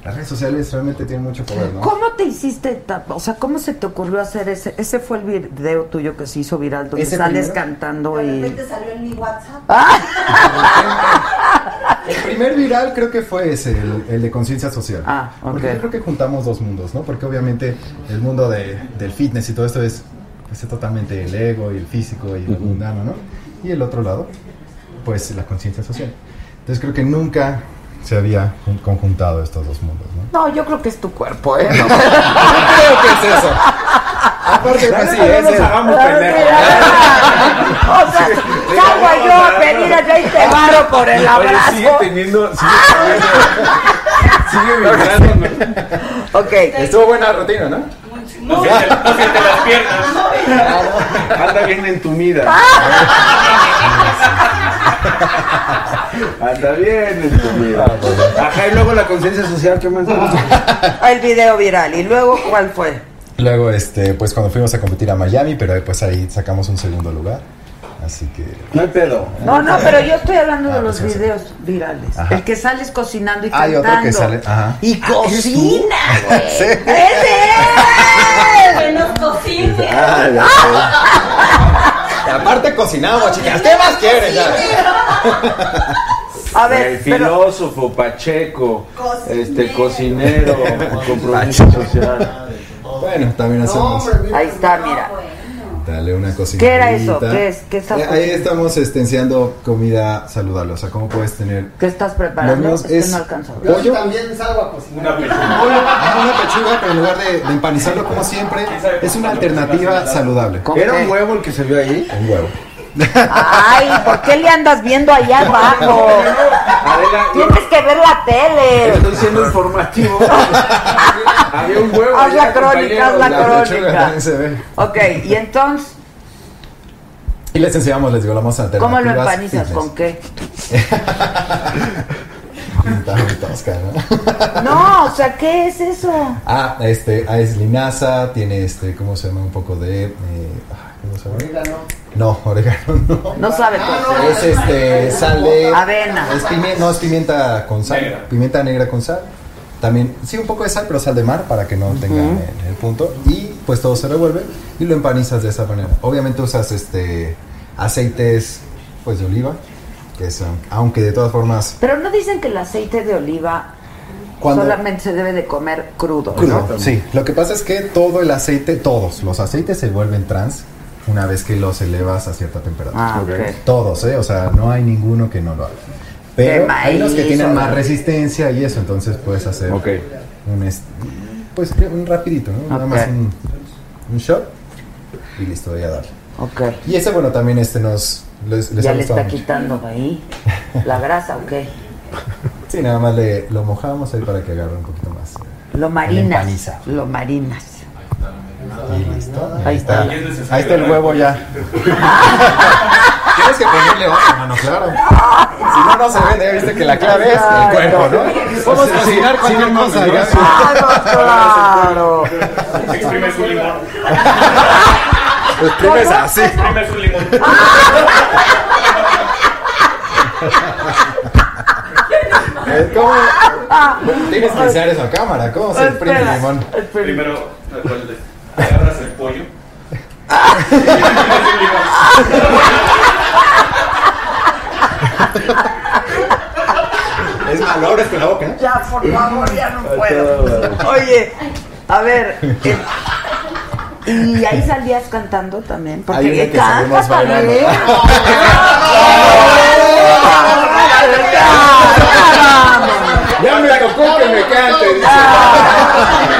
Las redes sociales realmente tienen mucho poder, ¿no?
¿Cómo te hiciste, ta- o sea, cómo se te ocurrió hacer ese? Ese fue el video tuyo que se hizo viral donde
¿Ese
sales
primero?
cantando
De
y
repente salió en mi WhatsApp.
El primer viral creo que fue ese, el, el de conciencia social.
Ah, ok.
Porque yo creo que juntamos dos mundos, ¿no? Porque obviamente el mundo de- del fitness y todo esto es, pues, es totalmente el ego y el físico y el mundano, ¿no? Y el otro lado, pues la conciencia social. Entonces creo que nunca se había jun- conjuntado estos dos mundos, ¿no?
No, yo creo que es tu cuerpo, ¿eh?
creo que es eso. Aparte, pues sí, es el-
O sea, salgo yo a pedir a 20 barro por el
Oye, sigue
abrazo.
teniendo. Sigue teniendo. sigue vibrando.
Ok,
Estuvo buena rutina, ¿no?
No siente, no siente las piernas.
Anda bien entumida.
Ah.
Anda bien entumida. Ajá, y luego la conciencia social, ¿qué más?
el video viral. ¿Y luego cuál fue?
Luego, este, pues cuando fuimos a competir a Miami, pero pues ahí sacamos un segundo lugar. Así que
No hay pedo.
No, no, pero yo estoy hablando de
Ah,
los
pues sí, sí.
videos virales.
Ajá.
El que sales cocinando y
Hay
cantando.
otro que sale- ajá. Ah,
Y cocina, güey.
Sí. *laughs*
¡Ese es!
Que nos cocine.
Ah, ya sé. Aparte cocinamos, chicas. ¿Qué más quieres? Ya?
A
el
ver, pero
filósofo, Pacheco,
Cocinero.
este cocinero, compromiso social.
Bueno, también
No,
hacemos.
hombre, mira.
ahí está, mira.
Dale una cosita.
¿Qué era eso? ¿Qué es? ¿Qué estás
Eh, Ahí
cocinando?
estamos este, enseñando comida saludable. O sea, ¿cómo puedes tener.
¿Qué estás preparando?
Lo mío
Es que
es
no alcanzo a ver.
Yo pollo.
también salgo a cocinar.
Una pechuga. Una, pechuga, pero en lugar de, de empanizarlo como siempre, es una alternativa saludable.
¿Era un
huevo el que se vio ahí? Un huevo.
Ay, ¿por qué le andas viendo allá abajo? Tienes que ver la tele.
Estoy siendo informativo. *laughs* Había un huevo.
Haz la
allá,
crónica, haz
compañero.
pechuga
la
también
crónica.
se ve.
Ok, y entonces,
Y les enseñamos, les digo, la más alternativa.
¿cómo lo empanizas? ¿Con qué?
*laughs*
No, o sea, ¿qué es eso?
Ah, este, ah, es linaza, tiene este, ¿cómo se llama? Un poco de. eh, ay, ¿Cómo se llama? No, orégano Ah, no.
No sabe cocinar.
Es este, sal de.
Avena.
Es pimi- no, es pimienta con sal. Pimienta negra con sal. También, sí, un poco de sal, pero sal de mar para que no tengan eh, el, punto. Y pues todo se revuelve y lo empanizas de esa manera. Obviamente usas este aceites pues de oliva, que son, aunque de todas formas
Pero no dicen que el aceite de oliva
Cuando-
solamente se debe de comer crudo.
Crudo,
¿no?
sí. Lo que pasa es que todo el aceite, todos los aceites se vuelven trans una vez que los elevas a cierta temperatura.
Ah, ok.
Todos, ¿eh? O sea, no hay ninguno que no lo haga. Pero
De
hay unos que
maíz,
tienen
o-
más resistencia y eso, entonces puedes hacer un, est- pues, un rapidito, ¿no? Nada
Ok.
más un, un shot y listo, voy a darle.
Ok.
Y ese, bueno, también este nos... Les, les
ya
ha
le
gustado
está
mucho.
quitando ahí la grasa, ¿ok?
Sí, nada más le, lo mojamos ahí para que agarre un poquito más.
Lo
empaniza.
marinas. Lo marinas.
Y listo.
Ahí está.
Ah, Ahí está el huevo ya. *laughs* Tienes que ponerle otra mano, claro. Si no, no se vende. Viste que la clave es el cuerpo, ¿no? Vamos a cocinar cualquier cosa. ya ves.
Claro.
Este
Exprimes un limón.
Exprimes así.
Exprimes un limón.
Eh, ¿Cómo? Tienes que enseñar eso a cámara. ¿Cómo se exprime el
Espera.
limón?
Primero, recuerde, agarras el pollo.
Es malo, abres con la boca. ¿eh?
Ya, por favor, ya no puedo. Oye, a ver. eh,
*laughs*
y ahí salías cantando también. Porque
Hay una
eh,
que
canta
salimos bailando.
también.
Ya me tocó que me cante. dice.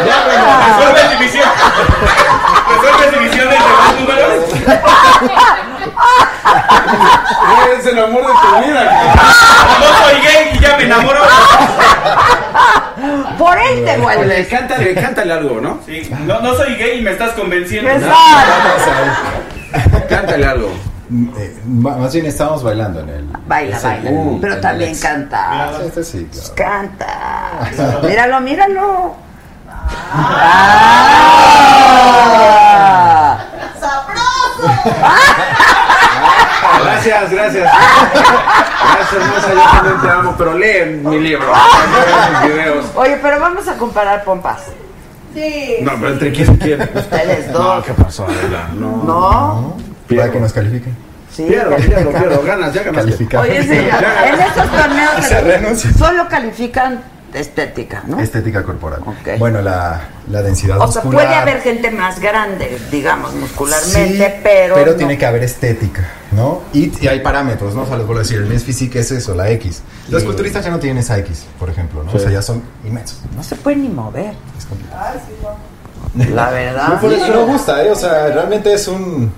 Ya me
Resuelve división. Resuelve división entre dos números.
Eres el amor de tu vida.
No soy gay y ya me enamoro.
Por
*laughs*
él
Le
te vuelves.
cántale, cántale algo, ¿no? Sí. No, no soy gay y me estás convenciendo.
Cántale algo. eh, más bien estábamos bailando en el.
Baila,
ese-
baila.
en- en
Pero
el
también
ex.
canta.
Ah, Este sí, claro. *laughs*
Canta. Míralo, míralo.
Ah.
Gracias, gracias. Gracias, hermosa. Yo también te amo, pero lee mi libro. Lee mis videos.
Oye, pero vamos a comparar pompas.
Sí.
No, pero entre quién y quién.
Ustedes dos.
No, ¿qué pasó, Adela? No.
¿No?
Para que nos califiquen.
Sí.
Pierdo, pierdo, pierdo. Ganas, ya ganas.
Calificar.
Oye,
*laughs*
sí,
Ya.
en estos torneos
Se renuncia. Este,
solo califican estética, ¿no?
Estética corporal. Bueno, la, la densidad
O sea,
muscular.
puede haber gente más grande, digamos, muscularmente,
Sí,
pero. no.
tiene que haber estética, ¿no? Y, y hay parámetros, ¿no? O sea, les vuelvo a decir, el Men's Physique es eso, la X. Los
Sí.
culturistas ya no tienen esa X, por ejemplo, ¿no? O sea, ya son inmensos.
No se puede
*laughs*
ni mover.
Es complicado.
La verdad.
No, por eso no gusta, ¿eh? O sea, realmente es un,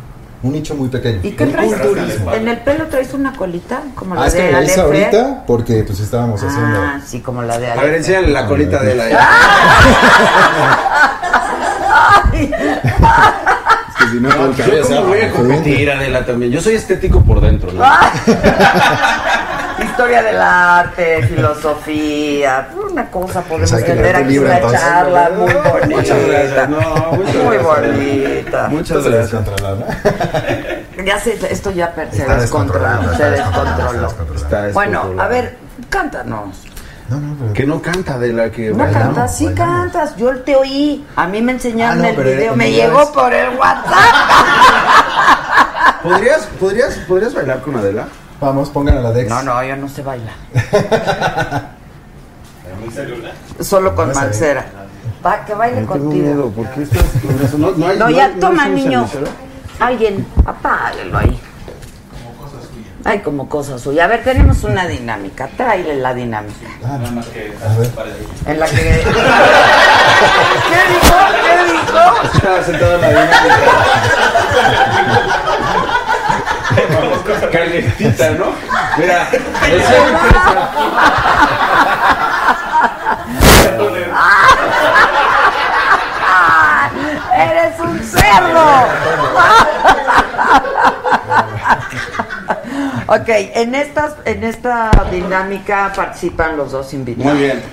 un nicho muy pequeño.
¿Y qué
El
traes?
culturismo.
En el pelo traes una colita, como la
Ah, es
de
que me
Ale
hice
Fer.
ahorita porque pues estábamos haciendo...
Ah, sí, como la de Ale.
A ver, enséñale la colita de la.
Ay,
Que si no, todo el cabello
Yo ah,
se
cómo voy a
abre.
competir, Adela, también. Yo soy estético por dentro, ¿no?
Ah. Historia del arte, filosofía, una cosa podemos
Pues hay que
tener
leer tu
aquí
libro,
una
entonces.
charla muy bonita.
Muchas gracias. No, muchas
Muy
gracias.
bonita.
Muchas gracias.
Ya se, esto ya per- se
Está
descontroló.
descontrolado, está
Se descontroló.
Está
Bueno, a
descontrolado.
ver, cántanos.
Que no canta de la que.
No cantas, sí cantas. Yo te oí. A mí me enseñaron
Ah, no,
el
pero
video.
era-
Me
ya
llegó
ves.
por el WhatsApp.
¿Podrías, podrías, ¿Podrías bailar con Adela?
Vamos, pongan a la Dex.
No, no, yo no sé bailar. Solo con
No sé.
Marcela. Va, que baile
Tengo
contigo.
miedo, ¿por qué estás con eso? No, no, hay-
No,
no
ya
hay- no
toma,
somos
niño.
cenicero.
Alguien, apáguelo ahí. Ay, como cosa suya. A ver, tenemos una dinámica. Tráile la dinámica.
Ah, Nada más que hace pared.
En la que. *laughs* ¿Qué dijo? ¿Qué dijo?
Estaba sentado en la dinámica. Calentita, ¿no?
*laughs*
Mira,
¡Eres un cerdo! *laughs* ok, en, estas, en esta dinámica participan los dos invitados.
Muy bien.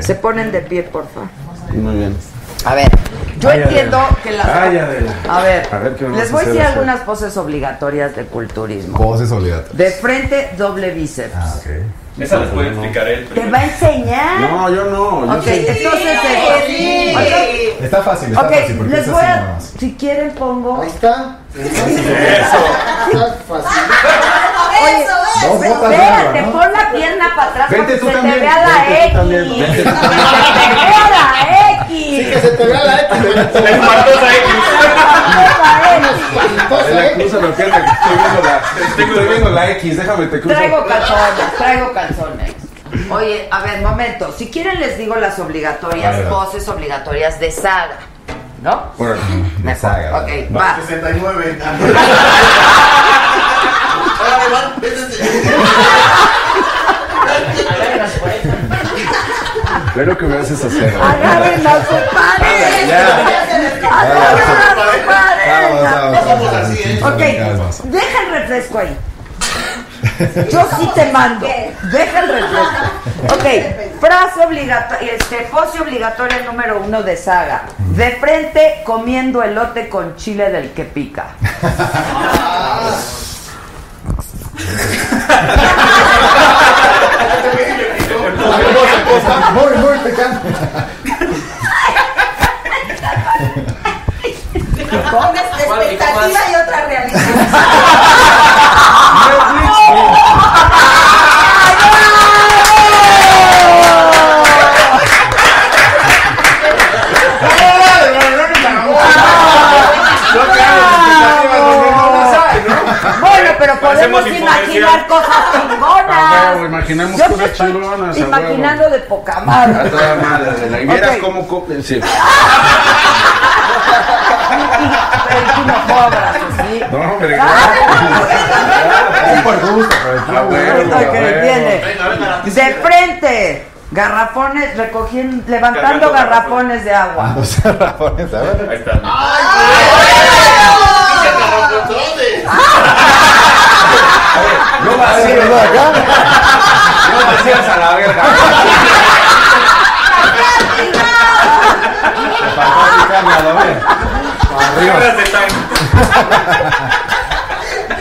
Se ponen de pie, por favor.
Muy bien.
A ver, yo
Ay,
entiendo
Adela.
que las.
Ay, Adela.
A ver,
A ver qué vamos
les
a
voy a
hacer
decir
después.
algunas poses obligatorias de culturismo.
Voces obligatorias.
De frente, doble bíceps.
Ah,
Esa les puede explicar él.
¿Te va a enseñar?
No, yo no. Yo
ok,
sí.
entonces.
Sí.
eh, ok.
Está fácil, está
Ok,
fácil. Porque
les
es
voy
así
a.
nomás.
Si quieren, pongo. Ahí
está.
Oye,
No,
espérate, espérate,
botas arriba, ¿no?
pon la pierna para atrás para
Vente
que
tú
se te
también,
vea la X.
vente tú también, vente tú
Que se te vea la X. Sí, que se te vea la X.
La espantosa
La
excusa lo que es la que estoy viendo la, estoy viendo la X, déjame te cruzo.
Traigo calzones, traigo calzones. Oye, a ver, momento. Si quieren les digo las
A
obligatorias,
ver.
voces obligatorias de saga. ¿No?
Bueno,
me saga. Ok, va.
69.
Ah, este-
Espero que me haces hacer.
Agarren a su padre. Agarren a su
Vamos, vamos, vamos, vamos,
padre.
sí,
Ok,
vamos.
deja el refresco ahí. Yo sí te mando. Deja el refresco. Ok, frase obligatoria, este, pose obligatoria número uno de saga. De frente comiendo elote con chile del que pica.
Muy, muy picante.
Una expectativa y otra
*laughs*
realidad.
Bueno, pero
Parecemos
podemos
infomercial.
imaginar cosas
A huevo,
chingonas.
imaginemos
Yo
Ah, cosas
te estoy
chingonas, a
Imaginando de poca madre.
A toda madre, Adela. Y vieras
Ok.
cómo co- sí.
Pero tú no cobras, ¿o ¿sí?
No,
Ah.
hombre,
*laughs*
claro. por gusto, pero a huevo, a
Ok,
huevo.
viene. De frente. Garrafones, recogiendo, levantando
Cargando
garrafones de agua.
Los garrafones, a ver. Ahí está.
No vacías, no *laughs* vacías a la verga.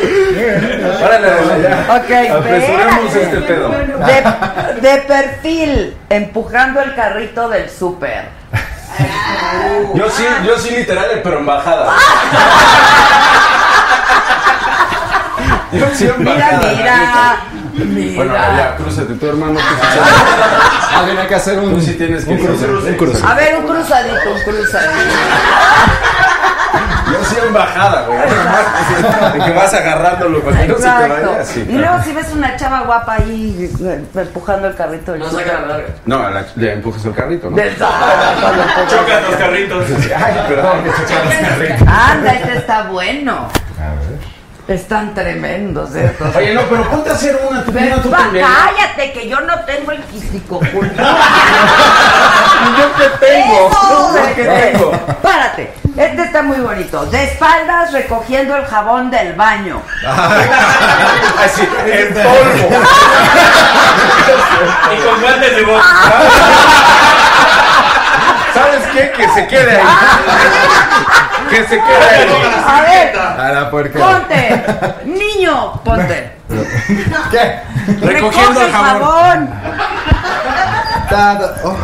Órale, Adela, ya.
Ok,
Apresuremos
espérate.
este pedo.
De, de perfil, empujando el carrito del súper.
Yo sí, yo sí literal, pero en bajada. Yo sí en
Mira,
bajada.
mira. Mira.
Bueno, ya, crúzate tu hermano. Ah, hay que hacer un. Tú sí tienes que un cruce. Un cruce.
A ver, un cruzadito, un cruzadito.
Yo sí en bajada, güey. *laughs* De que vas agarrándolo para que no se te vaya
Exacto.
así.
Y luego si ves una chava guapa ahí eh, empujando el carrito del súper.
No, la- le empujas el carrito, ¿no?
Del sábado.
Chocan los carritos. Ay, *laughs* perdón, que chocan los carritos.
Anda, este está bueno. Están tremendos
*laughs*
estos.
Oye, no, pero ponte a hacer una, tú,
Pero
una, tú
va,
también.
cállate que yo no tengo el quístico
yo que tengo.
Yo que tengo. Párate. Este está muy bonito. De espaldas recogiendo el jabón del baño.
Así, en polvo.
Y con guantes de box.
¿Sabes qué? Que se quede ahí.
Ah.
Que se quede ahí.
A ver,
A la puerca.
ponte. Niño, ponte.
¿Qué?
Recoge el jabón.
Oh.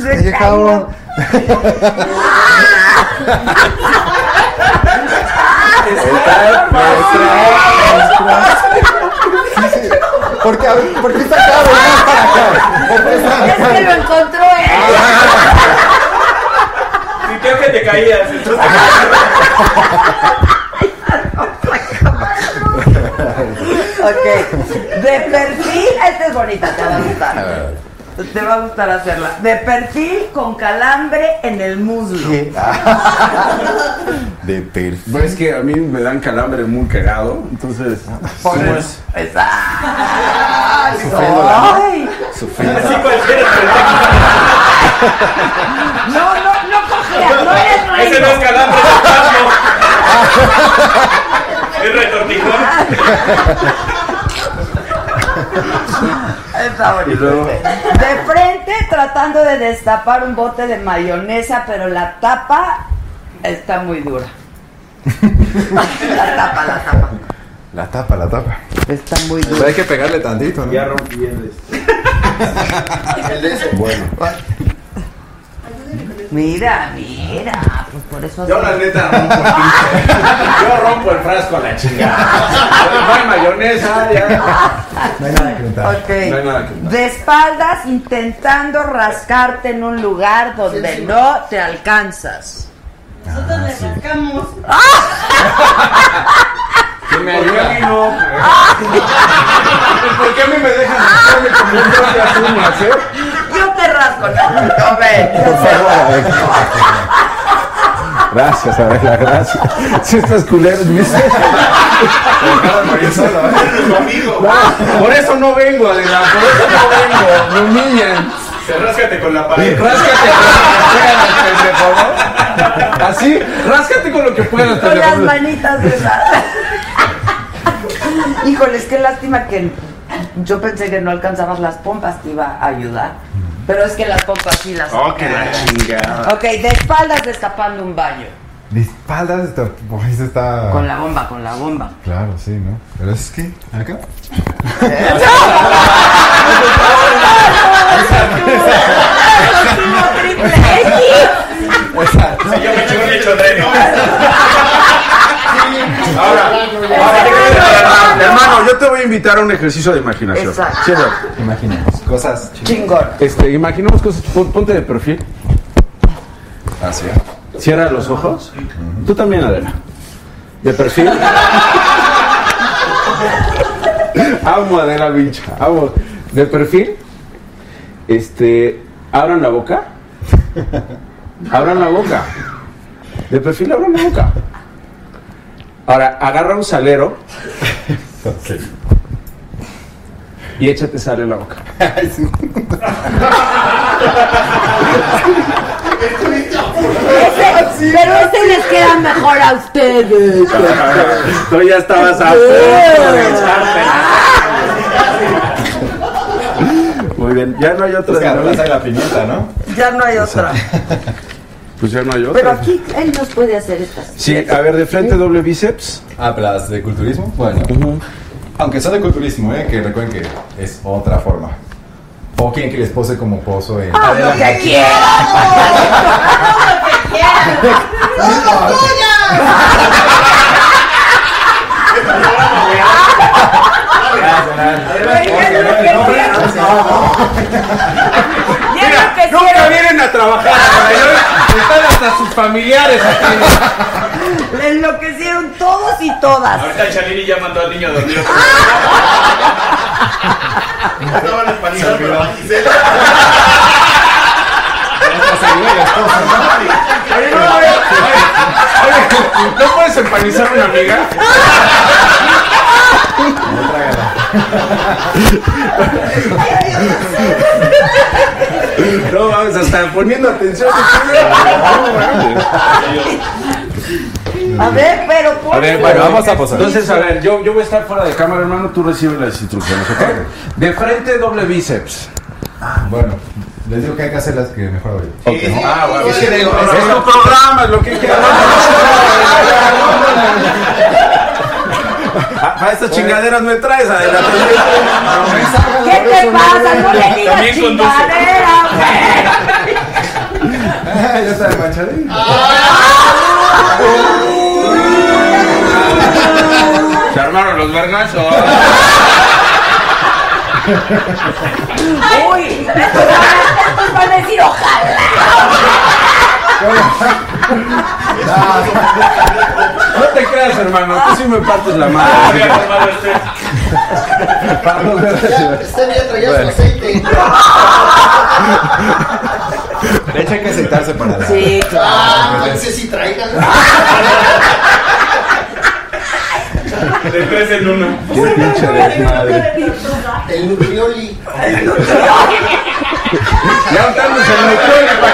Se
Oye, cabrón.
¿Por qué, a ver, ¿por qué está acá? güey? Más para acá. ¿Por qué está
Es que lo encontró él.
Si creo que te caías. entonces-
Ok. *laughs* De perfil, esta es bonita, te va a gustar. Te va a gustar hacerla. De perfil con calambre en el muslo.
De perfil. Pues es que a mí me dan calambre muy cagado, entonces.
Por
¿cómo
el-
es?
Ay.
Sufriendo.
No, no, no cojeas, no eres reino.
Ese no es calambre, es fantasma. Es retortijón.
Está bonito.
Y luego-
este. De frente tratando de destapar un bote de mayonesa, pero la tapa está muy dura. la tapa, la tapa.
La tapa, la tapa.
Está muy
duro. Pero hay que pegarle tantito, ¿no? Ya rompí el
este.
Bueno.
Mira, mira, pues por eso.
Yo la neta rompo el pinche- Yo rompo el frasco a la chingada. No hay mayonesa, ya. No hay nada que untar. No hay nada que untar.
De espaldas intentando rascarte en un lugar donde no te alcanzas.
Nosotros le sacamos.
¿Qué me ayuda? ¿Por qué no?
¿Por qué a mí me dejan rascarme con mis propias uñas, eh?
Yo te rasco, no, no ven.
Gracias, Adela, gracias. Si estás culero, me dice.
Por eso no vengo, Adela. Por eso no vengo. Me humillan.
Se ráscate con la pared.
Ráscate con lo que puedas, pendejo, ¿no? Así, ráscate con lo que puedas,
Con las
pendejo.
manitas de *laughs* la- Híjoles, qué lástima que yo pensé que no alcanzabas las pompas, te iba a ayudar. Pero es que las pompas sí las.
Oh, que la chingada.
Ok, de espaldas destapando un baño.
De espaldas está. Pues está.
Con la bomba, con la bomba.
Claro, sí, ¿no? Pero es que. ¿Acá?
Si yo me eché un hecho de no.
Ahora, ahora, hermano, hermano, yo te voy a invitar a un ejercicio de imaginación.
Exacto.
Sí, bro. Imaginemos cosas
Chingón.
Este, imaginemos cosas. Pon- ponte de perfil. Así. Cierra los ojos. Tú también, Adela. De perfil. *laughs* Amo a Adela Vincha. Amo. De perfil. Este. Abran la boca. Abran la boca. De perfil, abran la boca. Ahora, agarra un salero. Y échate sal en la boca.
Ese- pero ese les queda mejor a ustedes.
Tú ya estabas a Muy bien, ya no hay otra.
Calabaza y la pimienta, ¿no?
Ya no hay otra.
Pues ya no hay
Pero
otra.
aquí él nos puede hacer estas.
Sí, a ver, de frente doble bíceps.
Ah, pero las de culturismo. Bueno. Aunque sea de culturismo, ¿eh? Que recuerden que es otra forma. O quien que les pose como pozo en.
¡Haz lo que quieras!
Mira, nunca vienen a trabajar. ¿no? Están hasta sus familiares aquí.
Le enloquecieron todos y todas.
Ahorita Chalini ya mandó al niño a dormir.
Estaban espanizados, pero la Gisela.
*laughs* Oye, no, oye, oye, oye, ¿no puedes empanizar una amiga? No mames, hasta poniendo atención.
A ver, pero por
A ver, Eh, bueno, vamos a
posar.
Entonces, a ver, yo, yo voy a estar fuera de cámara, hermano, tú recibes las instrucciones, ¿ok? De frente, doble bíceps.
Ah, Bueno, les digo que hay que hacer las que mejor ahorita.
Ah, bueno.
Es que digo, es-
es tu programa, es lo que *laughs* quieras. Ah, Para estas chingaderas me traes adelante. *laughs*
¿Qué te pasa? No le digas
También conduce.
chingadera, güey.
ya está el manchadín.
Se armaron los vergazos.
Uy, estos van a- estos van a decir ojalá.
No te creas, hermano. Tú sí me partes la
Ah,
madre.
este
Perdón,
Ya,
gracias.
Usted ya traía su
Bueno.
aceite.
De hecho, hay que sentarse para la.
Sí, claro. Ah, ese sí traigan.
De tres en uno.
Qué pinche desmadre.
El nutrioli.
Ya estamos en el cuello
para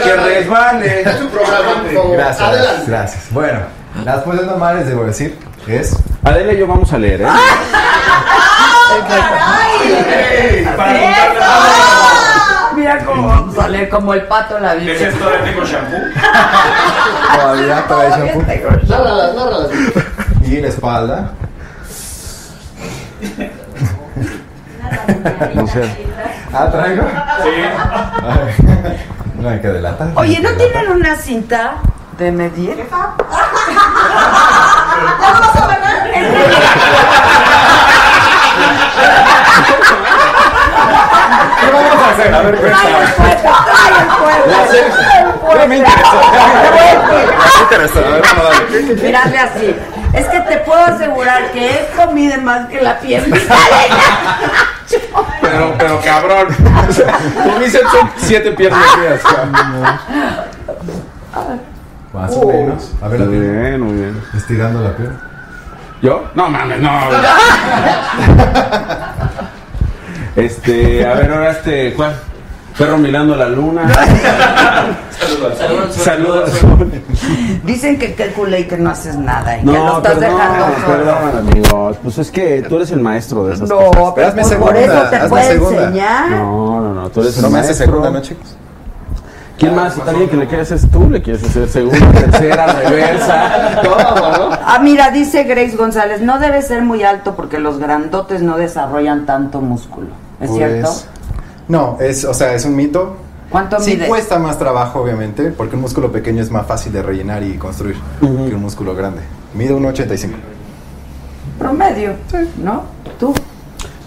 que resbale.
Es un programa, por favor.
Gracias,
Adelante.
gracias. Bueno, las cosas normales, debo decir, es. Ah.
Adela y yo vamos a leer, ¿eh?
Mira cómo sale como el pato la
¿Qué es
vida.
esto de tengo shampoo?
Todavía trae shampoo.
Nárralas, nárralas.
Y la espalda.
No sé.
¿Ah, traigo? Sí. No hay que delatar.
Oye, ¿no tienen una cinta de medir?
¿Qué vamos a hacer? A ver, cuéntame. Ya me interesó. Ya me interesó. A ver, vamos a darle.
Mírale así. Es que te puedo asegurar que esto mide más que la piel. *laughs*
Pero, pero
*laughs*
cabrón. O sea, tu bíceps son siete piernas mías.
Más o menos. A ver, la
Muy
pierna.
bien, muy bien.
Estirando la pierna.
¿Yo? No mames, no. *laughs* Este, a ver, ahora este, ¿cuál? Perro mirando la luna. Saludos.
Dicen que qué culé y que no haces nada y que lo
No,
estás
perdón,
dejando solo.
perdón, amigo. Pues es que tú eres el maestro de esas
No,
cosas.
pero
hazme
por, por
segunda,
eso te
hazme
puedo
segunda.
enseñar.
No, no, no, tú eres
No
el
me hace
maestro.
segunda, ¿no, chicos?
¿Quién más? ¿Está alguien que le quieres hacer tú? ¿Le quieres hacer segunda, tercera, reversa? Todo, ¿no?
Ah, mira, dice Grace González, no debe ser muy alto porque los grandotes no desarrollan tanto músculo. ¿Es
Pues,
cierto?
No, es, o sea, es un mito.
¿Cuánto
Sí pues.
mide?
cuesta más trabajo, obviamente, porque un músculo pequeño es más fácil de rellenar y construir que un músculo grande. Mide 1,85.
Promedio, ¿no? Tú.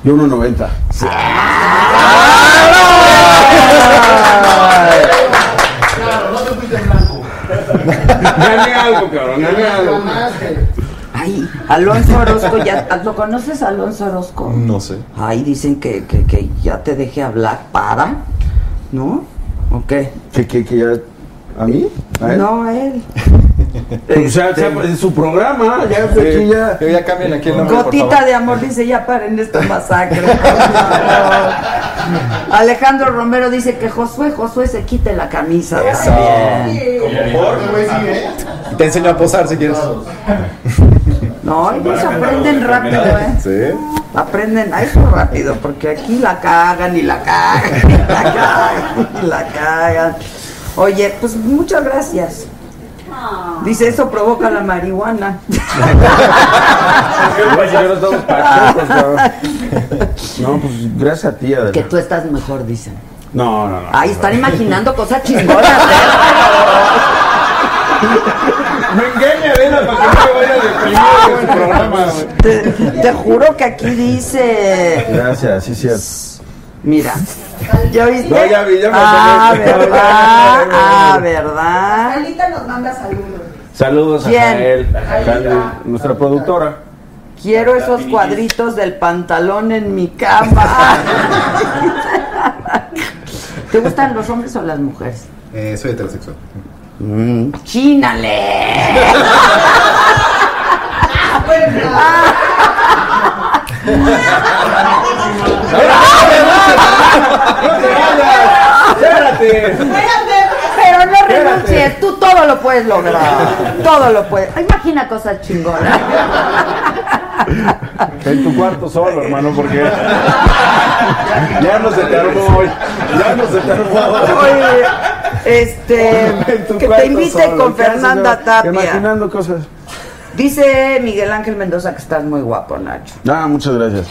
Yo 1.90.
Claro, no te fuiste en blanco.
Dame algo, cabrón, dame algo.
Ay, Alonso Orozco, ya, ¿lo conoces Alonso Orozco?
No sé.
Ay, dicen que, que, que ya te dejé hablar para, ¿no? ¿O qué?
¿Qué, qué, qué? ¿A mí? ¿A él?
No, a él.
O sea, sea, pues, es su programa, ya fue aquí, ya.
Yo ya cambian aquí el nombre, por
Gotita
favor.
de amor dice, ya paren esta masacre. por favor". Alejandro Romero dice que Josué, Josué se quite la camisa.
Eso.
también.
¿eh?
Y Te enseño a posar si quieres.
No, ellos aprenden rápido, ¿eh?
Sí.
Aprenden a eso rápido, porque aquí la cagan y la cagan y la *laughs* cagan y la cagan. Oye, pues muchas gracias. Dice, eso provoca la marihuana.
Yo nos damos pachetos, cabrón. No, pues gracias a ti, Adela.
Que tú estás mejor, dicen.
No, no, no.
Ahí están imaginando cosas chingonas. ¿eh? *laughs*
Me engaña, Adela, para que no me vaya deprimido de tu programa, güey.
Te, te juro que aquí dice.
Gracias, sí, cierto.
Mira. ¿Ya viste?
No, ya vi, ya me *laughs*
Ah,
acordé.
verdad. Ah, verdad.
Alita nos manda saludos.
Saludos
¿Quién?
a Jael, a Jael, nuestra productora.
Quiero esos cuadritos del pantalón en mi cama. ¿Te gustan los hombres o las mujeres?
Eh, soy heterosexual.
¡Chínale!
¡Espérate!
Espérate.
Pero no renuncies, tú todo lo puedes lograr. Todo lo puedes. Imagina cosas chingonas.
En tu cuarto solo, hermano, porque. Ya no se te armó hoy. Ya no se te armó hoy.
Oye, este,
En tu
que
cuarto
te invite
solo,
con
¿qué haces,
Fernanda
no?
Tapia.
Imaginando cosas.
Dice Miguel Ángel Mendoza que estás muy guapo, Nacho.
Ah, muchas gracias.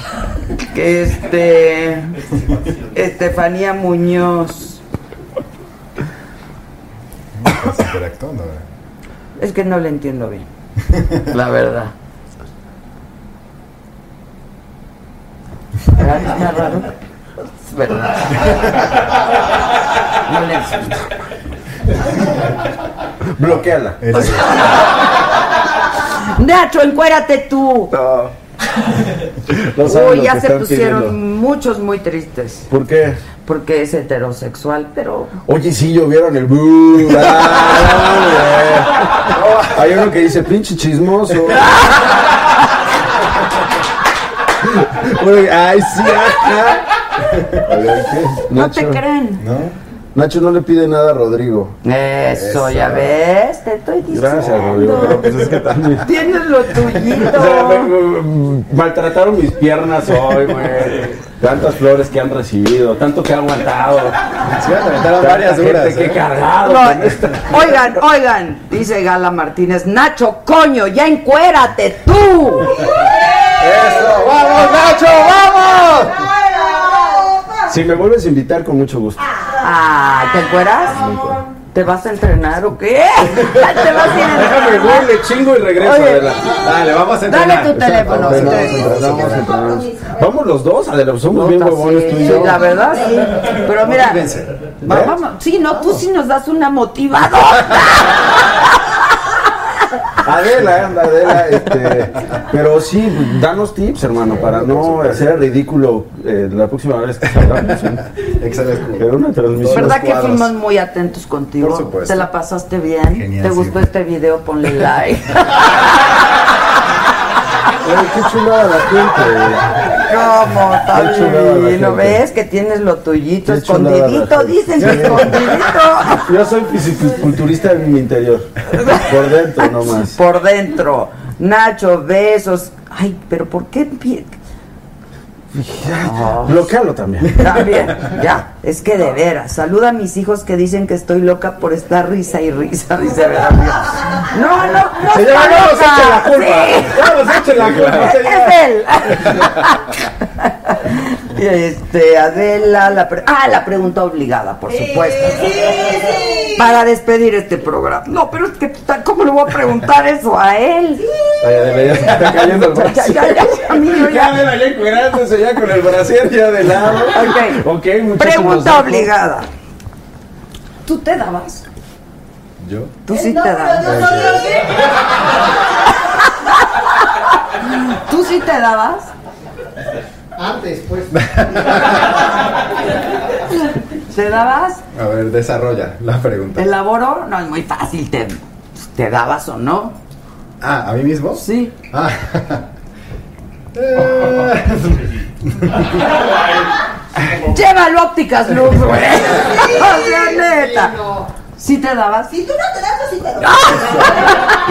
Que este, Estefanía Muñoz.
Estás interactuando, ¿verdad?
Es que no le entiendo bien, la verdad. ¿Verdad que está raro? Es verdad. No le entiendo.
Bloqueala.
Nacho, encuérate tú.
No saben
Uy,
lo
ya
que
se
están
pusieron
pidiendo.
muchos muy tristes.
¿Por qué?
Porque es heterosexual, pero.
Oye, sí, llovieron el... bú, ah, ah, güey. Hay uno que dice, pinche chismoso. Bueno, Ay, sí, ajá. A ver, ¿qué?
No te
Nacho.
creen.
Nacho no le pide nada a Rodrigo.
Eso, ya ves, te estoy diciendo.
Gracias, Rodrigo. pero pues es que también-
Tienes lo
*laughs*
tuyito.
O sea, me- me- me- maltrataron mis piernas hoy, güey. Tantas flores que han recibido, tanto que he aguantado. Sí,
aventaron varias duras,
Que
¿eh?
he cargado.
No,
con esta.
Oigan, oigan, dice Gala Martínez, Nacho, coño, ya encuérate tú.
¡Eso!
¡Vamos, Nacho, vamos!
Si me vuelves a invitar, con mucho gusto.
Ah, ¿te encueras? ¿Te vas a entrenar o qué? *laughs* ¿Te vas a ir a
Déjame,
entrenar?
güey, le chingo y regreso.
Oye,
Adela.
Dale, vamos a entrenar. dale tu teléfono,
Vamos,
si te-
vamos, vamos, vamos. Vamos los dos, Adela, somos bien huevones tú y
Sí,
yo.
la verdad, sí. Pero mira,
¿Eh?
va- vamos, sí, no, tú sí nos das una motivadora.
Adela, anda, Adela, este, pero sí, danos tips, hermano, para no hacer ridículo eh, la próxima vez que salgamos. Excelente. Era una transmisión.
¿Verdad que fuimos muy atentos contigo?
Por supuesto.
¿Te la pasaste bien?
Genial,
¿Te
sí.
gustó este video?
*laughs*
Ponle like.
Oye, qué chulada la gente.
¿Cómo? Está
Qué chulada la
bien. ¿Lo
gente.
ves? Que tienes lo tuyito,
Qué chulada la
escondidito.
gente.
Dicen que
Sí.
escondidito.
Yo soy fisiculturista en mi interior.
*laughs*
Por dentro nomás.
Por dentro. Nacho, besos. Ay, pero ¿por qué empie-
Bloquealo también.
También, ya, es que de veras. Saluda a mis hijos que dicen que estoy loca por estar risa y risa, dice Verónica. No, no, no.
Señora,
está
no nos
loca.
eche la culpa. No nos eche la
Sí,
culpa,
es-
señora.
*laughs* Es él. este, Adela, la pre- ah, la pregunta obligada, por supuesto. Para despedir este programa. No, pero es que, ¿cómo le voy a preguntar eso a él?
Ay, Adela, ya se me está cayendo el
Ya,
brazo.
ya, ya, ya, amigo, ya.
Ya, Adela, ya encuerándose ya con el brasier ya de lado. Ok,
Ok.
muchísimas
Pregunta
gracias.
obligada. ¿Tú te dabas?
¿Yo?
Tú sí te dabas. ¿Tú sí te dabas?
Antes, pues.
¿Te dabas?
A ver, desarrolla la pregunta.
¿Elaboro? No, es muy fácil. ¿Te, te dabas o no?
Ah, ¿a mí mismo?
Sí.
*laughs*
Ah.
Eh,
Llévalo a ópticas,
*laughs*
Luz, güey. O sea, neta. ¿Sí te dabas?
Si tú no te das, así te doy.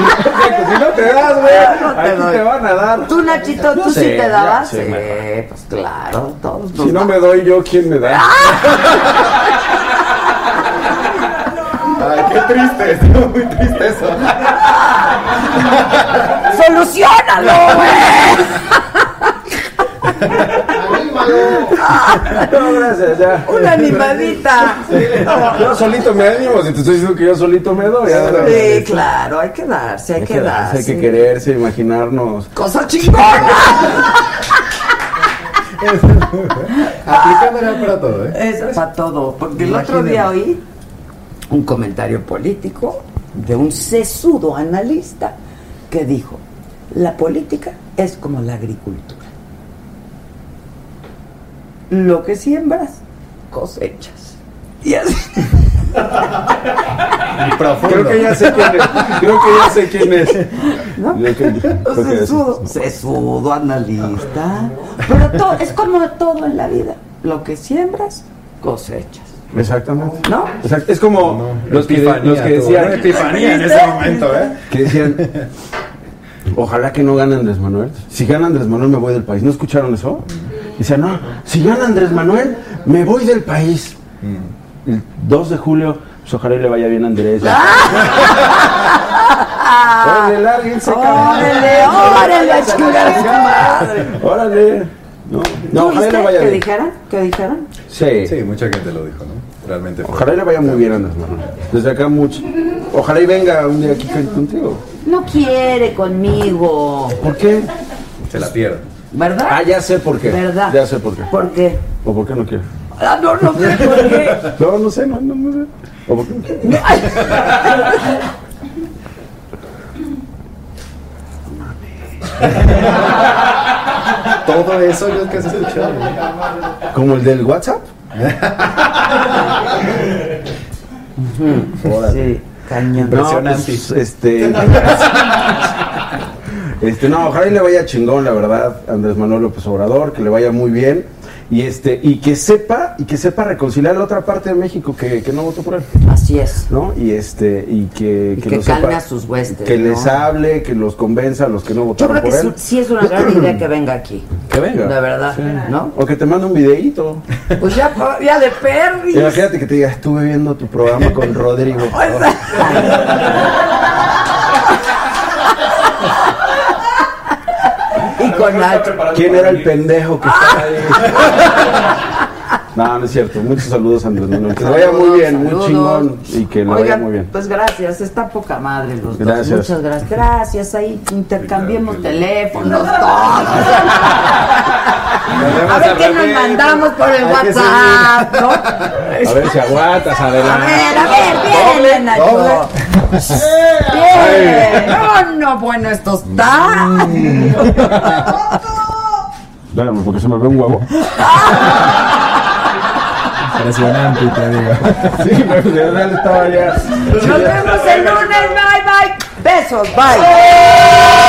pues Si no te das, güey,
No te
aquí
doy.
te van a dar.
¿Tú, Nachito, tú sí
sé,
te dabas?
ya sé, me-
pues claro, todos
Si no me doy yo, ¿quién me *laughs* da?
Ay, qué triste, estuvo muy triste eso.
*laughs*
¡Solucionalo, güey!
*laughs* No, gracias, ya.
¡Una animadita!
*laughs* Yo solito me animo, si te estoy diciendo que yo solito me doy. Adela.
Sí, claro, hay que darse, hay,
Hay
que
que darse,
darse.
hay que quererse, imaginarnos.
¡Cosa chingona!
Aplicándola Ah, para todo, ¿eh?
Es para todo, porque el otro
Imagínate.
día oí un comentario político de un sesudo analista que dijo, la política es como la agricultura. Lo que siembras, cosechas. Y así.
Creo que ya sé quién es. Creo que ya sé quién es.
¿No?
Creo que- creo que ya sé.
*laughs* Sesudo, sesudo analista. Pero todo, es como todo en la vida. Lo que siembras, cosechas.
Exactamente.
¿No?
Exacto, Es como los, que,
Epifanía,
los que
tuvo
decían.
una epifanía en ese momento, ¿eh?
Que decían. Ojalá que no gane Andrés Manuel. Si gana Andrés Manuel, me voy del país. ¿No escucharon eso? Decían, no, si gana Andrés Manuel, me voy del país. El 2 de julio, pues ojalá y le vaya bien a Andrés. Órale, lárguense,
¡Órale, órale, chingar a su madre!
cabrón. Órale. No, no
¿Tú
ojalá y
viste
le vaya
que
bien.
dijeron? ¿Qué dijeron?
Sí.
Sí, mucha gente lo dijo, ¿no? Realmente. fue-
Ojalá y le vaya muy bien a Andrés Manuel. Desde acá mucho. Ojalá y venga un día aquí con- contigo.
No quiere conmigo.
¿Por qué?
Se la pierdo.
¿Verdad?
Ah, ya sé por qué.
¿Verdad?
Ya sé por qué.
¿Por qué?
¿O por qué no quiere?
Ah, no, no sé por qué.
No, no sé, no, no, no sé. ¿O por
*laughs*
qué?
Todo eso yo que has escuchado.
¿Como el del WhatsApp?
Sí, cañón.
No, pues, este. Este, no, ojalá y le vaya chingón, la verdad, Andrés Manuel López Obrador, que le vaya muy bien. Y este, y que sepa, y que sepa reconciliar la otra parte de México que, que no votó por él,
Así es.
¿no? Y este, y que,
que
lo
calme
sepa,
a sus huestes,
Que les
¿no?
hable, que los convenza a los que no
Yo
votaron
creo que
por él.
su- sí es una
*clears throat*
gran idea que venga aquí.
Que venga.
De verdad,
Sí.
¿no?
O que te mande un videíto.
Pues ya, ya de Perry.
Imagínate que te diga, estuve viendo tu programa con Rodrigo.
y con Nacho.
¿Quién era el pendejo que estaba ahí? No, no es cierto. Muchos saludos, Andrés Manuel. Que te vaya muy bien, muy
Saludos.
chingón. Y que le vaya
Oigan,
muy bien.
Pues gracias, está poca madre los dos.
Gracias.
Muchas gracias. Gracias, ahí intercambiemos teléfonos, todos. A ver qué nos mandamos por el
Hay que
WhatsApp, ¿no?
A ver si aguantas,
A
adelante.
ver, a ver, bien, Nacho. Bien. No, no, bueno, esto
Mm,
está.
Espérame, porque se me ve un huevo. Impresionante, te digo. Sí, pero de verdad estaba ya.
Nos vemos el lunes, bye, bye. Besos, bye.